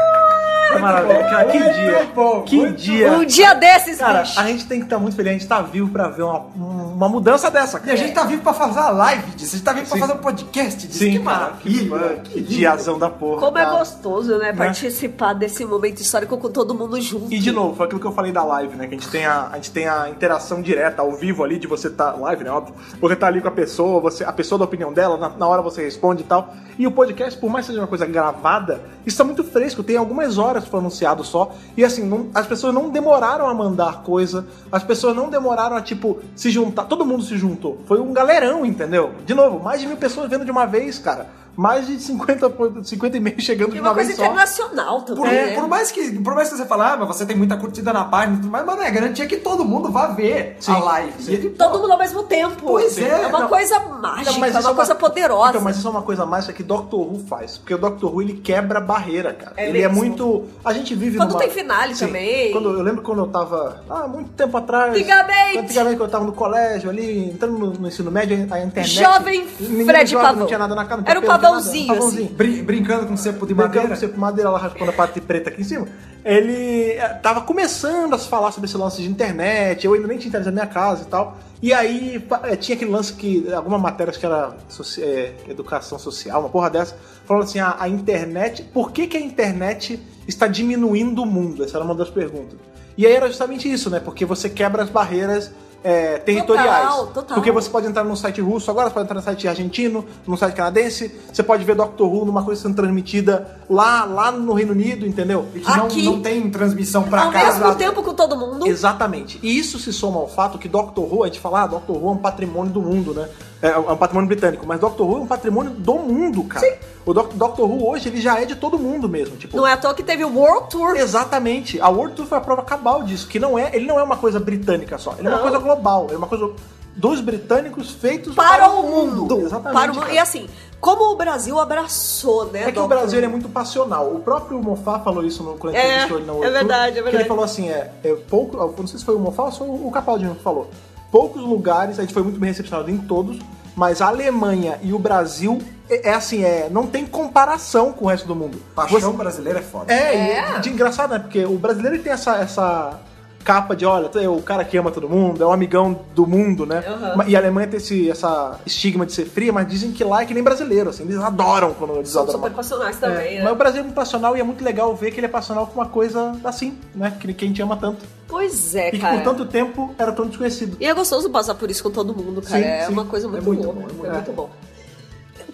A: É maravilhoso. Cara, que
B: muito
A: dia.
B: bom,
A: que
B: muito
A: dia.
C: Um dia desses,
A: Cara,
C: bicho.
A: a gente tem que estar muito feliz, a gente tá vivo pra ver uma, uma mudança dessa.
B: E a gente tá vivo pra fazer a live disso, a gente tá vivo pra
A: Sim.
B: fazer um podcast disso.
A: Sim,
B: que
A: cara,
B: maravilha.
A: Que diazão da porra.
C: Como é
A: cara.
C: gostoso, né? Participar desse momento histórico com todo mundo junto.
A: E de novo, foi aquilo que eu falei da live, né? Que a gente tem a, a, gente tem a interação direta, ao vivo ali, de você tá. Live, né? Óbvio. Você tá ali com a pessoa, você, a pessoa da opinião dela, na, na hora você responde e tal. E o podcast, por mais que seja uma coisa gravada, isso tá muito fresco, tem algumas horas que foi anunciado só. E assim, não- as pessoas não demoraram a mandar coisa, as pessoas não demoraram a, tipo, se juntar. Todo mundo se juntou. Foi um galerão, entendeu? De novo, mais de mil pessoas vendo de uma vez, cara. Mais de 50, po- 50 e meio chegando de
C: E
A: uma,
C: uma coisa
A: vez só.
C: internacional
B: Por,
A: um-
C: também. né?
B: por mais que, por mais que você fale, ah, mas você tem muita curtida na página, e tudo mais, mano, é garantia que todo mundo vá ver
A: Sim,
B: a live.
A: sim.
B: E-
C: Todo mundo ao mesmo tempo.
B: Pois é,
C: É uma
A: não.
C: coisa mágica,
A: Não, Então, mas
C: é
A: isso
C: uma coisa poderosa.
A: Então, mas isso é uma coisa mágica que Doctor Who faz. Porque o Doctor Who ele quebra barreira, cara.
C: É
A: ele é
C: mesmo.
A: muito. A gente vive
C: Quando
A: numa-
C: tem finale também.
A: Quando, eu lembro quando eu tava. Ah, muito tempo atrás.
C: Antigamente.
A: Antigamente, quando eu tava no colégio ali, entrando no, no ensino médio, a internet.
C: Jovem
A: Ninguém
C: Fred
A: jovem,
C: Pavão.
A: Não tinha nada na cara. não
C: Era
A: tinha
C: o
A: pelo, não tinha
C: Pavãozinho,
A: nada.
C: assim.
B: Brin- brincando com cepo tipo de
A: Brincando
B: madeira.
A: com sempre madeira, ela raspando a parte preta aqui em cima. Ele eh, tava começando a se falar sobre esse lance de internet, eu ainda nem tinha internet na minha casa e tal. E aí pa- eh, tinha aquele lance que, alguma matéria, acho que era soci- eh, educação social, uma porra dessa, falando assim: a, a internet, por que, que a internet está diminuindo o mundo? Essa era uma das perguntas. E aí era justamente isso, né? Porque você quebra as barreiras. eh, territoriais.
C: total.
A: Porque você pode entrar num site russo agora, você pode entrar no site argentino, num site canadense, você pode ver Doctor Who numa coisa sendo transmitida lá, lá no Reino Unido, entendeu?
B: E que não,
C: Aqui.
B: não tem transmissão pra
C: ao
B: cá.
C: mesmo tempo com todo mundo.
A: Ah, Exatamente. E isso se soma ao fato que Doctor Who, a gente fala, ah, Doctor Who é um patrimônio do mundo, né? É um patrimônio britânico, mas Doctor Who é um patrimônio do mundo, cara. O Doc- Doctor Who hoje, ele já é de todo mundo mesmo, tipo...
C: Não é à toa que teve o World Tour.
A: Exatamente. A World Tour foi a prova cabal disso, que não é, ele não é uma coisa britânica só, ele é uma
C: Não.
A: coisa global, é uma coisa dos britânicos feitos
C: Para o mundo.
A: Exatamente.
C: Para o mundo.
A: cara.
C: E assim, como o Brasil abraçou, né?
A: É que o
C: Doctor?
A: Brasil ele é muito passional. O próprio Mofá falou isso no quando ele
C: É,
A: entrevistou ele na
C: é
A: World Tour,
C: verdade, é
A: que
C: verdade.
A: ele falou assim, é, é pouco, eu não sei se foi o Mofá ou só o Capaldinho que falou. poucos lugares, a gente foi muito bem recepcionado em todos, mas a Alemanha e o Brasil é, é assim, é, não tem comparação com o resto do mundo.
B: Paixão
A: Você-
B: brasileira é foda.
A: é,
C: É.
A: e de engraçado, né? Porque o brasileiro ele tem essa, essa capa de, olha, é o cara que ama todo mundo, é um amigão do mundo, né?
C: Aham.
A: E a Alemanha tem esse essa estigma de ser fria, mas dizem que lá é que nem brasileiro, assim, eles adoram quando eles
C: São
A: adoram.
C: super passionais também,
A: né? É,
C: né?
A: Mas o Brasil é muito passional e é muito legal ver que ele é passional com uma coisa assim, né? Que, que a gente ama tanto.
C: Pois é,
A: e que
C: cara.
A: por tanto tempo era tão desconhecido.
C: E é gostoso passar por isso com todo mundo, cara.
A: Sim,
C: é
A: sim.
C: uma coisa
A: É
C: muito,
A: muito
C: louca.
A: bom, é muito
C: é
A: bom.
C: muito bom.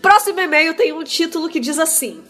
C: Próximo e-mail tem um título que diz assim: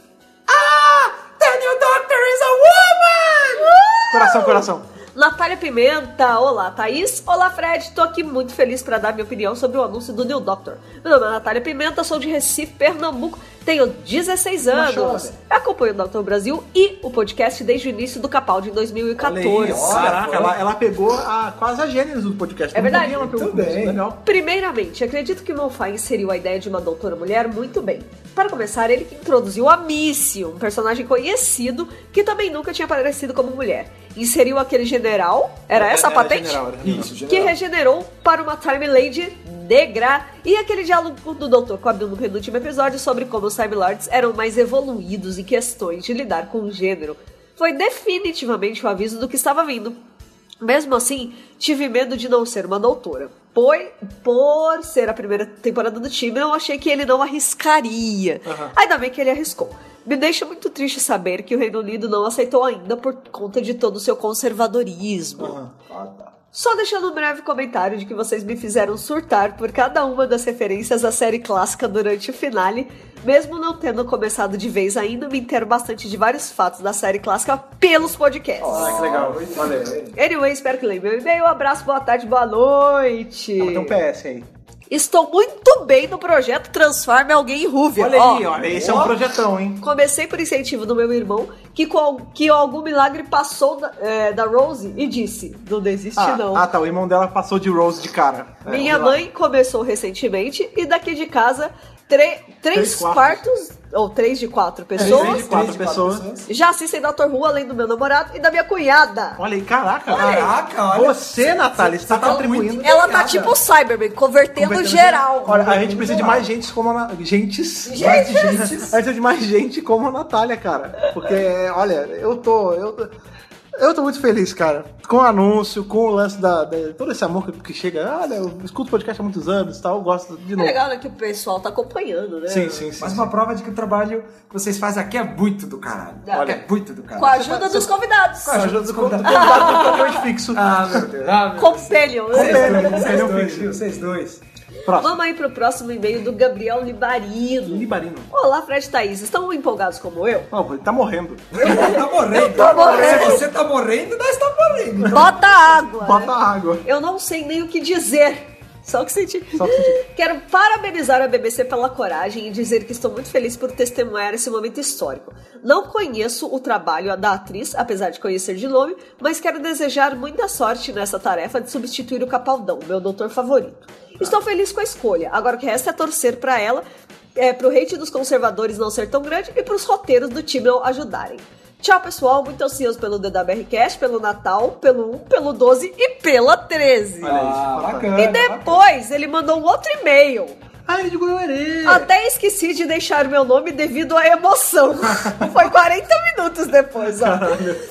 A: Ah!
B: Daniel Doctor is a
C: Uh!
B: woman!
A: Coração, coração.
C: Natália Pimenta, olá Thaís, olá Fred, tô aqui muito feliz pra dar minha opinião sobre o anúncio do New Doctor. Meu nome é Natália Pimenta, sou de Recife, Pernambuco, tenho 16 anos.
A: jovem.
C: Acompanho o Doctor Brasil e o podcast desde o início do Capaldi em 2014.
B: Olha aí, ó.
A: Caraca,
B: foi.
A: ela, ela pegou a, quase a gênese do podcast.
C: É verdade.
A: Ela pegou
B: Muito
A: tudo,
B: bem.
A: um Legal.
C: Primeiramente, acredito que o Malfoy inseriu a ideia de uma doutora mulher muito bem. Para começar, ele que introduziu a Missy, um personagem conhecido que também nunca tinha aparecido como mulher. Inseriu aquele general, era essa a patente?
A: general, era general.
B: Isso,
C: que
B: general.
C: regenerou para uma Time Lady negra. E aquele diálogo do Dr. com a Bill no penúltimo episódio sobre como os Time Lords eram mais evoluídos em questões de lidar com o gênero. Foi definitivamente o aviso do que estava vindo. Mesmo assim, tive medo de não ser uma doutora. Pois, por ser a primeira temporada do time, eu achei que ele não arriscaria.
A: Aham.
C: Ainda bem que ele arriscou. Me deixa muito triste saber que o Reino Unido não aceitou ainda por conta de todo o seu conservadorismo.
A: Aham.
B: Ah, tá.
C: Só deixando um breve comentário de que vocês me fizeram surtar por cada uma das referências à série clássica durante o finale, mesmo não tendo começado de vez ainda, me entero bastante de vários fatos da série clássica pelos podcasts.
A: Ah, que legal.
B: Muito
A: Valeu.
B: bem.
C: Anyway, espero que lembrem meu e-mail. Abraço, boa tarde, boa noite.
A: Ela tem um PS aí.
C: Estou muito bem no projeto Transforme Alguém em Ruvia.
A: Olha
C: Ó,
A: aí, olha. Esse é um projetão, hein?
C: Comecei por incentivo do meu irmão, que com que algum milagre passou da, eh, da Rose e disse: Não desiste,
A: Ah,
C: não.
A: ah, tá. O irmão dela passou de Rose de cara. É,
C: Minha
A: vamos lá.
C: mãe começou recentemente e daqui de casa, tre- três
A: Três É,
C: quartos, ou três de quatro pessoas,
A: Três de quatro pessoas.
C: já assistem Dr. Who, além do meu namorado e da minha cunhada.
A: Olha tá aí, caraca.
B: Caraca, olha.
A: Você, Natália, está
B: tá muito
A: contribuindo.
C: Ela tá
B: cunhada.
C: tipo o Cyberman, convertendo,
A: Convertendo
C: geral.
A: Olha, a gente precisa de mais gente como a Na- Gentes. Mais de gente. né? A gente precisa de mais gente como a Natália, cara. Porque, olha, eu tô. Eu tô... Eu tô muito feliz, cara, com o anúncio, com o lance da, da- todo esse amor que, que chega. Olha, eu escuto podcast há muitos anos, e tal, eu gosto de
C: É
A: novo.
C: legal, né, que o pessoal tá acompanhando, né?
A: Sim, sim, sim.
B: Mais uma prova de que o trabalho que vocês fazem aqui é muito do caralho.
C: Ah,
B: É muito do caralho.
C: Com a ajuda dos convidados.
A: Com um a ajuda do
B: Convidado.
A: convidado do Convidado fixo.
B: Ah, meu Deus. Ah, meu Deus.
C: Compelham.
A: Compelham. Compelham,
C: né?
B: Vocês dois,
A: compelham.
B: viu? Vocês dois.
A: Próximo.
C: Vamos aí pro próximo e-mail do Gabriel Libarino.
A: Libarino.
C: Olá, Fred e Thaís. Estão empolgados como eu?
A: Ó, ele tá morrendo.
B: Tá morrendo.
C: tô morrendo.
B: Se você tá morrendo, nós tá morrendo.
C: Bota água.
A: Bota Tá, água.
C: Eu não sei nem o que dizer. Só o que senti.
A: Só o que senti.
C: Quero parabenizar a BBC pela coragem e dizer que estou muito feliz por testemunhar esse momento histórico. Não conheço o trabalho da atriz, apesar de conhecer de nome, mas quero desejar muita sorte nessa tarefa de substituir o Capaldão, meu doutor favorito. Estou feliz com a escolha. Agora o que resta é torcer para ela, é, pro hate dos conservadores não ser tão grande e pros roteiros do time não ajudarem. Tchau, pessoal. Muito ansioso pelo DWRcast, pelo Natal, pelo 1, pelo 12 e pela 13.
A: Olha aí.
B: Ah,
A: bacana,
C: E depois ele mandou um outro e-mail.
A: Ah, ele de Goiorê.
C: Até esqueci de deixar meu nome devido à emoção. Foi 40 minutos depois, ó.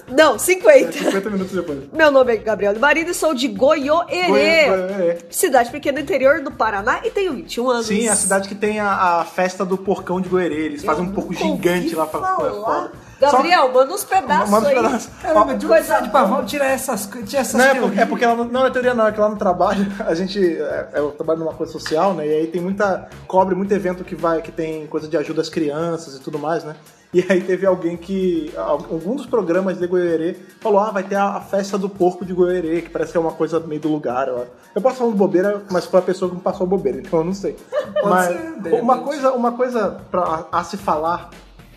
C: Não, 50.
A: 50 É, minutos depois.
C: Meu nome é Gabriel Marido e sou de Goiôerê,
A: Goiorê.
C: cidade pequena interior do Paraná e tenho 21 anos.
A: Sim, é a cidade que tem a, a festa do porcão de Goerê. Eles fazem um porco
C: pouco
A: gigante lá pra fora.
C: Gabriel, manda uns pedaços
A: Manda uns
C: aí.
A: pedaços.
B: Caramba, de onde
C: Coisa
B: sai de pavão tira essas coisas? Tira essas
A: Não, é
B: teorias?
A: porque, é porque ela não, não é teoria, não. É que lá no trabalho, a gente. É, eu trabalho numa coisa social, né? E aí tem muita. Cobre muito evento que vai, que tem coisa de ajuda às crianças e tudo mais, né? E aí teve alguém que. al- Algum dos programas de Goiorê falou: ah, vai ter a, a festa do porco de Goiorê, que parece que é uma coisa meio do lugar. ó. Eu posso falando bobeira, mas foi a pessoa que me passou bobeira, então eu não sei. mas
B: ser, de
A: uma
B: repente.
A: coisa, uma coisa pra, a se falar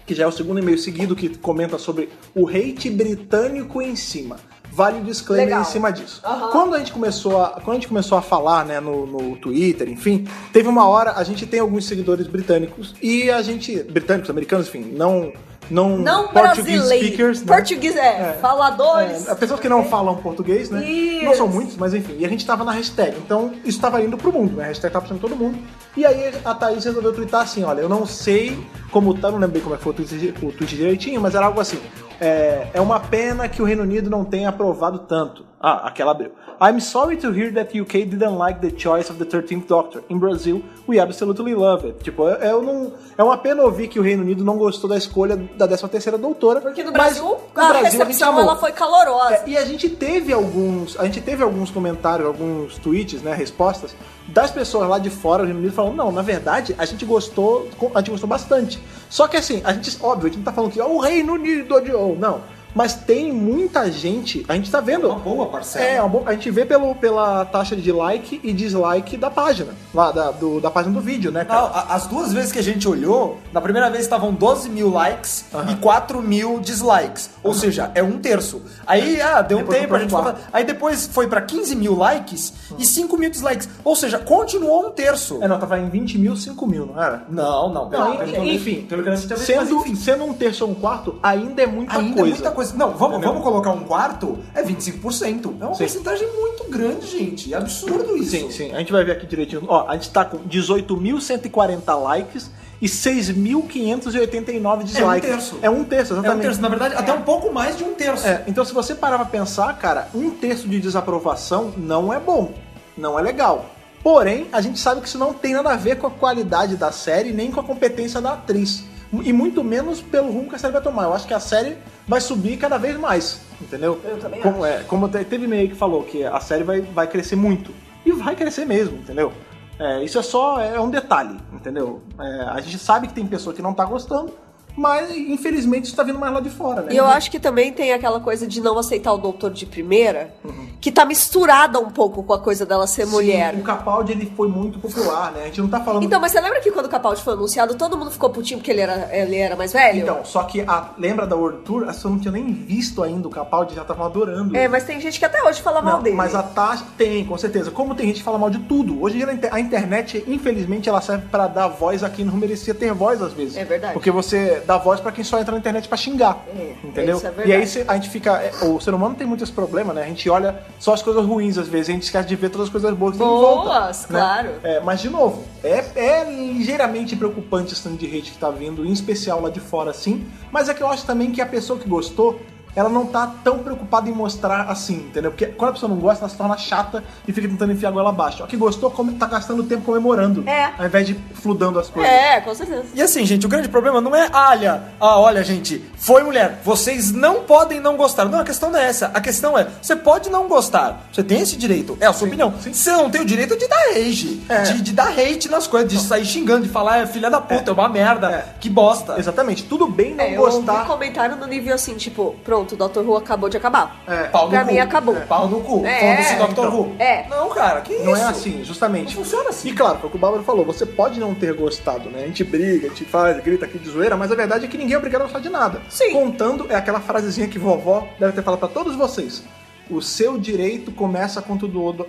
A: que já é o segundo e-mail seguido que comenta sobre o hate britânico em cima. Vale o disclaimer
C: Legal.
A: em cima disso.
C: Aham.
A: Quando a gente começou a, quando a gente começou a falar, né, no, no Twitter, enfim, teve uma hora a gente tem alguns seguidores britânicos e a gente britânicos, americanos, enfim, não não,
C: Não
A: Portuguese
C: brasileiro.
A: speakers, né?
C: Português, é.
A: É.
C: Faladores.
A: É, pessoas que não falam português, né?
C: Isso.
A: Não são muitos, mas enfim. E a gente tava na hashtag, então isso tava indo pro mundo, né? A hashtag tava pra todo mundo. E aí a Thaís resolveu twittar assim: olha, eu não sei como tá, não lembro bem como é que foi o tweet, o tweet direitinho, mas era algo assim. É, é uma pena que o Reino Unido não tenha aprovado tanto. Ah, aquela abriu. I'm sorry to hear that UK didn't like the choice of the 13th Doctor. In Brazil, we absolutely love it. Tipo, eu, eu não, é uma pena ouvir que o Reino Unido não gostou da escolha da 13ª doutora.
C: Porque no
A: mas
C: Brasil,
A: no
C: a
A: Brasil gente
C: recepção
A: amou.
C: ela foi calorosa.
A: É, e a gente teve alguns, a gente teve alguns comentários, alguns tweets, né, respostas das pessoas lá de fora do Reino Unido falando, não, na verdade, a gente gostou, a gente gostou bastante. Só que assim, a gente, óbvio, a gente não tá falando que ó, o Reino Unido odiou, não. Mas tem muita gente, a gente tá vendo.
B: Uma boa parcela.
A: É, uma boa- a gente vê pelo, pela taxa de like e dislike da página, lá da, do- da página do vídeo, né, cara?
B: Não, a- as duas vezes que a gente olhou, na primeira vez estavam 12 mil likes e 4 mil dislikes. Ou seja, é um terço. Aí, ah, deu um
A: É. Depois
B: tempo,
A: foi
B: a
A: pra
B: gente
A: quatro.
B: falou- Aí depois foi pra 15 mil likes e 5 mil dislikes. Ou seja, continuou um terço.
A: É, não, tava em 20 mil, 5 mil, não era?
B: Não,
A: Não,
B: não, pelo- pelo-
A: enfim,
B: pelo que a gente tá vendo, mas
A: sendo,
B: enfim.
A: sendo um terço ou um quarto, ainda é muita
B: Ainda é
A: coisa.
B: muita coisa. Não, vamos,
A: Entendeu?
B: vamos colocar um quarto? É 25%. É uma
A: Sim.
B: porcentagem muito grande, gente. É absurdo isso.
A: Sim, sim. A gente vai ver aqui direitinho. Ó, a gente tá com 18.140 likes e 6.589 dislikes.
B: terço.
A: É um terço,
B: É um
A: exatamente.
B: terço, na verdade, até um pouco mais de um terço.
A: É, então se você parar pra pensar, cara, um terço de desaprovação não é bom, não é legal. Porém, a gente sabe que isso não tem nada a ver com a qualidade da série, nem com a competência da atriz. E muito menos pelo rumo que a série vai tomar. Eu acho que a série vai subir cada vez mais, entendeu?
C: Eu também
A: como, é, como te- teve meio que falou, que a série vai, vai crescer muito. E vai crescer mesmo, entendeu? É, isso é só é um detalhe, entendeu? É, a gente sabe que tem pessoa que não tá gostando, mas infelizmente isso tá vindo mais lá de fora, né?
C: E eu acho que também tem aquela coisa de não aceitar o doutor de primeira, que tá misturada um pouco com a coisa dela ser mulher.
A: Uhum. Sim, Então- o Capaldi ele foi muito popular, né? A gente não tá falando.
C: Então, mas você lembra que quando o Capaldi foi anunciado, todo mundo ficou putinho porque ele era, ele era mais velho?
A: Então, só que a- lembra da World Tour? As pessoas não tinham nem visto ainda o Capaldi, já estavam adorando.
C: É, mas tem gente que até hoje fala
A: Não,
C: mal dele.
A: mas a taxa tem, com certeza. Como tem gente que fala mal de tudo. Hoje em dia na inter- a internet, infelizmente, ela serve pra dar voz a quem não merecia ter voz às vezes.
C: É verdade.
A: Porque você dá voz pra quem só entra na internet pra xingar.
C: É,
A: entendeu?
C: isso é
A: e aí
C: verdade.
A: se- a gente fica. é, O ser humano tem muito esse problema, né? A gente olha só as coisas ruins às vezes, a gente esquece de ver todas as coisas boas que tem em volta.
C: Boas,
A: né?
C: claro.
A: É, mas de novo, é, é ligeiramente preocupante esse tanto de hate que tá vindo, em especial lá de fora, assim. Mas é que eu acho também que a pessoa que gostou, ela não tá tão preocupada em mostrar assim, entendeu? Porque quando a pessoa não gosta, ela se torna chata e fica tentando enfiar a goela abaixo. A que gostou come- tá gastando tempo comemorando,
C: É.
A: ao invés de fludando as coisas.
C: É, com certeza.
B: E assim, gente, o grande problema não é, olha, ah, olha, gente, foi mulher, vocês não podem não gostar. Não, a questão não é essa. A questão é, você pode não gostar. Você tem esse direito, é a sua opinião. Você não tem o direito de dar rage,
A: É.
B: de, de dar hate nas coisas, de sair xingando, de falar, é filha da puta, é, uma merda,
A: É.
B: que bosta.
A: Exatamente, tudo bem não
C: É, eu ouvi
A: gostar.
C: comentário no nível assim, tipo, pronto, o Dr. Who acabou de acabar.
A: É.
B: Pau no
C: Pra
B: cu.
C: mim, acabou.
B: É. Pau no cu.
C: É.
B: Foda-se, Dr.
A: Então,
B: Who.
C: é.
B: Não, cara, que isso?
A: Não é assim, justamente.
B: Não funciona assim.
A: E claro, foi o que o Bárbaro falou, você pode não ter gostado, né? A gente briga, a gente faz, grita aqui de zoeira, mas a verdade é que ninguém é obrigado a gostar de nada.
C: Sim.
A: Contando é aquela frasezinha que vovó deve ter falado pra todos vocês. O seu direito começa quando do outro,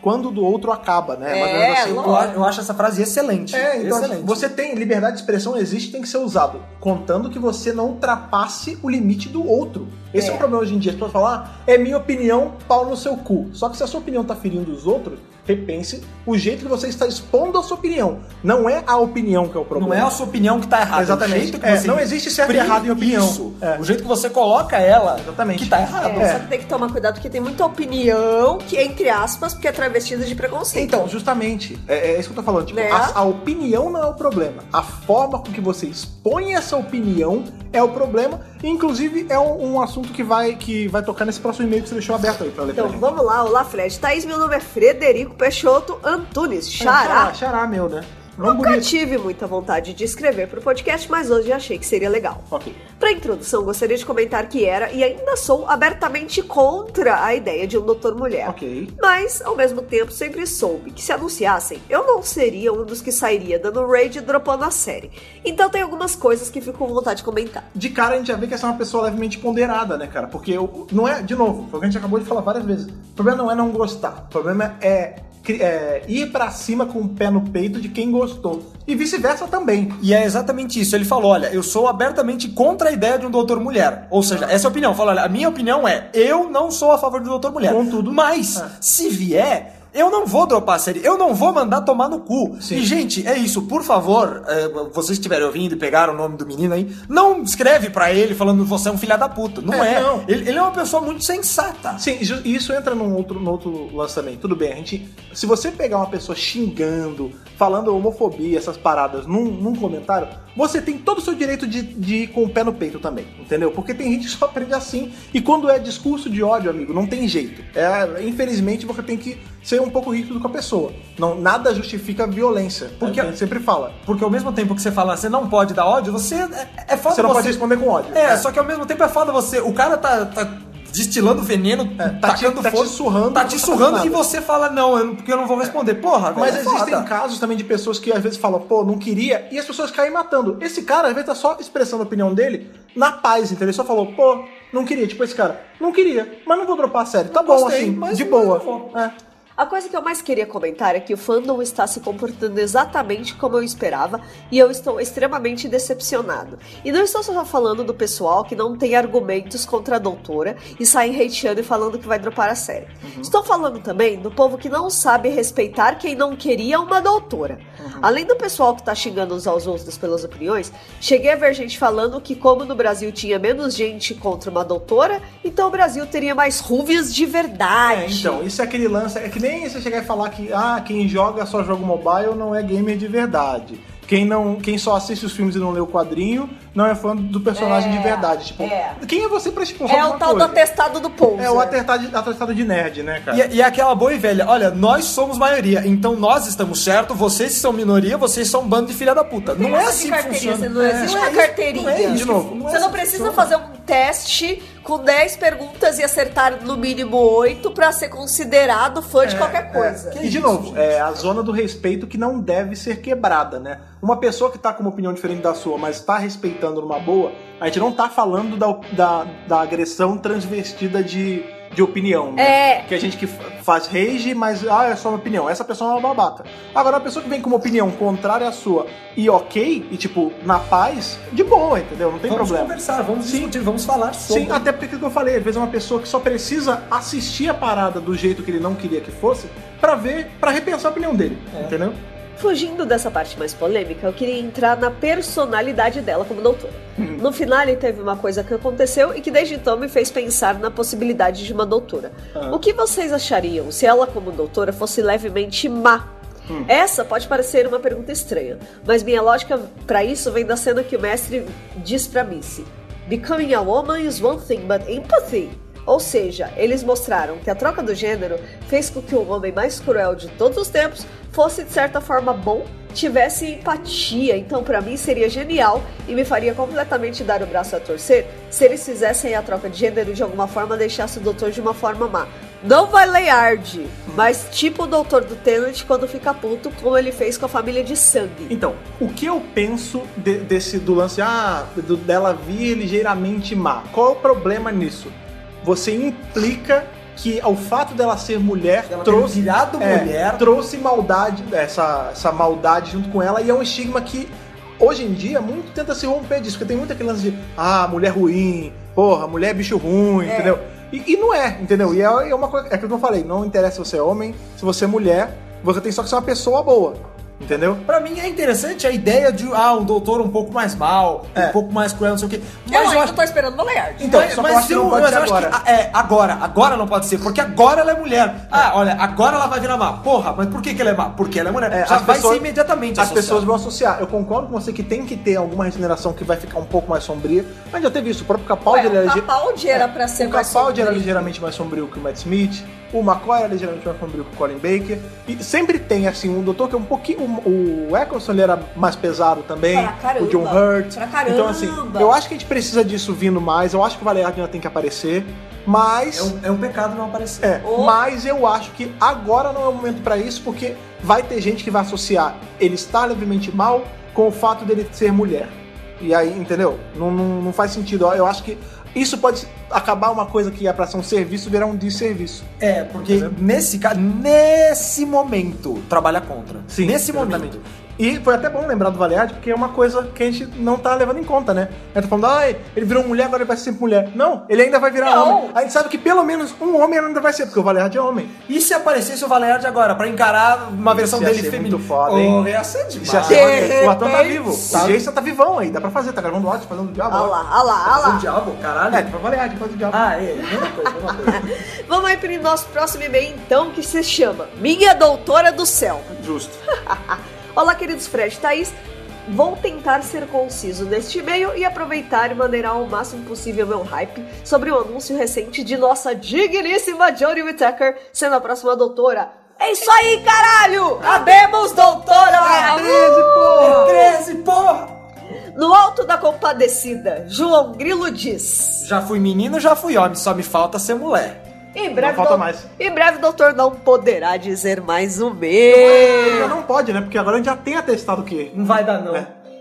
A: quando do outro acaba, né? Mais ou menos
C: É,
A: assim.
C: lógico.
B: Eu, a- eu acho essa frase excelente.
A: É, então
B: excelente.
A: você tem liberdade de expressão existe, tem que ser usado, contando que você não ultrapasse o limite do outro. Esse é, o problema hoje em dia. As pessoas falam, ah, é minha opinião, pau no seu cu. Só que se a sua opinião tá ferindo os outros, repense o jeito que você está expondo a sua opinião. Não é a opinião que é o
B: Não
A: problema.
B: é a sua opinião que tá errada.
A: Exatamente.
B: O jeito que
A: É,
B: você
A: não existe certo e errado em opinião.
B: Isso.
A: É.
B: O jeito que você coloca ela
A: Exatamente.
B: que tá errado.
C: É, Só que tem que tomar cuidado porque tem muita opinião que, entre aspas, porque é travestida de preconceito.
A: Então, justamente, é, é isso que eu tô falando. Tipo,
C: Né?
A: a, a opinião não é o problema. A forma com que você expõe essa opinião é o problema. Inclusive, é um, um assunto que vai, que vai tocar nesse próximo e-mail que você deixou aberto aí pra ler
C: Então
A: pra gente.
C: vamos lá, olá Fred. Thaís, meu nome é Frederico Peixoto Antunes. Xará.
A: É, Xará meu, né? Não
C: Nunca
A: bonito.
C: tive muita vontade de escrever pro podcast, mas hoje achei que seria legal.
A: Ok.
C: Pra introdução, gostaria de comentar que era e ainda sou abertamente contra a ideia de um doutor mulher.
A: Ok.
C: Mas, ao mesmo tempo, sempre soube que se anunciassem, eu não seria um dos que sairia dando raid e dropando a série. Então tem algumas coisas que fico com vontade de comentar.
A: De cara a gente já vê que essa é uma pessoa levemente ponderada, né, cara? Porque eu, não é, de novo, foi o que a gente acabou de falar várias vezes. O problema não é não gostar, o problema é cri- é, ir pra cima com o pé no peito de quem gostou. E vice-versa também.
B: E é exatamente isso. Ele falou: olha, eu sou abertamente contra a ideia de um doutor mulher. Ou
A: Ah.
B: seja, essa é a opinião. Fala, olha, a minha opinião é: eu não sou a favor do doutor mulher.
A: Contudo,
B: mas,
A: é.
B: se vier. Eu não vou dropar a série, eu não vou mandar tomar no cu.
A: Sim.
B: E, gente, é isso, por favor, é, vocês que estiverem ouvindo e pegaram o nome do menino aí, não escreve pra ele falando você é um filha da puta. Não
A: É,
B: é.
A: não.
B: Ele, ele é uma pessoa muito sensata.
A: Sim, ju- e isso entra num outro, num outro lance também. Tudo bem, a gente. Se você pegar uma pessoa xingando, falando homofobia, essas paradas num, num comentário, você tem todo o seu direito de, de ir com o pé no peito também, entendeu? Porque tem gente que só aprende assim. E quando é discurso de ódio, amigo, não tem jeito. É, infelizmente, você tem que ser um pouco rígido com a pessoa. Não, nada justifica a violência. Porque
B: Porque-
A: a gente sempre fala.
B: Porque ao mesmo tempo que você fala, você não pode dar ódio, você. É, é foda
A: Você não
B: você
A: pode responder com ódio.
B: É, só que ao mesmo tempo é foda você. O cara tá, tá destilando veneno,
A: É, tá te-
B: tacando
A: tá te
B: fogo,
A: surrando,
B: tá
A: não
B: te
A: tá
B: surrando
A: fazendo
B: e
A: nada.
B: você fala, não, eu não- porque eu não vou responder. Porra, velho.
A: Mas
B: é
A: existem
B: foda.
A: casos também de pessoas que às vezes falam, pô, não queria, e as pessoas caem matando. Esse cara, às vezes, tá só expressando a opinião dele na paz, entendeu? Ele só falou, pô, não queria. Tipo, esse cara, não queria, mas não vou dropar a série. Tá bom,
B: gostei,
A: assim,
B: mas
A: de
B: não
A: boa.
B: vou.
A: É.
C: A coisa que eu mais queria comentar é que o fandom está se comportando exatamente como eu esperava e eu estou extremamente decepcionado. E não estou só falando do pessoal que não tem argumentos contra a doutora e saem hateando e falando que vai dropar a série.
A: Uhum.
C: Estou falando também do povo que não sabe respeitar quem não queria uma doutora.
A: Uhum.
C: Além do pessoal que está xingando uns aos outros pelas opiniões, cheguei a ver gente falando que como no Brasil tinha menos gente contra uma doutora, então o Brasil teria mais ruvias de verdade.
A: É, então, isso é aquele lance. É que nem você chegar e falar que ah, quem joga só jogo mobile não é gamer de verdade. Quem, não, quem só assiste os filmes e não lê o quadrinho não é fã do personagem
C: É,
A: de verdade. Tipo,
C: é.
A: quem é você pra expulsar
C: É o
A: alguma
C: tal do
A: coisa?
C: atestado do povo.
A: É o atestado, atestado de nerd, né, cara?
B: E, e é aquela boa e velha, olha, nós somos maioria, então nós estamos certo, vocês que são minoria, vocês são um bando de filha da puta. Não, é assim que funciona.
C: Você não existe
B: é
C: uma
B: isso-
C: carteirinha.
B: Não é isso,
A: De novo,
B: não é
C: você
B: assim
C: não
B: que funciona.
C: precisa fazer um teste com 10 perguntas e acertar no mínimo 8 pra ser considerado fã
A: É,
C: de qualquer coisa.
A: E de novo, é a zona do respeito que não deve ser quebrada, né? Uma pessoa que tá com uma opinião diferente da sua, mas tá respeitando numa boa, a gente não tá falando da, da, da agressão transvestida de, de opinião, né?
C: É.
A: Que a gente que fa- faz rage, mas ah, é só uma opinião. Essa pessoa é uma babaca. Agora, uma pessoa que vem com uma opinião contrária à sua e ok, e tipo, na paz, de boa, entendeu? Não tem
B: Vamos
A: problema.
B: conversar, vamos discutir, vamos falar sobre.
A: Sim, até porque, como eu falei, às vezes é uma pessoa que só precisa assistir a parada do jeito que ele não queria que fosse pra ver, pra repensar a opinião dele, entendeu?
C: Fugindo dessa parte mais polêmica, eu queria entrar na personalidade dela como doutora. No final, teve uma coisa que aconteceu e que desde então me fez pensar na possibilidade de uma doutora.
A: Ah.
C: O que vocês achariam se ela, como doutora, fosse levemente má? Essa pode parecer uma pergunta estranha, mas minha lógica pra isso vem da cena que o mestre diz pra Missy: Becoming a woman is one thing, but empathy ou seja, eles mostraram que a troca do gênero fez com que o homem mais cruel de todos os tempos fosse de certa forma bom, tivesse empatia. Então, pra mim seria genial e me faria completamente dar o braço a torcer se eles fizessem a troca de gênero de alguma forma deixasse o doutor de uma forma má. Não vai Layard, mas tipo o doutor do Tenet quando fica puto, como ele fez com a família de sangue.
A: Então, o que eu penso de- desse do lance, ah, do- dela vir ligeiramente má? Qual é o problema nisso? Você implica que o fato dela ser mulher trouxe
B: Ela trouxe ilhado
A: É,
B: mulher.
A: trouxe maldade, essa, essa maldade junto com ela, e é um estigma que hoje em dia muito tenta se romper disso, porque tem muita aquele lance de ah, mulher ruim, porra, mulher é bicho ruim, entendeu? E, e não é, entendeu? E é, é uma coisa, é aquilo que eu falei, não interessa se você é homem, se você é mulher, você tem só que ser uma pessoa boa, entendeu?
B: Pra mim é interessante a ideia de ah, um doutor um pouco mais mal,
A: É.
B: um pouco mais cruel, não sei o quê. Mas eu acho.
C: tô esperando uma Layard.
A: Então,
B: mas,
A: só que
B: mas
A: eu acho que
B: eu-
A: não pode
B: mas
A: ser
B: eu acho
A: agora.
B: que- ah, é, agora. Agora não pode ser, porque agora ela é mulher. Ah, olha, agora ela vai virar má. Porra, mas por que, que ela é má? Porque ela é mulher.
A: É,
B: Já
A: as
B: vai
A: pessoas-
B: ser imediatamente
A: As
B: associado.
A: pessoas vão associar. Eu concordo com você que tem que ter alguma regeneração que vai ficar um pouco mais sombria. Mas já teve isso. O próprio Capaldi
B: tá,
A: ele era ge-
C: Capaldi era pra ser
A: é, O Capaldi era ligeiramente mais sombrio que o Matt Smith, o McCoy era ligeiramente mais sombrio que o Colin Baker. E sempre tem, assim, um doutor que é um pouquinho. O o Eccleston ele era mais pesado também,
C: Pra caramba,
A: o John Hurt.
C: pra caramba.
A: Então, assim, eu acho que a gente precisa disso vindo mais, eu acho que o Valeriano ainda tem que aparecer, mas.
B: É um, é um pecado não aparecer.
A: É,
C: Oh.
A: mas eu acho que agora não é o momento pra isso, porque vai ter gente que vai associar ele estar levemente mal com o fato dele ser mulher. E aí, entendeu? Não, não, não faz sentido. Eu acho que Isso pode acabar uma coisa que é pra ser um serviço virar um desserviço.
B: É, porque nesse caso, nesse momento, trabalha contra. nesse
A: exatamente.
B: momento.
A: E foi até bom lembrar do Valeade, porque é uma coisa que a gente não tá levando em conta, né? A gente tá falando, ai, ele virou mulher, agora ele vai ser sempre mulher. Não, ele ainda vai virar
C: Não.
A: homem. A gente sabe que pelo menos um homem ainda vai ser, porque o Valeade é homem.
B: E se aparecesse o Valerde agora pra encarar uma versão
A: ia
B: dele
A: ser
B: feminina?
A: muito foda, hein?
B: Oh, ia ser
A: E
B: demais.
A: se a-
C: De
A: o Atan tá
C: repente-
A: vivo.
B: Tá.
A: O Jason tá vivão aí, dá pra fazer, tá gravando áudio, fazendo diabo.
C: Olha lá, olha lá,
B: O
C: olha lá.
B: diabo, caralho.
A: É, pra Valeade, faz o diabo.
B: Ah, é, mesma coisa, mesma coisa.
C: Vamos aí pro nosso próximo e-mail, então, que se chama Minha Doutora do Céu.
A: Justo.
C: Olá, queridos Fred e Thaís. Vou tentar ser conciso neste e-mail e aproveitar e maneirar ao máximo possível meu hype sobre o anúncio recente de nossa digníssima Jodie Whittaker sendo a próxima doutora. É isso aí, caralho! Abemos, doutora!
B: 13, porra! 13, porra!
C: No alto da compadecida, João Grilo diz...
B: Já fui menino, já fui homem, só me falta ser mulher.
C: Em breve,
A: falta
C: dou-
A: mais.
C: Em breve, doutor não poderá dizer mais o
A: Ainda
C: mesmo.
A: não pode, né? Porque agora a gente já tem atestado que.
B: Não vai dar, não.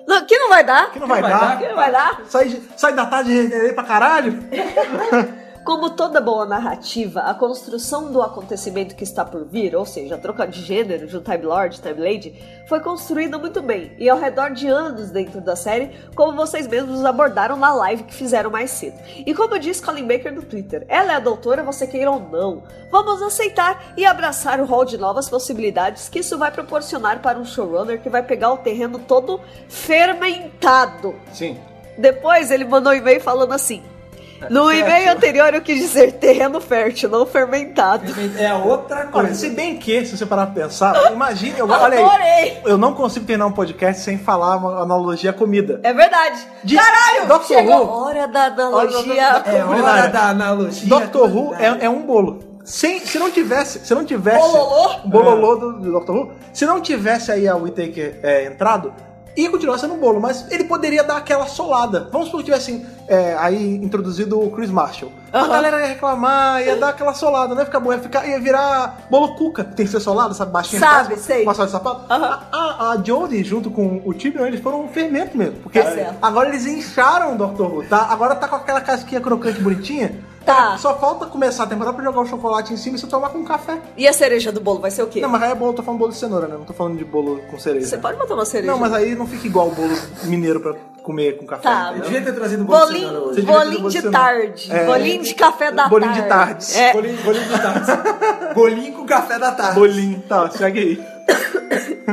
C: Não, que não vai dar.
A: Que não vai dar.
C: Que não vai dar.
A: Sai, sai da tarde de RDD pra caralho.
C: Como toda boa narrativa, a construção do acontecimento que está por vir, ou seja, a troca de gênero de um Time Lord, Time Lady, foi construída muito bem e ao redor de anos dentro da série, como vocês mesmos abordaram na live que fizeram mais cedo. E como disse Colin Baker no Twitter, ela é a doutora, você queira ou não. Vamos aceitar e abraçar o rol de novas possibilidades que isso vai proporcionar para um showrunner que vai pegar o terreno todo fermentado.
A: Sim.
C: Depois ele mandou um e-mail falando assim. No
A: É
C: e-mail anterior eu quis dizer terreno fértil, não fermentado.
B: É outra
A: Olha,
B: coisa.
A: se bem que, se você parar pra pensar, imagine. Eu, olha aí.
C: Adorei!
A: Eu não consigo terminar um podcast sem falar uma analogia à comida.
C: É verdade.
A: De-
C: Caralho!
A: Doctor
C: chegou
A: Who.
C: hora da analogia.
A: Olha,
B: É hora
A: culinária.
B: da analogia.
A: Doctor Who
B: culinária.
A: é, é um bolo. Sem, se não tivesse, se não tivesse
C: Bololô?
A: o bololô do, do Doctor Who, se não tivesse aí a Whittaker é, entrado, ia continuar sendo um bolo, mas ele poderia dar aquela solada. Vamos supor que tivessem é, aí introduzido o Chris Marshall. A
C: Aham.
A: galera ia reclamar, ia dar aquela solada, não ia ficar bom, ia, ficar, ia virar bolo cuca. Tem que ser solado, sabe, baixinho
C: Sabe,
A: fácil,
C: sei.
A: com a sola de sapato.
C: Aham.
A: A, a, a Jodie, junto com o Tibion, eles foram um fermento mesmo, porque
C: Tá certo.
A: agora eles incharam o Doctor Who, tá? Agora tá com aquela casquinha crocante bonitinha.
C: Tá.
A: Só falta começar a temporada pra jogar o chocolate em cima e você tomar com café.
C: E a cereja do bolo vai ser o quê?
A: Não, mas aí é bolo, eu tô falando bolo de cenoura, né? Não tô falando de bolo com
C: Você
A: cereja.
C: pode botar uma cereja?
A: Não, mas aí não fica igual o bolo mineiro pra comer com café. né?
C: Tá.
B: Eu
A: entendeu?
B: devia ter trazido um bolo de cenoura
C: Bolinho,
B: hoje.
A: devia ter
C: bolinho
A: bolo de
C: de
A: cenoura.
C: tarde.
A: É.
C: Bolinho de café da
A: Bolinho de
C: tarde.
A: tarde.
C: É.
B: Bolinho, bolinho de tarde. bolinho com café da tarde.
A: Bolinho, tá, segue aí.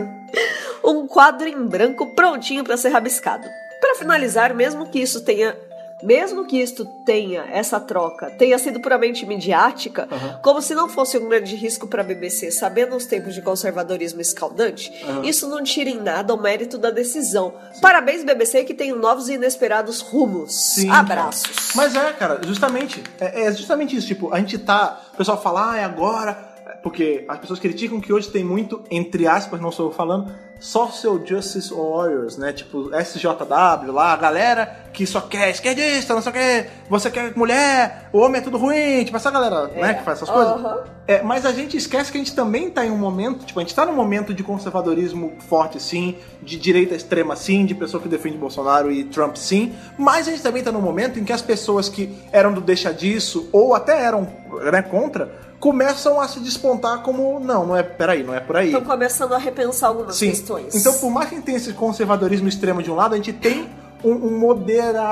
C: um quadro em branco prontinho para ser rabiscado. Para finalizar, mesmo que isso tenha mesmo que isto tenha essa troca, tenha sido puramente midiática, como se não fosse um grande risco para a BBC, sabendo os tempos de conservadorismo escaldante, isso não tira em nada o mérito da decisão. Parabéns BBC que tem novos e inesperados rumos.
A: Sim,
C: Abraços.
A: cara. Mas é, cara, justamente. É, é justamente isso. Tipo, a gente tá. O pessoal fala, ah, é agora. Porque as pessoas criticam que hoje tem muito, entre aspas, não sou eu falando, Social Justice Warriors, né? Tipo, SJW lá, a galera que só quer esquerdista, não sei o que, você quer mulher, o homem é tudo ruim, tipo, essa galera, né, que faz essas coisas.
C: Aham.
A: É, mas a gente esquece que a gente também tá em um momento, tipo, a gente tá num momento de conservadorismo forte sim, de direita extrema sim, de pessoa que defende Bolsonaro e Trump sim, mas a gente também tá num momento em que as pessoas que eram do deixa disso, ou até eram né, contra, começam a se despontar como, não, não é, peraí, não é por aí.
C: Estão começando a repensar algumas
A: Sim.
C: questões.
A: Então, por mais que a gente tenha esse conservadorismo extremo de um lado, a gente tem um, um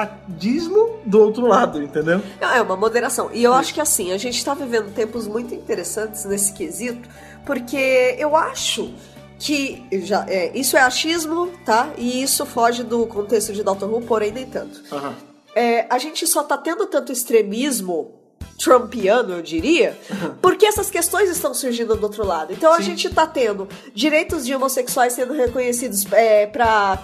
A: moderadismo do outro lado, entendeu?
C: Não, É uma moderação. E eu acho que assim, a gente tá vivendo tempos muito interessantes nesse quesito, porque eu acho que já, é, isso é achismo, tá? E isso foge do contexto de Dr. Who, porém nem tanto. É, a gente só tá tendo tanto extremismo trumpiano, eu diria, porque essas questões estão surgindo do outro lado. Então a gente tá tendo direitos de homossexuais sendo reconhecidos é, para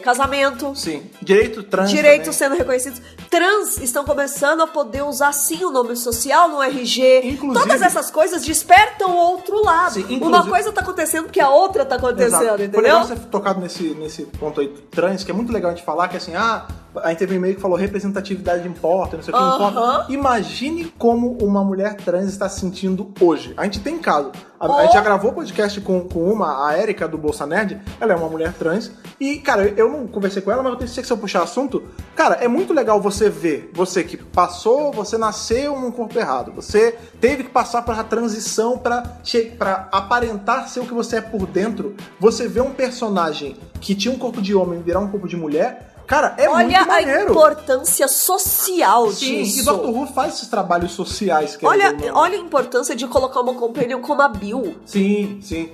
C: casamento,
A: Sim. Direito trans.
C: direitos
A: também.
C: sendo reconhecidos. Trans estão começando a poder usar sim o nome social no RG.
A: Inclusive-
C: Todas essas coisas despertam o outro lado.
A: Sim, inclusive-
C: Uma coisa tá acontecendo porque a outra tá acontecendo,
A: Exato. Foi
C: entendeu?
A: legal você ter tocado nesse, nesse ponto aí do trans, que é muito legal a gente falar que assim, ah, Aí teve um e-mail que falou representatividade importa, não sei o que
C: Aham.
A: importa. Imagine como uma mulher trans está se sentindo hoje. A gente tem caso. A, a
C: Oh.
A: gente já gravou podcast com, com uma, a Érica do Bolsa Nerd. Ela é uma mulher trans. E, cara, eu não conversei com ela, mas eu tenho certeza que se eu puxar assunto, cara, é muito legal você ver. Você que passou, você nasceu num corpo errado. Você teve que passar por essa transição pra, che- pra aparentar ser o que você é por dentro. Você vê um personagem que tinha um corpo de homem virar um corpo de mulher. Cara, é
C: Olha
A: muito
C: a
A: maneiro.
C: importância social
A: Sim,
C: disso.
A: e Dr. Who faz esses trabalhos sociais que é
C: Olha,
A: ele
C: olha a importância de colocar uma companion como a Bill,
A: Sim, sim,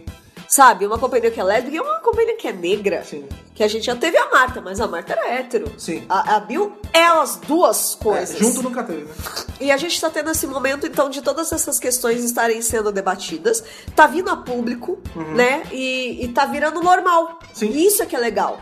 C: sabe? Uma companhia que é lésbica e uma companhia que é negra.
A: sim,
C: Que a gente já teve a Marta, mas a Marta era hétero.
A: sim.
C: A, a Bill é as duas
A: É,
C: coisas.
A: junto nunca teve, né?
C: E a gente tá tendo esse momento, então, de todas essas questões estarem sendo debatidas. Tá vindo a público, né? E, e tá virando normal.
A: Uhum. Sim.
C: E isso é que é legal.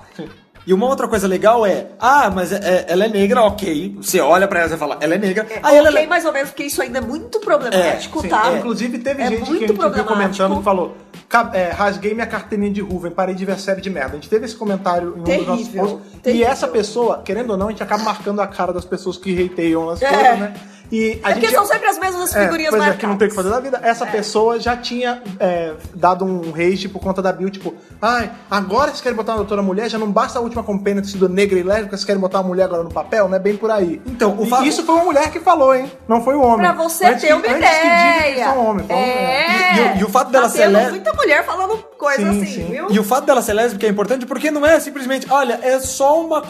B: E uma outra coisa legal é, ah, mas é- é- ela é negra, ok. Você olha pra ela e fala, ela é negra.
C: É,
B: Aí ela é
C: ok,
B: le-
C: mais ou menos, porque isso ainda é muito problemático,
A: Sim,
C: tá?
A: é. Inclusive teve
C: É
A: gente
C: muito
A: que a gente viu
C: problemático.
A: comentando que falou "Ca- é, rasguei minha carteirinha de Ruven, parei de ver série de merda. A gente teve esse comentário em um
C: Terrível,
A: dos nossos posts. E
C: terrível.
A: essa pessoa, querendo ou não, a gente acaba marcando a cara das pessoas que hateiam as
C: É.
A: coisas, né? E a
C: É porque
A: gente...
C: são sempre as mesmas figurinhas É.
A: pois é,
C: marcadas.
A: que não tem o que fazer da vida. Essa pessoa já tinha é, dado um rage por conta da Bill, tipo, ai, agora vocês querem botar uma doutora mulher, já não basta a última compênia ter sido negra e lésbica, vocês querem botar uma mulher agora no papel, né? Bem por aí.
B: Então, o
A: E
B: fa-
A: Isso foi uma mulher que falou, hein? Não foi o homem.
C: Pra você
A: Antes
C: ter
A: que-
C: uma
A: antes que diga que
C: ideia.
A: são então, né? homem, foi uma mulher.
C: é.
B: E- e o- e o fato dela
C: tá
B: ser
C: tendo
B: lé-
C: muita mulher falando coisa
A: Sim,
C: assim,
A: sim.
C: viu?
B: E o fato dela ser lésbica é importante porque não é simplesmente, olha, é só uma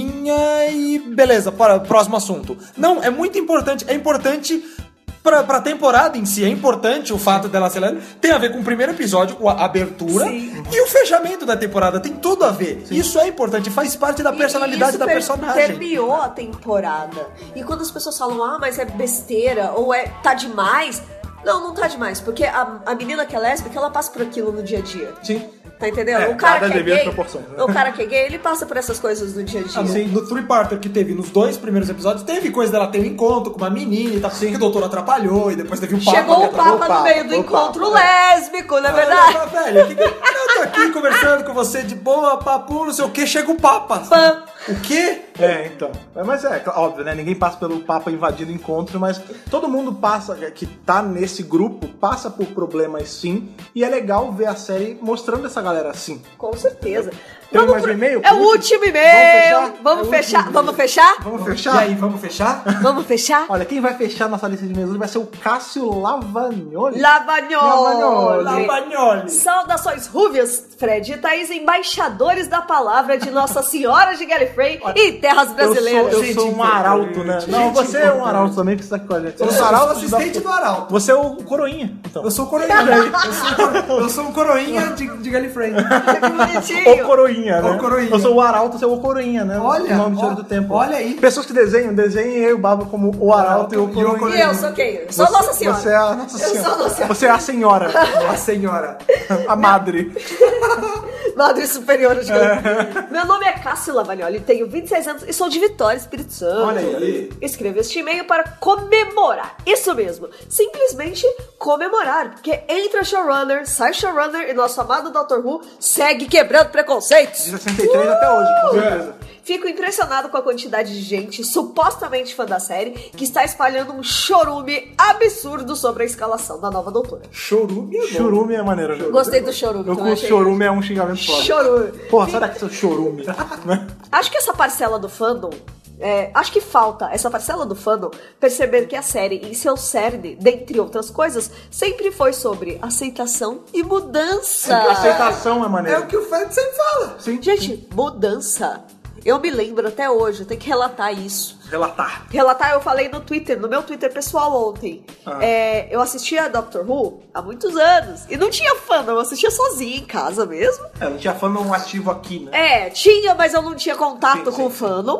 B: coisinha e beleza, para próximo assunto. Não, é muito importante, é importante pra, pra temporada em si, é importante o fato dela ser lésbica. Tem a ver com o primeiro episódio, o- a abertura
C: Sim.
B: e o fechamento da temporada, tem tudo a ver. Isso é importante, faz parte da
C: E
B: personalidade
C: isso
B: da
C: per-
B: personagem.
C: Permeou a temporada. E quando as pessoas falam, ah, mas é besteira, ou é tá demais. Não, não tá demais, porque a, a menina que é lésbica, ela passa por aquilo no dia a dia.
A: Sim.
C: Tá entendendo?
A: É,
C: o cara
A: guarda
C: que é
A: devidas
C: gay,
A: proporções, né?
C: o cara que é gay, ele passa por essas coisas no dia a
B: Ah,
C: dia.
B: no, no Three Parter que teve nos dois primeiros episódios, teve coisa dela ter um encontro com uma menina e tal, que o doutor atrapalhou, e depois teve o papo.
C: Chegou
B: que
C: o
B: atrapalhou.
A: o
C: Papa é
A: Papa,
C: no meio do
A: o
C: encontro
A: Papa,
C: lésbico, não é verdade?
B: Ah, velho, que- eu tô aqui conversando com você de boa, papo, não sei o que, chega o Papa.
C: Pã.
B: O quê?
A: É, então. É, Mas é, cl- óbvio, né? Ninguém passa pelo Papa invadindo o encontro, mas todo mundo passa, que tá nesse grupo, passa por problemas sim. E é legal ver a série mostrando essa galera assim.
C: Com certeza.
A: Tem mais um e-mail?
C: É o último
A: Vamos
C: e-mail.
A: fechar?
C: Vamos
A: É o
C: fechar.
A: último
C: Vamos
A: e-mail.
C: fechar?
A: Vamos
B: E
A: fechar?
B: aí, vamos fechar?
C: Vamos fechar?
A: Olha, quem vai fechar nossa lista de mesas vai ser o Cássio Lavagnoli. Lavagnoli.
C: Lavagnoli.
B: Lavagnoli.
C: Saudações rúvias, Fred e Thaís, embaixadores da palavra de Nossa Senhora de Gallifrey e
A: eu
C: terras
A: sou,
C: brasileiras.
A: eu sou um
B: importante.
A: arauto, né? Não,
B: Gente
A: você é um
B: importante.
A: arauto também, que está aqui com a gente.
B: Eu
A: Você é
B: sou
A: um arauto
B: assistente do Arauto.
A: Você é o coroinha, então.
B: Eu sou um coroinha. né? Eu sou, coro- eu sou um coroinha de, de Gallifrey.
C: Que
A: O
C: bonitinho.
A: coroinha, né?
B: O coroinha.
A: Eu sou o arauto, você é o coroinha, né?
B: Olha,
A: o nome do
B: ó,
A: Senhor do tempo.
B: olha aí.
A: Pessoas que desenham, desenhem eu e o Baba como o arauto e o
B: Arauto e o
A: coroinha.
B: coroinha.
C: E eu sou quem? Eu sou Nossa Senhora.
A: Você é a Nossa
C: Eu sou
A: Senhora.
C: Nossa Senhora.
A: Você é a senhora,
B: A senhora.
A: a madre.
C: Madre Superiora de Gallifrey. Meu nome é Cássio Lavagnoli, tenho 26 anos e sou de Vitória, Espírito Santo.
B: Olha aí.
C: Escrevo este e-mail para comemorar. Isso mesmo. Simplesmente comemorar. Porque entra showrunner, sai showrunner e nosso amado Dr. Who segue quebrando preconceitos.
A: De 63 até hoje, com certeza.
C: Fico impressionado com a quantidade de gente supostamente fã da série que está espalhando um chorume absurdo sobre a escalação da nova doutora.
B: Chorume é bom.
A: Churume é maneiro. né?
C: Gostei do chorume.
A: Eu
C: então
A: com
C: achei-
A: chorume é um xingamento forte.
C: Chorume.
A: Porra, será que seu chorume? né?
C: Acho que essa parcela do fandom. é, acho que falta essa parcela do fandom perceber que a série, em seu cerne, dentre outras coisas, sempre foi sobre aceitação e mudança.
A: Aceitação é
B: É o
A: maneiro.
B: que o Fred sempre fala.
A: Sim.
C: Tá. Gente, mudança. Eu me lembro até hoje, eu tenho que relatar isso.
A: Relatar.
C: Relatar, eu falei no Twitter, no meu Twitter pessoal ontem.
A: Ah.
C: É, eu assistia Doctor Who há muitos anos e não tinha fandom, eu assistia sozinha em casa mesmo.
A: É, não tinha fã não ativo aqui, né?
C: É, tinha, mas eu não tinha contato
A: Sim,
C: com o
A: sim,
C: fandom.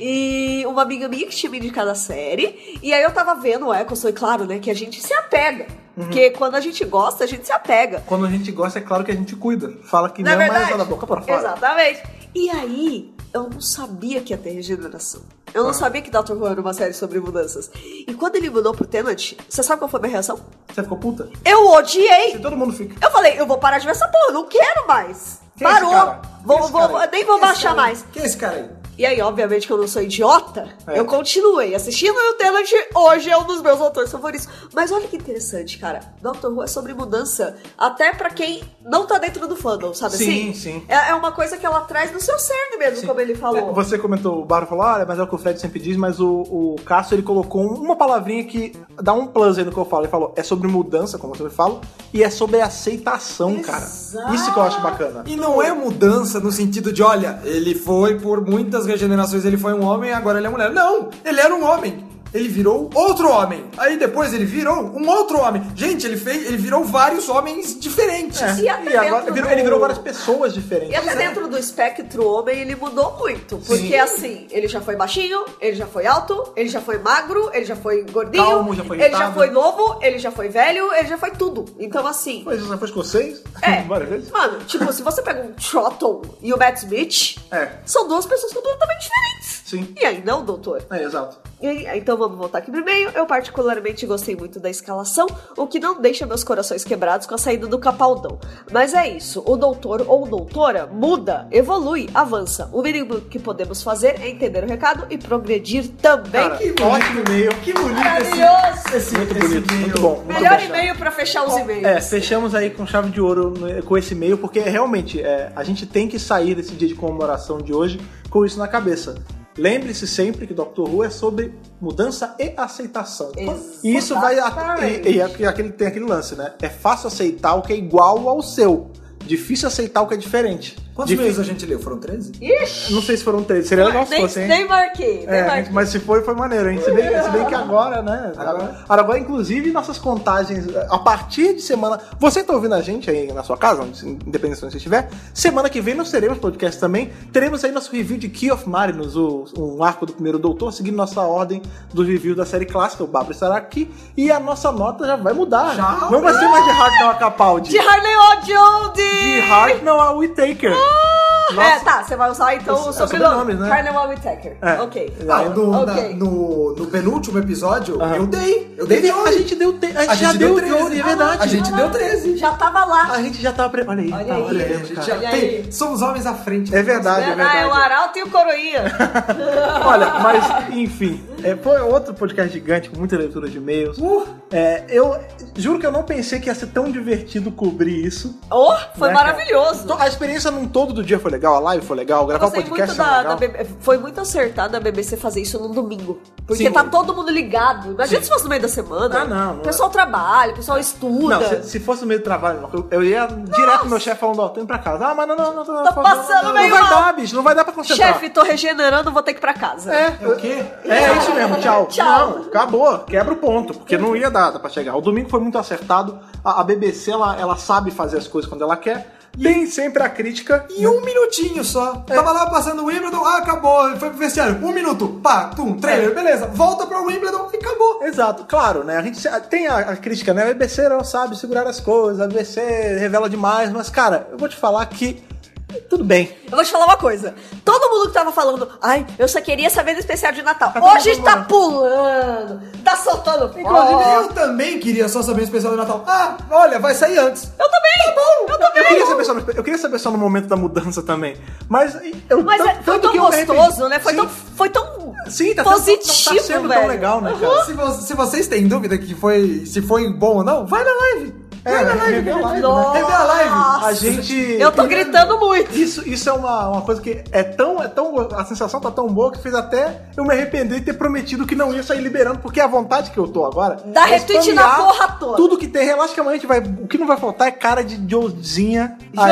C: E uma amiga minha que tinha me indicado a série. E aí eu tava vendo o Eccleston, e claro, né, que a gente se apega.
A: Uhum.
C: Porque quando a gente gosta, a gente se apega.
A: Quando a gente gosta, é claro que a gente cuida. Fala que
C: Na
A: não, mas
C: verdade.
A: é da boca pra fora.
C: Exatamente. E aí, eu não sabia que ia ter regeneração. Eu não
A: Ah.
C: sabia que Dr. Who era uma série sobre mudanças. E quando ele mudou pro Tenant, você sabe qual foi a minha reação?
A: Você ficou puta?
C: Eu odiei!
A: E todo mundo fica.
C: Eu falei, eu vou parar de ver essa porra, não quero mais.
A: Quem é esse
C: Parou!
A: cara? Quem é
C: Vou,
A: esse
C: vou,
A: cara aí?
C: nem vou
B: Quem é esse
C: baixar
B: cara aí?
C: mais.
B: Quem é esse cara aí?
C: E aí, obviamente que eu não sou idiota,
B: É.
C: eu continuei assistindo e o Tenant hoje é um dos meus autores favoritos. Mas olha que interessante, cara. Doctor Who é sobre mudança até pra quem não tá dentro do fandom, sabe
A: Sim,
C: assim?
A: sim. É,
C: É, é uma coisa que ela traz no seu cerne mesmo, como ele falou.
A: Você comentou, o Baro falou, olha, mas é o que o Fred sempre diz, mas o, o Cássio ele colocou um, uma palavrinha que dá um plus aí no que eu falo. Ele falou, é sobre mudança, como eu sempre falo, e é sobre aceitação, cara.
C: Exato.
A: Isso que eu acho bacana.
B: E não é mudança no sentido de, olha, ele foi por muitas regenerações, ele foi um homem, agora ele é mulher. Não, ele era um homem. Ele virou outro homem. Aí depois ele virou um outro homem. Gente, ele fez, ele virou vários homens diferentes.
C: E até
A: E agora
C: dentro
A: virou-
C: do-
A: ele virou várias pessoas
C: E
A: diferentes.
C: até dentro do espectro homem, ele mudou muito. Porque assim, ele já foi baixinho, ele já foi alto, ele já foi magro, ele já foi gordinho,
A: Calmo, já foi
C: ele
A: irritado.
C: já foi novo, ele já foi velho, ele já foi tudo. Então assim,
A: Mas já foi escocês?
C: É.
A: Várias vezes?
C: Mano, tipo, se você pega um Trotton e o Matt Smith,
A: É.
C: são duas pessoas completamente diferentes.
A: Sim.
C: E aí, não, doutor?
A: É, exato.
C: E aí, então vamos voltar aqui pro e-mail. Eu particularmente gostei muito da escalação, o que não deixa meus corações quebrados com a saída do Capaldão. Mas é isso, o doutor ou doutora muda, evolui, avança. O mínimo que podemos fazer é entender o recado e progredir também.
A: Cara,
B: Que ótimo e-mail, que bonito
C: Maravilhoso.
B: esse, esse
A: Muito
B: esse
A: bonito,
B: e-mail.
A: muito bom. Muito
C: Melhor
A: bom.
C: e-mail pra fechar os e-mails.
A: É, fechamos aí com chave de ouro né, com esse e-mail, porque realmente é, a gente tem que sair desse dia de comemoração de hoje com isso na cabeça. Lembre-se sempre que Dr. Who é sobre mudança e aceitação. Então, E isso vai. A,
C: Exatamente.
A: e e aqui- aquele, tem aquele lance, né? É fácil aceitar o que é igual ao seu. Difícil aceitar o que é diferente.
B: Quantos
A: Difí-
B: e-mails a gente leu? Foram 13?
C: Ixi,
A: Não sei se foram três. Seria legal se
C: nem,
A: fosse, hein?
C: nem marquei, nem
A: É,
C: marquei.
A: mas se foi, foi maneiro, hein? Se bem, se bem que agora, né? Agora, agora, inclusive, nossas contagens, a partir de semana. Você tá ouvindo a gente aí na sua casa, onde- independente de onde você estiver. Semana que vem nós teremos podcast também. Teremos aí nosso review de Key of Marinus, o, um arco do primeiro doutor, seguindo nossa ordem do review da série clássica. O Babra estará aqui. E a nossa nota já vai mudar.
B: Já?
A: Não vai ser mais de Hartnell a Capaldi.
C: De Harley O'Joldi!
A: De Hartnell a Whittaker.
C: É, tá, você vai usar então o
A: Os-
C: sobrenome.
A: sobrenomes, né?
C: Harley Whittaker.
A: É.
C: Ok. Tá,
B: Ah, no, na-
C: Ok.
B: no, no penúltimo episódio,
A: Aham.
B: eu dei. Eu dei de
A: A
B: hoje.
A: gente deu. te- A gente
B: A
A: já
B: gente
A: deu,
B: deu
A: deu
B: 13,
A: é verdade.
B: a gente deu 13.
C: Já tava lá.
A: A gente já tava. Pre... Olha aí,
C: Olha
A: tava
C: aí.
B: Olha aí, a
A: prevendo,
B: gente
A: cara.
B: já
C: Olha
B: tem-
C: aí.
B: somos homens à frente.
A: É verdade, é
C: Ah, é o
A: verdade.
C: Arauto e o Coroinha.
A: Olha, mas enfim, é, foi outro podcast gigante com muita leitura de e-mails.
B: Uh,
A: É, eu juro que eu não pensei que ia ser tão divertido cobrir isso.
C: Oh, foi
A: Né, cara?
C: maravilhoso.
A: A experiência num todo do dia foi legal, a live foi legal, gravar o
C: Gostei muito
A: podcast foi
C: da,
A: legal.
C: da BB Foi muito acertado a BBC fazer isso no domingo. Porque
A: Sim.
C: tá todo mundo ligado. Imagina se fosse no meio da semana.
A: Ah, não, não
C: O pessoal trabalha, o pessoal estuda.
A: Não, se, se fosse no meio do trabalho, eu, eu ia direto pro meu chefe falando, ó, tô indo pra casa. Ah, mas não, não, não, não.
C: Tô
A: não,
C: passando
A: não, não,
C: meio
A: vai
C: mal.
A: dar, bicho, não vai dar pra concentrar.
C: Chefe, tô regenerando, vou ter que ir pra casa.
A: tá- É,
B: é o quê?
A: É isso mesmo, tchau.
C: Tchau.
A: Não, acabou, quebra o ponto, porque não ia dar pra chegar. O domingo foi muito acertado. A, a BBC, ela, ela sabe fazer as coisas quando ela quer. Tem sempre a crítica.
B: E um minutinho só. Tava lá passando o Wimbledon, ah, acabou. Foi pro vestiário. Um minuto, pá, tum, trailer, beleza. Volta pro Wimbledon e acabou.
A: Exato, claro, né? A gente se- tem a, a crítica, né? A BBC não sabe segurar as coisas, a BBC revela demais, mas, cara, eu vou te falar que tudo bem.
C: Eu vou te falar uma coisa. Todo mundo que tava falando, ai, eu só queria saber do especial de Natal.
A: Tá todo
C: Hoje
A: mundo
C: tá pulando, tá soltando
B: Inclusive,
C: fogo.
B: eu também queria só saber o especial do Natal. Ah, olha, vai sair antes.
C: Eu também!
A: Tá
C: eu também!
A: Eu queria, saber só no, eu queria saber só no momento da mudança também. Mas, eu,
C: Mas é-
A: tanto-
C: foi
A: tanto
C: tão
A: que eu me arrependi.
C: gostoso, né? Foi
A: Sim.
C: tão, foi tão
A: Sim, tá, tão-
C: positivo,
A: tá sendo
C: velho.
A: tão legal, né, cara?
B: Se, vo- se vocês têm dúvida que foi, se foi bom ou não, vai na live. Vai
A: É,
B: na live,
A: revê a live, né?
B: Nossa. Revê a live.
A: A gente.
C: Eu tô gritando muito.
A: Isso, isso é uma, uma coisa que é tão, é tão. A sensação tá tão boa que fez até eu me arrepender de ter prometido que não ia sair liberando, porque a vontade que eu tô agora.
C: Dá
A: é
C: retweet na
A: spamear
C: porra toda.
A: Tudo que tem, relaxa que amanhã a gente vai. O que não vai faltar é cara de Jodizinha.
C: Jodizinha.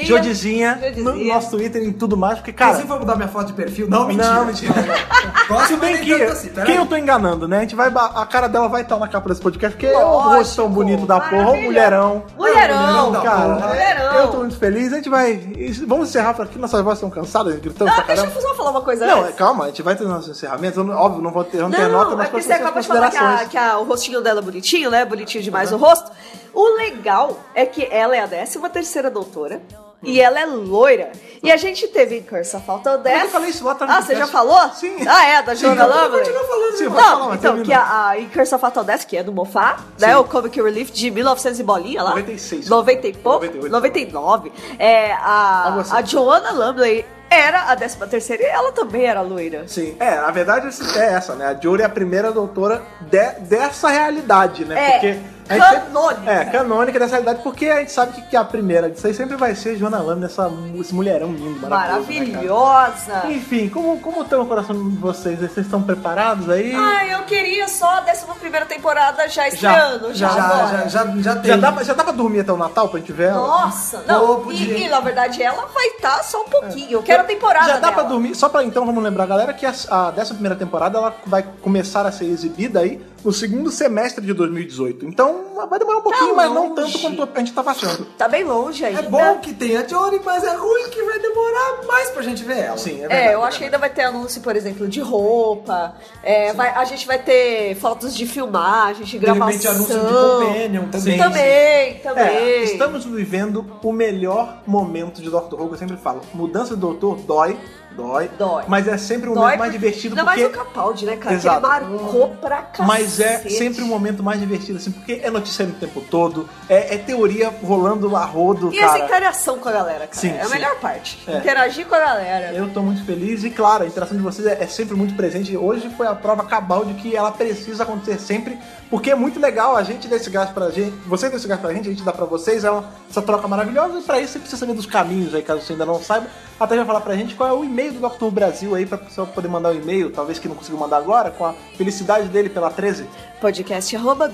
A: aí, Jodizinha.
C: Jodizinha.
A: No nosso Twitter e em tudo mais, porque,
B: Cara,
A: cara.
B: você vai mudar minha foto de perfil? Não, mentira.
A: Não, mentira.
B: Gosto assim,
A: Se bem que. Quem eu tô enganando, né? A, gente vai, ba- a cara dela vai estar na capa desse podcast, porque é um
C: Lógico.
A: rosto tão bonito da porra, um
C: Maravilhoso.
A: mulherão.
C: Mulherão,
B: Não,
A: Cara, É.
B: porra.
C: Mulherão.
A: eu tô muito feliz. A gente vai. isso- Vamos encerrar por aqui. Nossas vozes estão cansadas, gritando
C: Ah,
A: pra
C: deixa
A: caramba.
C: eu só falar uma coisa
A: Não, é,
C: antes.
A: calma, a gente vai ter nossos encerramentos. Eu não- óbvio, não vou ter, não ter
C: Não,
A: nota, mas
C: é porque
A: pode
C: você
A: ser
C: acaba de falar que, a-
A: considerações. Tá
C: que a- o rostinho dela é bonitinho, né? Bonitinho demais o rosto. O legal é que ela é a 13 terceira doutora. E ela é loira. E a gente teve em Cursa falta
A: Hum. já
C: 10.
A: falei isso lá atrás no
C: Ah, você já
A: podcast.
C: falou?
A: Sim.
C: Ah, é, da
A: Sim,
C: Joana
A: então
C: Lovelace?
A: continua falando, Sim,
C: não,
A: vai falar, mas
C: então,
A: termina.
C: que a, a Incursa Fatal 10, que é do Mofá, né? O Comic Relief de 1900 e bolinha lá.
A: 96.
C: 90 e pouco.
A: 98.
C: 99. É, a,
A: Algo assim.
C: a Joana Lumley era a 13 terceira e ela também era loira.
A: Sim, é, a verdade é essa, né? A Jory é a primeira doutora de- dessa realidade, né?
C: É,
A: a gente sempre-
C: canônica.
A: é, canônica dessa realidade, porque a gente sabe que, que a primeira disso aí sempre vai ser Joana Lam, essa, esse mulherão lindo, maravilhoso. né, cara?
C: Maravilhosa.
A: Enfim, como, como tá o coração de vocês? Vocês estão preparados aí?
C: Ai, eu queria só a 11 primeira temporada já estreando. Já,
B: Já,
C: agora.
B: já, já, já, tem.
A: já, dá, pra- já dá pra dormir até o Natal pra gente ver ela?
C: Nossa,
B: Pô,
C: não.
B: podia.
C: E, e, na verdade ela vai estar só um pouquinho. Eu quero a temporada.
A: É, Já dá
C: dela.
A: pra dormir, só pra então, vamos lembrar, galera, que a, a dessa primeira temporada ela vai começar a ser exibida aí no segundo semestre de 2018. Então vai demorar um pouquinho, mas não tanto quanto a gente tava achando.
C: Tá bem longe ainda.
B: É
A: né?
B: bom que tem a Jory, mas é ruim que vai demorar mais pra gente ver ela.
A: Sim, é verdade.
C: É, eu acho que ainda vai ter anúncio, por exemplo, de roupa. é, vai- a gente vai ter fotos de filmagem, de
B: De
C: gravação.
B: repente, anúncio de Companion também.
C: Também,
A: É,
C: também.
A: estamos vivendo o melhor momento de Doctor Who, que eu sempre falo. Mudança do Doutor dói, dói,
C: Dói.
A: mas é sempre o
C: Dói
A: momento mais
C: porque-
A: divertido
C: Ainda
A: porque...
C: mais o Capaldi, né, cara? Que
A: Exato.
C: Ele marcou pra cacete.
A: Mas é sempre o momento mais divertido, assim, porque é notícia o tempo todo, é, é teoria rolando a rodo,
C: E essa
A: cara.
C: interação com a galera, cara.
A: Sim,
C: é a
A: sim.
C: melhor parte.
A: É.
C: Interagir com a galera.
A: Eu tô muito feliz e, claro, a interação de vocês é, é sempre muito presente. Hoje foi a prova cabal de que ela precisa acontecer sempre, porque é muito legal a gente dá esse gás pra gente, você dá esse gás pra gente, a gente dá pra vocês, é uma, essa troca maravilhosa. E pra isso você precisa saber dos caminhos aí, caso você ainda não saiba. Até já falar pra gente qual é o e-mail do Dr. Brasil aí, pra pessoa poder mandar o e-mail, talvez que não conseguiu mandar agora, com a felicidade dele pela 13.
C: Podcast arroba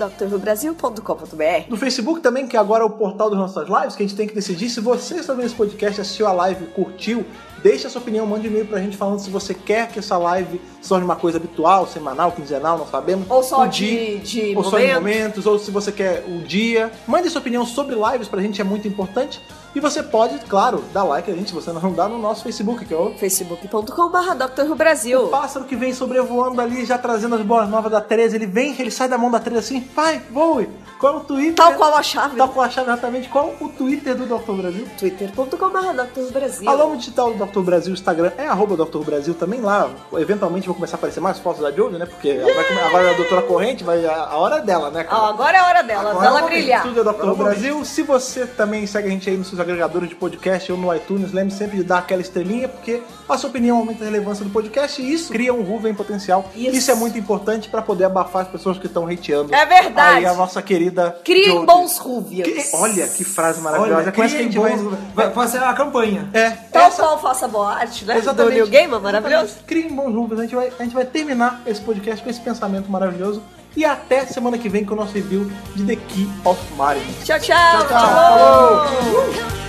C: drrubrasil.com.br
A: No Facebook também, que agora é o portal das nossas lives, que a gente tem que decidir se você está vendo esse podcast, assistiu a live, curtiu, deixa a sua opinião, mande um e-mail pra gente falando se você quer que essa live se torne uma coisa habitual, semanal, quinzenal, não sabemos.
C: Ou só
A: O
C: de, de
A: ou só em
C: momento.
A: momentos, ou se você quer o dia. Mande sua opinião sobre lives pra gente, é muito importante. E você pode, claro, dar like a gente, se você não dá, no nosso Facebook, que é o
C: facebook.com.br drrubrasil.
A: pássaro que vem sobrevoando ali, já trazendo as bolas novas da 13. Ele vem, ele sai da mão da 13 assim, vai, voe. Qual é o Twitter?
C: Tal qual a chave.
A: Tá com a chave exatamente qual o Twitter do Dr. Brasil.
C: Twitter.com.br drrubrasil.
A: A logo digital do Dr. Brasil, Instagram é arroba Dr. Brasil também lá. Eventualmente vão começar a aparecer mais fotos da Jojo, né? Porque ela vai come- agora é a doutora corrente, vai a, a hora é dela, né,
C: Ah,
A: cara?
C: agora é a hora dela,
B: Agora é
C: dela
B: o momento.
C: brilhar.
A: Tudo é
B: Agora é
A: Dr.
B: o
A: Brasil. Se você também segue a gente aí nos seus agregadores de podcast ou no iTunes, lembre sempre de dar aquela estrelinha, porque a sua opinião aumenta a relevância do podcast e isso cria um Ruven potencial.
C: Isso.
A: é muito importante pra poder abafar as pessoas que estão hateando.
C: É verdade.
A: Aí
C: um
A: a nossa querida.
C: Criem
A: Jojo.
C: bons ruvias.
A: Que- olha que frase maravilhosa.
B: Olha,
A: Com essa que é a
B: que
A: gente
B: bom.
A: vai-
B: Vai, vai ser a campanha.
A: É,
C: um. Tal
A: essa-
C: qual faça boa arte, né?
A: Exatamente.
C: Do New Gamer, maravilhoso.
A: Exatamente. Criem bons números. A gente, vai, a gente vai terminar esse podcast com esse pensamento maravilhoso. E até semana que vem com o nosso review de The Key of Mario.
C: Tchau, tchau.
A: Tchau, tchau.
C: Falou.
D: Come